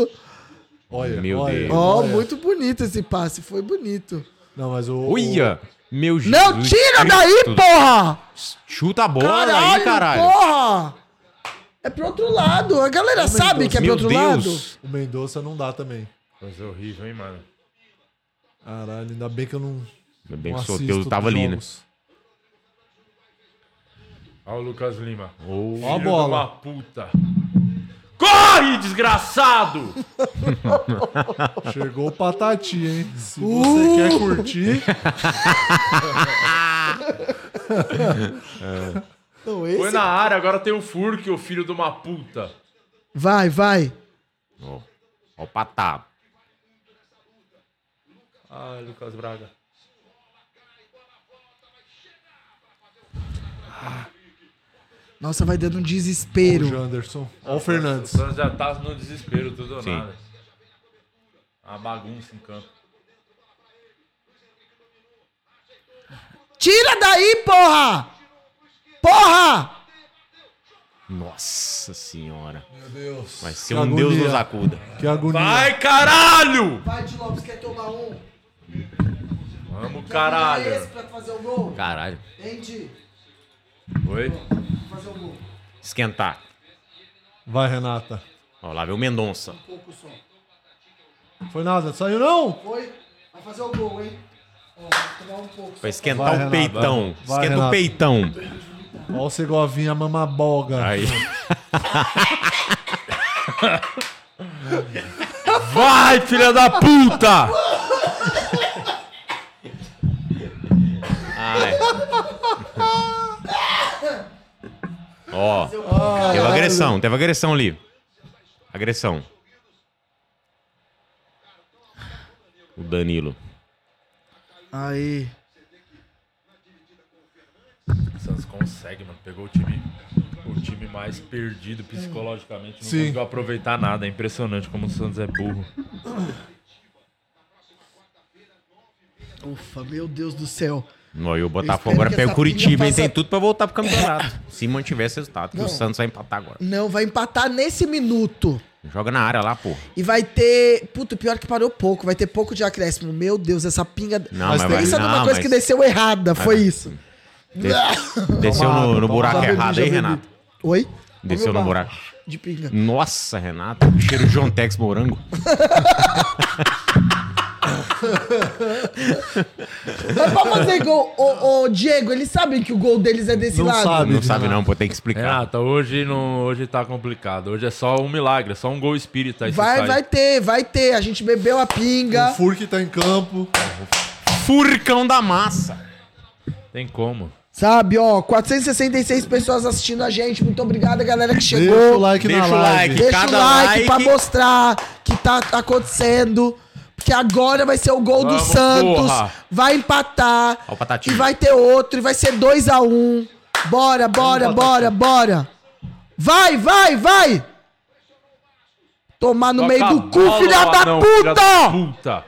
Speaker 2: Olha,
Speaker 3: Meu
Speaker 2: olha,
Speaker 3: Deus.
Speaker 4: Ó,
Speaker 2: olha.
Speaker 4: muito bonito esse passe, foi bonito.
Speaker 2: Não, mas o.
Speaker 3: Uia! Meu Jesus.
Speaker 4: Não, tira daí,
Speaker 3: Cristo.
Speaker 4: porra!
Speaker 3: Chuta a bola
Speaker 4: Caralho,
Speaker 3: aí, caralho!
Speaker 4: porra! É pro outro lado. A galera sabe que é pro
Speaker 3: Meu
Speaker 4: outro lado.
Speaker 3: Deus!
Speaker 2: O, o Mendonça não dá também.
Speaker 1: Mas é horrível, hein, mano.
Speaker 2: Caralho, ainda bem que eu não.
Speaker 3: Ainda bem
Speaker 2: não
Speaker 3: que o
Speaker 2: assisto
Speaker 3: Soteldo tava ali, né?
Speaker 2: jogos.
Speaker 1: Olha o Lucas Lima.
Speaker 2: Ó a
Speaker 1: Filho de
Speaker 2: bola.
Speaker 1: uma puta. Corre, desgraçado!
Speaker 2: Chegou o Patati, hein? Se você quer curtir.
Speaker 4: Não,
Speaker 1: Foi [LAUGHS]
Speaker 4: esse...
Speaker 1: na área, agora tem o Furk, o filho de uma puta.
Speaker 4: Vai, vai.
Speaker 3: Ó, ó o Patá.
Speaker 1: Ah, Lucas Braga.
Speaker 4: Nossa, vai dando um
Speaker 2: O
Speaker 4: desespero.
Speaker 2: Janderson. Ó o Fernandes.
Speaker 1: O Santos já tá no desespero, tudo ou
Speaker 3: Sim.
Speaker 1: nada. Uma bagunça em campo.
Speaker 4: Tira daí, porra! Porra!
Speaker 3: Nossa senhora.
Speaker 2: Meu Deus.
Speaker 3: Vai ser
Speaker 2: Que
Speaker 3: um Deus
Speaker 2: agonia.
Speaker 3: nos acuda.
Speaker 2: Que agonia.
Speaker 1: Vai, caralho!
Speaker 4: Vai, de Lopes, quer tomar um?
Speaker 1: Vamos,
Speaker 4: Dá esse
Speaker 1: caralho!
Speaker 4: pra fazer o gol?
Speaker 3: Caralho.
Speaker 4: Entendi.
Speaker 1: Oi?
Speaker 4: Fazer o gol.
Speaker 3: Esquentar.
Speaker 2: Vai, Renata.
Speaker 3: Ó, lá vem o Mendonça.
Speaker 4: Um Pouco só.
Speaker 2: Foi nada. Saiu não?
Speaker 4: Foi? Vai fazer o gol, hein? Ó, vai tomar um pouco.
Speaker 3: Vai esquentar
Speaker 2: Vai,
Speaker 3: o
Speaker 2: Renato, vai. Vai,
Speaker 3: peitão. Esquenta
Speaker 2: Renato.
Speaker 3: o peitão.
Speaker 2: Ó o Segovinha mamaboga.
Speaker 4: [LAUGHS]
Speaker 3: Aí. Vai, filha da puta! Ai. Ó, teve agressão, teve agressão ali. Agressão. O Danilo.
Speaker 4: Aí.
Speaker 1: O Santos consegue, mano. Pegou o time, o time mais perdido psicologicamente. Não
Speaker 2: Sim.
Speaker 1: conseguiu aproveitar nada. É impressionante como o Santos é burro.
Speaker 4: Ufa, meu Deus do céu.
Speaker 3: Não, e o
Speaker 4: espero
Speaker 3: Botafogo agora
Speaker 4: que
Speaker 3: pega
Speaker 4: essa
Speaker 3: o Curitiba,
Speaker 4: pilha
Speaker 3: hein? Tem
Speaker 4: faça-
Speaker 3: tudo pra voltar pro
Speaker 4: [LAUGHS]
Speaker 3: campeonato. Se mantiver esse resultado, que o Santos vai empatar agora.
Speaker 4: Não, vai empatar nesse minuto.
Speaker 3: Joga na área lá, porra.
Speaker 4: E vai ter. Puto, pior é que parou pouco. Vai ter pouco de acréscimo. Meu Deus, essa pinga.
Speaker 3: Não,
Speaker 4: mas
Speaker 3: mas vai-
Speaker 4: pensa numa
Speaker 3: não,
Speaker 4: coisa
Speaker 3: mas-
Speaker 4: que desceu errada. Foi isso.
Speaker 3: Des- Desceu
Speaker 2: Toma água,
Speaker 3: no, no
Speaker 2: toma
Speaker 3: buraco
Speaker 2: água.
Speaker 3: errado
Speaker 2: Já
Speaker 3: aí,
Speaker 2: bebi.
Speaker 3: Renato.
Speaker 4: Oi?
Speaker 3: Desceu
Speaker 4: Olha o
Speaker 3: no
Speaker 4: meu
Speaker 3: buraco.
Speaker 4: barro De pinga.
Speaker 3: Nossa, Renato. Cheiro de John Tex morango.
Speaker 4: Mas pra fazer gol, ô, ô, Diego, eles sabem que o gol deles é desse
Speaker 2: Não
Speaker 4: lado.
Speaker 2: sabe.
Speaker 3: Não sabe
Speaker 2: Renato.
Speaker 3: não, pô. Tem que explicar.
Speaker 1: Renata, hoje, não, hoje tá complicado. Hoje é só um milagre, é só um gol espírita. aí você
Speaker 4: Vai,
Speaker 1: sai.
Speaker 4: vai ter, vai ter. A gente bebeu a pinga.
Speaker 2: O Furk tá em campo.
Speaker 3: Furcão da massa.
Speaker 1: Tem como.
Speaker 4: Sabe, ó, 466 pessoas assistindo a gente. Muito obrigada, galera que chegou.
Speaker 2: Deixa o like na
Speaker 3: Deixa o
Speaker 2: live.
Speaker 3: like.
Speaker 4: Deixa
Speaker 3: Cada
Speaker 4: o like, pra
Speaker 3: like-
Speaker 4: mostrar que tá acontecendo. Porque agora vai ser o gol do
Speaker 1: Vamos,
Speaker 4: Santos.
Speaker 1: porra.
Speaker 4: Vai empatar.
Speaker 3: Ó o Patatinho.
Speaker 4: E vai ter outro. E vai ser 2x1. Bora, bora, bora, bora. Vai, vai, vai. Tomar no
Speaker 1: Toca
Speaker 4: meio
Speaker 1: a
Speaker 4: do cu,
Speaker 1: bola,
Speaker 4: filha da
Speaker 1: anão, filha da
Speaker 4: puta!
Speaker 1: puta!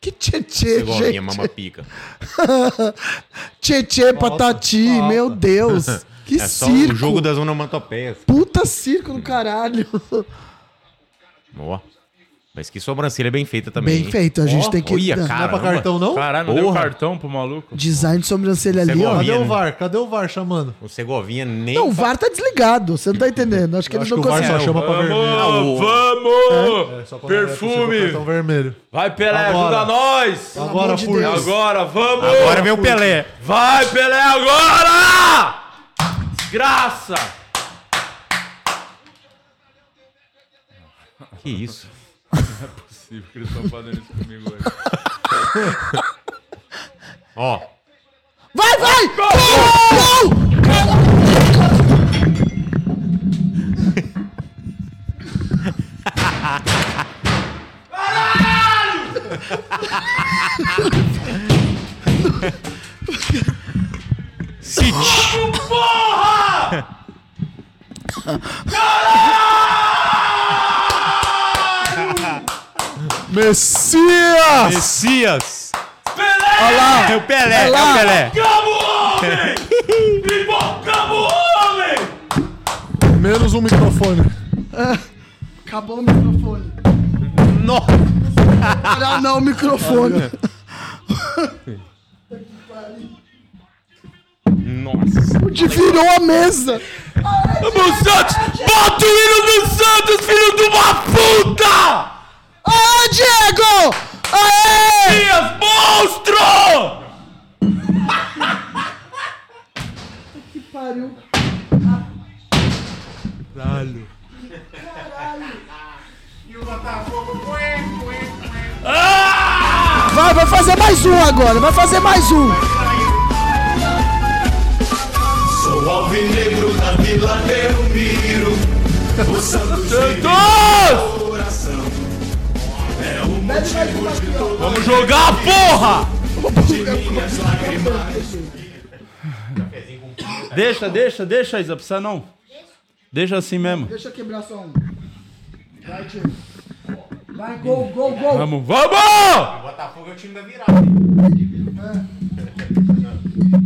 Speaker 4: Que tchê-tchê,
Speaker 3: É Igual a minha
Speaker 4: gente.
Speaker 3: mama pica.
Speaker 4: Tchê-tchê, patati,
Speaker 2: falta.
Speaker 4: meu
Speaker 3: [LAUGHS]
Speaker 4: Deus. Que
Speaker 3: É só
Speaker 4: circo.
Speaker 3: o jogo das onomatopeias.
Speaker 4: Puta circo do caralho.
Speaker 3: Ó. Mas que sobrancelha bem feita também.
Speaker 4: Bem feito, a gente tem que-
Speaker 3: Olha,
Speaker 4: Não
Speaker 2: Não
Speaker 4: é
Speaker 2: é
Speaker 3: caramba.
Speaker 2: pra cartão, não?
Speaker 1: Caralho, não deu
Speaker 3: Porra.
Speaker 1: cartão pro maluco?
Speaker 4: Design de sobrancelha
Speaker 3: Você
Speaker 4: ali, ó.
Speaker 3: gosta?
Speaker 2: Cadê
Speaker 3: Vinha,
Speaker 2: o
Speaker 3: né?
Speaker 2: VAR? Cadê o VAR chamando?
Speaker 3: O Segovinha nem.
Speaker 4: Não, o VAR tá desligado, você não tá entendendo. Acho que
Speaker 2: Eu
Speaker 4: eles
Speaker 2: acho
Speaker 4: não
Speaker 2: que o VAR
Speaker 4: conseguem.
Speaker 2: só chama pra vermelho. Ah,
Speaker 1: Vamos,
Speaker 2: É,
Speaker 1: vamos!
Speaker 2: só quando é possível o
Speaker 1: Perfume!
Speaker 2: cartão vermelho.
Speaker 1: Vai, Pelé,
Speaker 2: Agora.
Speaker 1: ajuda nós!
Speaker 4: Pelo
Speaker 2: Agora,
Speaker 4: amor de
Speaker 2: Furtado.
Speaker 4: Deus.
Speaker 1: Agora, vamos!
Speaker 3: Agora vem o Pelé.
Speaker 1: Vai, Pelé, agora! Desgraça!
Speaker 3: Que isso?
Speaker 1: Possível que eles estão fazendo isso comigo
Speaker 6: [LAUGHS]
Speaker 1: hoje.
Speaker 3: Ó.
Speaker 4: Vai, vai! Gol!
Speaker 3: Se ti-
Speaker 2: Messias!
Speaker 3: Messias!
Speaker 1: Pelé!
Speaker 3: Olha lá! É o Pelé, é o Pelé!
Speaker 1: Cabo homem! Pipocamos homem!
Speaker 2: Menos um microfone.
Speaker 4: Acabou o microfone. Ah,
Speaker 3: Nossa!
Speaker 4: Não, não, o microfone.
Speaker 3: Nossa!
Speaker 4: Te virou a mesa.
Speaker 1: Vamos, Santos! Bota o hino do Santos, filho de uma puta!
Speaker 4: Ô, Diego! Aê!
Speaker 1: Dias, monstro!
Speaker 4: Vai, vai fazer mais um agora, vai fazer mais um.
Speaker 7: Sou alvinegro da Vila Belmiro. O Santos vive
Speaker 1: Santos!
Speaker 7: no coração. É o motivo de todas
Speaker 1: Vamos jogar a porra!
Speaker 7: minhas lágrimas.
Speaker 6: Deixa, deixa, deixa, Isa, precisa não. Deixa assim mesmo.
Speaker 4: Deixa eu quebrar só um. Vai, Diego. Vai, gol, gol, gol.
Speaker 1: Vamos, vamos!
Speaker 3: Botafogo é o time da virada.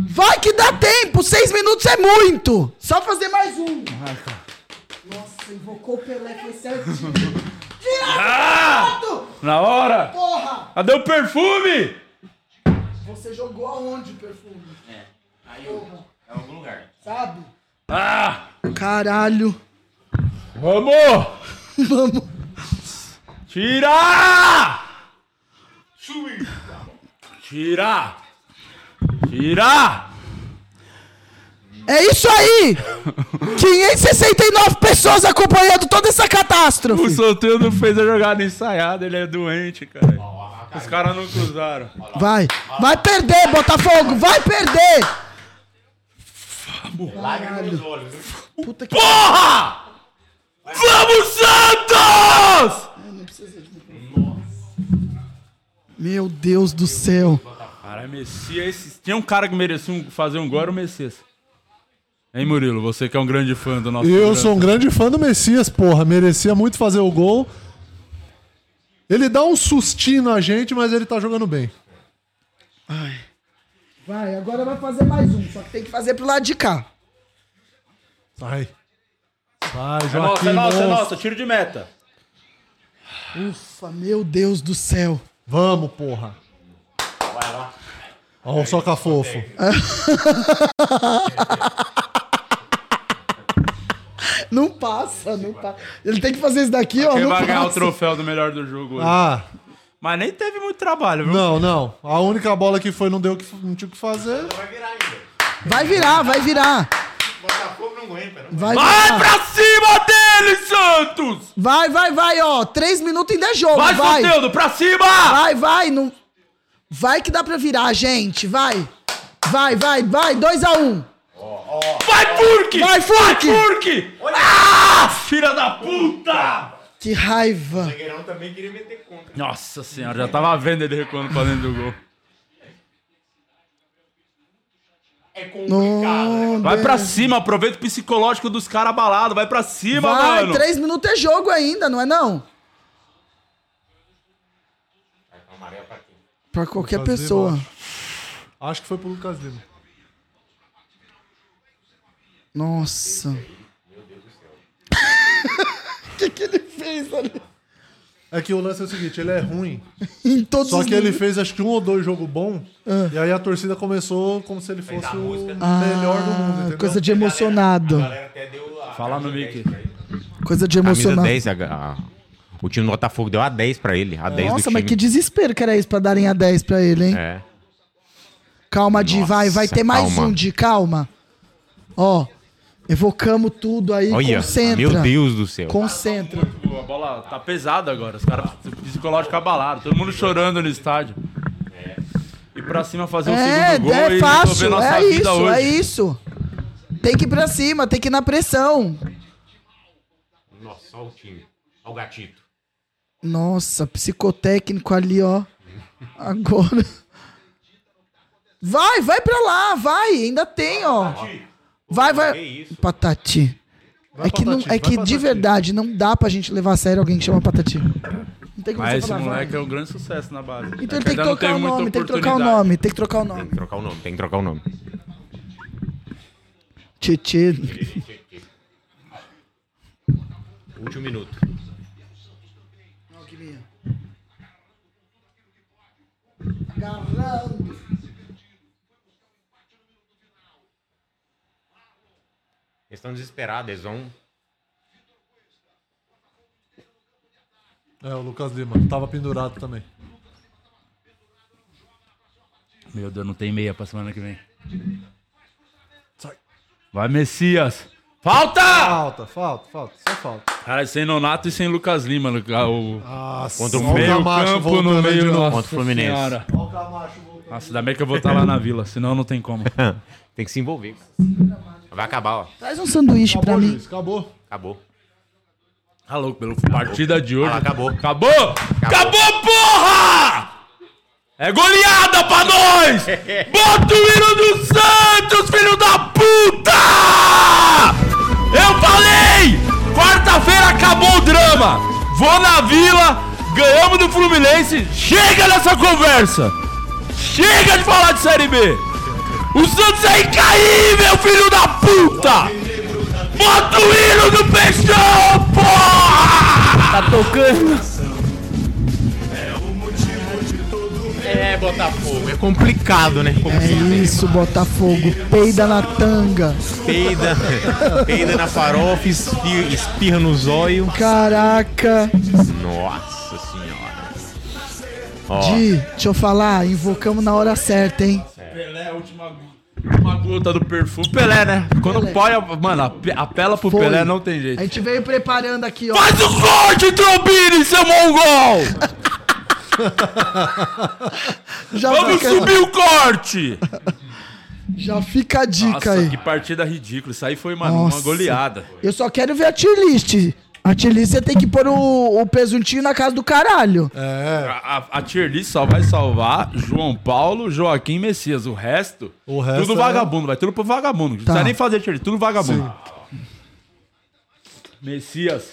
Speaker 4: Vai que dá tempo, seis minutos é muito. Só fazer mais um.
Speaker 1: Ah, tá.
Speaker 4: Nossa, invocou o Pelé, foi certinho.
Speaker 1: [LAUGHS] Ah!
Speaker 6: Na hora!
Speaker 4: Porra,
Speaker 1: Cadê o perfume?
Speaker 4: você jogou aonde o perfume?
Speaker 3: É algum lugar.
Speaker 4: Sabe?
Speaker 1: Ah!
Speaker 4: Caralho.
Speaker 1: Vamos! Vamos! Tira! Tira! Tira!
Speaker 4: É
Speaker 1: [LAUGHS]
Speaker 4: isso aí! 569 pessoas acompanhando toda essa
Speaker 1: O
Speaker 4: catástrofe.
Speaker 1: sorteio não fez a jogada ensaiada, ele é doente, cara. Os caras não cruzaram.
Speaker 4: Vai, vai perder, Botafogo, vai perder. Puta que
Speaker 1: Porra! Vamos, Santos!
Speaker 4: Meu Deus do céu.
Speaker 6: Caralho, Messias. esse- Tinha um cara que merecia um- fazer um gol, era o Messias. Hein, Murilo? Você que é um grande fã do nosso
Speaker 2: Eu
Speaker 6: programa.
Speaker 2: sou um grande fã do Messias, porra. Merecia muito fazer o gol. Ele dá um sustinho na gente, mas ele tá jogando bem.
Speaker 4: Vai, agora vai fazer mais um, só que tem que fazer pro lado de cá.
Speaker 2: Sai. Sai, Joaquim.
Speaker 6: É nossa, é nossa, é
Speaker 2: monstro.
Speaker 6: nossa. Tiro de meta.
Speaker 4: Ufa, meu Deus do céu.
Speaker 2: Vamos, porra. Vai lá. Ó, o soca fofo.
Speaker 4: Não passa, não passa. Ele tem que fazer isso daqui, ó,
Speaker 6: Quem
Speaker 4: não
Speaker 6: vai ganhar o
Speaker 4: passa.
Speaker 6: troféu do melhor do jogo hoje.
Speaker 2: Ah,
Speaker 6: Mas nem teve muito trabalho, viu?
Speaker 2: não, não. A única bola que foi não deu o que não tinha o que fazer.
Speaker 4: Vai virar, vai virar. Botafogo não aguenta, não. Vai,
Speaker 1: Vai
Speaker 4: virar.
Speaker 1: pra cima dele, Santos!
Speaker 4: vai, vai, vai, ó. Três minutos ainda é jogo,
Speaker 1: Vai,
Speaker 4: vai. Vai,
Speaker 1: Soteudo, pra cima!
Speaker 4: vai, não... Vai que dá pra virar, gente, vai. Vai, vai, vai, dois a um.
Speaker 1: Vai, Furk!
Speaker 4: Vai, Furk!
Speaker 1: Furk! Ah, filha da puta!
Speaker 4: Que raiva.
Speaker 6: Nossa senhora, já tava vendo ele recuando pra dentro do gol.
Speaker 4: Não,
Speaker 6: Vai pra cima, aproveita o psicológico dos caras abalado. Vai pra cima,
Speaker 4: vai,
Speaker 6: mano.
Speaker 4: três minutos é jogo ainda, não é não? Pra qualquer
Speaker 2: Fazer
Speaker 4: pessoa.
Speaker 2: baixo. Acho que foi pro Lucas Lima.
Speaker 4: Nossa. O que, que ele fez ali?
Speaker 2: É que o lance é o seguinte, ele é ruim.
Speaker 4: Em todos
Speaker 2: Só
Speaker 4: os
Speaker 2: que ele
Speaker 4: níveis.
Speaker 2: fez acho que um ou dois jogos bons. E aí a torcida começou como se ele fosse o melhor do mundo, entendeu?
Speaker 4: Coisa de emocionado.
Speaker 1: Fala no mic.
Speaker 2: é
Speaker 4: Coisa de
Speaker 3: Camisa
Speaker 4: emocionado.
Speaker 3: 10, a- a- o time do Botafogo deu a 10 pra ele, a 10 do
Speaker 4: Nossa,
Speaker 3: time.
Speaker 4: mas que desespero que era isso pra darem a 10 pra ele, hein?
Speaker 3: É.
Speaker 4: Calma, Di,
Speaker 3: Nossa,
Speaker 4: vai, vai ter mais
Speaker 3: calma.
Speaker 4: um, Di, calma. Ó, evocamos tudo aí,
Speaker 3: Olha,
Speaker 4: concentra.
Speaker 3: meu Deus do céu.
Speaker 4: Concentra.
Speaker 1: A bola tá pesada agora. Os caras psicológico abalado. Todo mundo chorando no estádio. E pra cima fazer o
Speaker 2: Então,
Speaker 4: É,
Speaker 1: segundo gol e
Speaker 4: é
Speaker 1: resolver
Speaker 4: fácil,
Speaker 1: nossa
Speaker 4: é
Speaker 1: vida
Speaker 4: isso,
Speaker 1: hoje.
Speaker 4: é isso. Tem que ir pra cima, tem que ir na pressão.
Speaker 3: Nossa, olha o time. Olha o gatito.
Speaker 4: Nossa, psicotécnico ali, ó. Agora. Vai, vai pra lá, vai. Ainda tem, ó. Vai, vai. Patati. É que, não,
Speaker 2: Patati,
Speaker 4: é
Speaker 2: vai,
Speaker 4: que de
Speaker 2: Patati.
Speaker 4: verdade não dá pra gente levar a sério alguém que chama Patati. Não tem como
Speaker 1: Mas
Speaker 4: você
Speaker 1: esse
Speaker 4: falar, vai.
Speaker 1: moleque é um grande sucesso na base.
Speaker 4: Então
Speaker 1: É que
Speaker 4: ele tem que
Speaker 1: ainda não
Speaker 4: trocar
Speaker 1: teve
Speaker 4: o
Speaker 1: muita
Speaker 4: nome, tem que trocar o
Speaker 1: oportunidade.
Speaker 4: nome, tem que trocar o
Speaker 3: Tem
Speaker 4: nome.
Speaker 3: que trocar o nome, tem que trocar o nome.
Speaker 4: Tietê.
Speaker 3: Último minuto.
Speaker 4: Agarrando.
Speaker 3: Eles estão desesperados, eles vão.
Speaker 2: É, o Lucas Lima. Tava pendurado também.
Speaker 1: Meu Deus, não tem meia pra semana que vem. Vai, Messias. Falta!
Speaker 2: Falta, falta, falta. Só falta.
Speaker 1: Cara, sem Nonato e sem Lucas Lima. Luca- O
Speaker 2: Ah,
Speaker 3: Contra o
Speaker 2: só
Speaker 1: meio
Speaker 2: Camacho
Speaker 1: campo
Speaker 2: voltando
Speaker 1: no
Speaker 2: aí
Speaker 1: meio
Speaker 2: de lá.
Speaker 1: nosso.
Speaker 3: Contra o Fluminense.
Speaker 1: Nossa, ainda bem que eu vou estar lá na vila, senão não tem como.
Speaker 3: Tem que se envolver. Vai acabar, ó.
Speaker 4: Traz um sanduíche pra
Speaker 2: Acabou,
Speaker 4: mim.
Speaker 2: juiz, acabou.
Speaker 3: Acabou.
Speaker 1: [LAUGHS] Tá louco, pelo partida de hoje.
Speaker 3: Ah, acabou.
Speaker 1: Acabou! Acabou, porra! É goleada pra nós! Bota o hino do Santos, filho da puta! Eu falei! Quarta-feira acabou o drama! Vou na vila, ganhamos do Fluminense, chega dessa conversa! Chega de falar de Série B! O Santos é incaível, filho da puta! Bota o hino do Peixão, porra! Tá tocando.
Speaker 3: É, Botafogo. É complicado, né? Como
Speaker 4: É isso, Botafogo. Peida na tanga.
Speaker 3: Peida, peida na farofa, espirra, espirra no zóio.
Speaker 4: Caraca.
Speaker 3: Nossa senhora.
Speaker 4: Di, deixa eu falar, invocamos na hora certa, hein?
Speaker 1: Pelé, é a última, última gota do perfume. Pelé, né? Quando põe, a- mano, ape- apela pro
Speaker 4: Foi.
Speaker 1: Pelé, não tem
Speaker 4: A
Speaker 1: jeito.
Speaker 4: gente veio preparando aqui, ó.
Speaker 1: Faz o corte, Trombini, seu mongol!
Speaker 4: Já,
Speaker 1: Vamos
Speaker 4: fica,
Speaker 1: subir o corte!
Speaker 4: já fica a dica
Speaker 1: Nossa,
Speaker 4: aí.
Speaker 1: que partida ridícula. Isso aí foi, mano,
Speaker 4: Nossa.
Speaker 1: uma goleada.
Speaker 4: Eu só quero ver a tier list. A tier list você tem que pôr o, o presuntinho na casa do caralho.
Speaker 2: É,
Speaker 1: A, a- a tier list só vai salvar João Paulo, Joaquim e Messias. O resto,
Speaker 2: O resto
Speaker 1: tudo
Speaker 2: é-
Speaker 1: vagabundo. Vai tudo pro vagabundo. Não
Speaker 4: Tá.
Speaker 1: precisa nem fazer tier list, tudo vagabundo. Messias.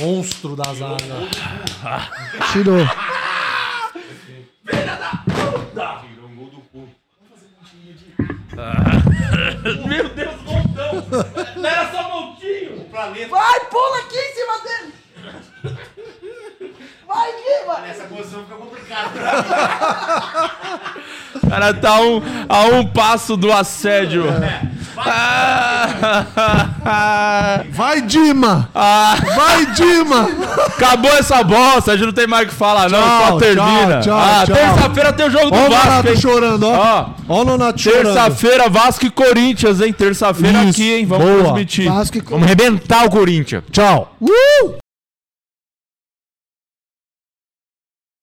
Speaker 2: monstro da zaga.
Speaker 4: Tirou.
Speaker 1: [LAUGHS] um
Speaker 4: Vai, pula aqui em cima dele! Vai, Guima!
Speaker 1: O cara tá a um, a um passo do assédio. Ah!
Speaker 2: Vai, Dima!
Speaker 1: Ah!
Speaker 2: Vai,
Speaker 1: [LAUGHS]
Speaker 2: Dima!
Speaker 1: Acabou essa bosta, a gente não tem mais o que falar, não.
Speaker 2: Tchau,
Speaker 1: só termina.
Speaker 2: tchau, tchau,
Speaker 1: ah,
Speaker 2: tchau.
Speaker 1: terça-feira tem o jogo
Speaker 2: Ó
Speaker 1: do
Speaker 2: o
Speaker 1: Vasco.
Speaker 2: Nonato
Speaker 1: hein?
Speaker 2: chorando, ó.
Speaker 1: Ó,
Speaker 2: Ó o Nonato chorando.
Speaker 1: terça-feira, Vasco e Corinthians, hein? Terça-feira
Speaker 2: Isso,
Speaker 1: aqui, hein? Vamos
Speaker 2: boa.
Speaker 1: transmitir.
Speaker 4: Vasco e
Speaker 3: Vamos arrebentar o Corinthians.
Speaker 2: Tchau.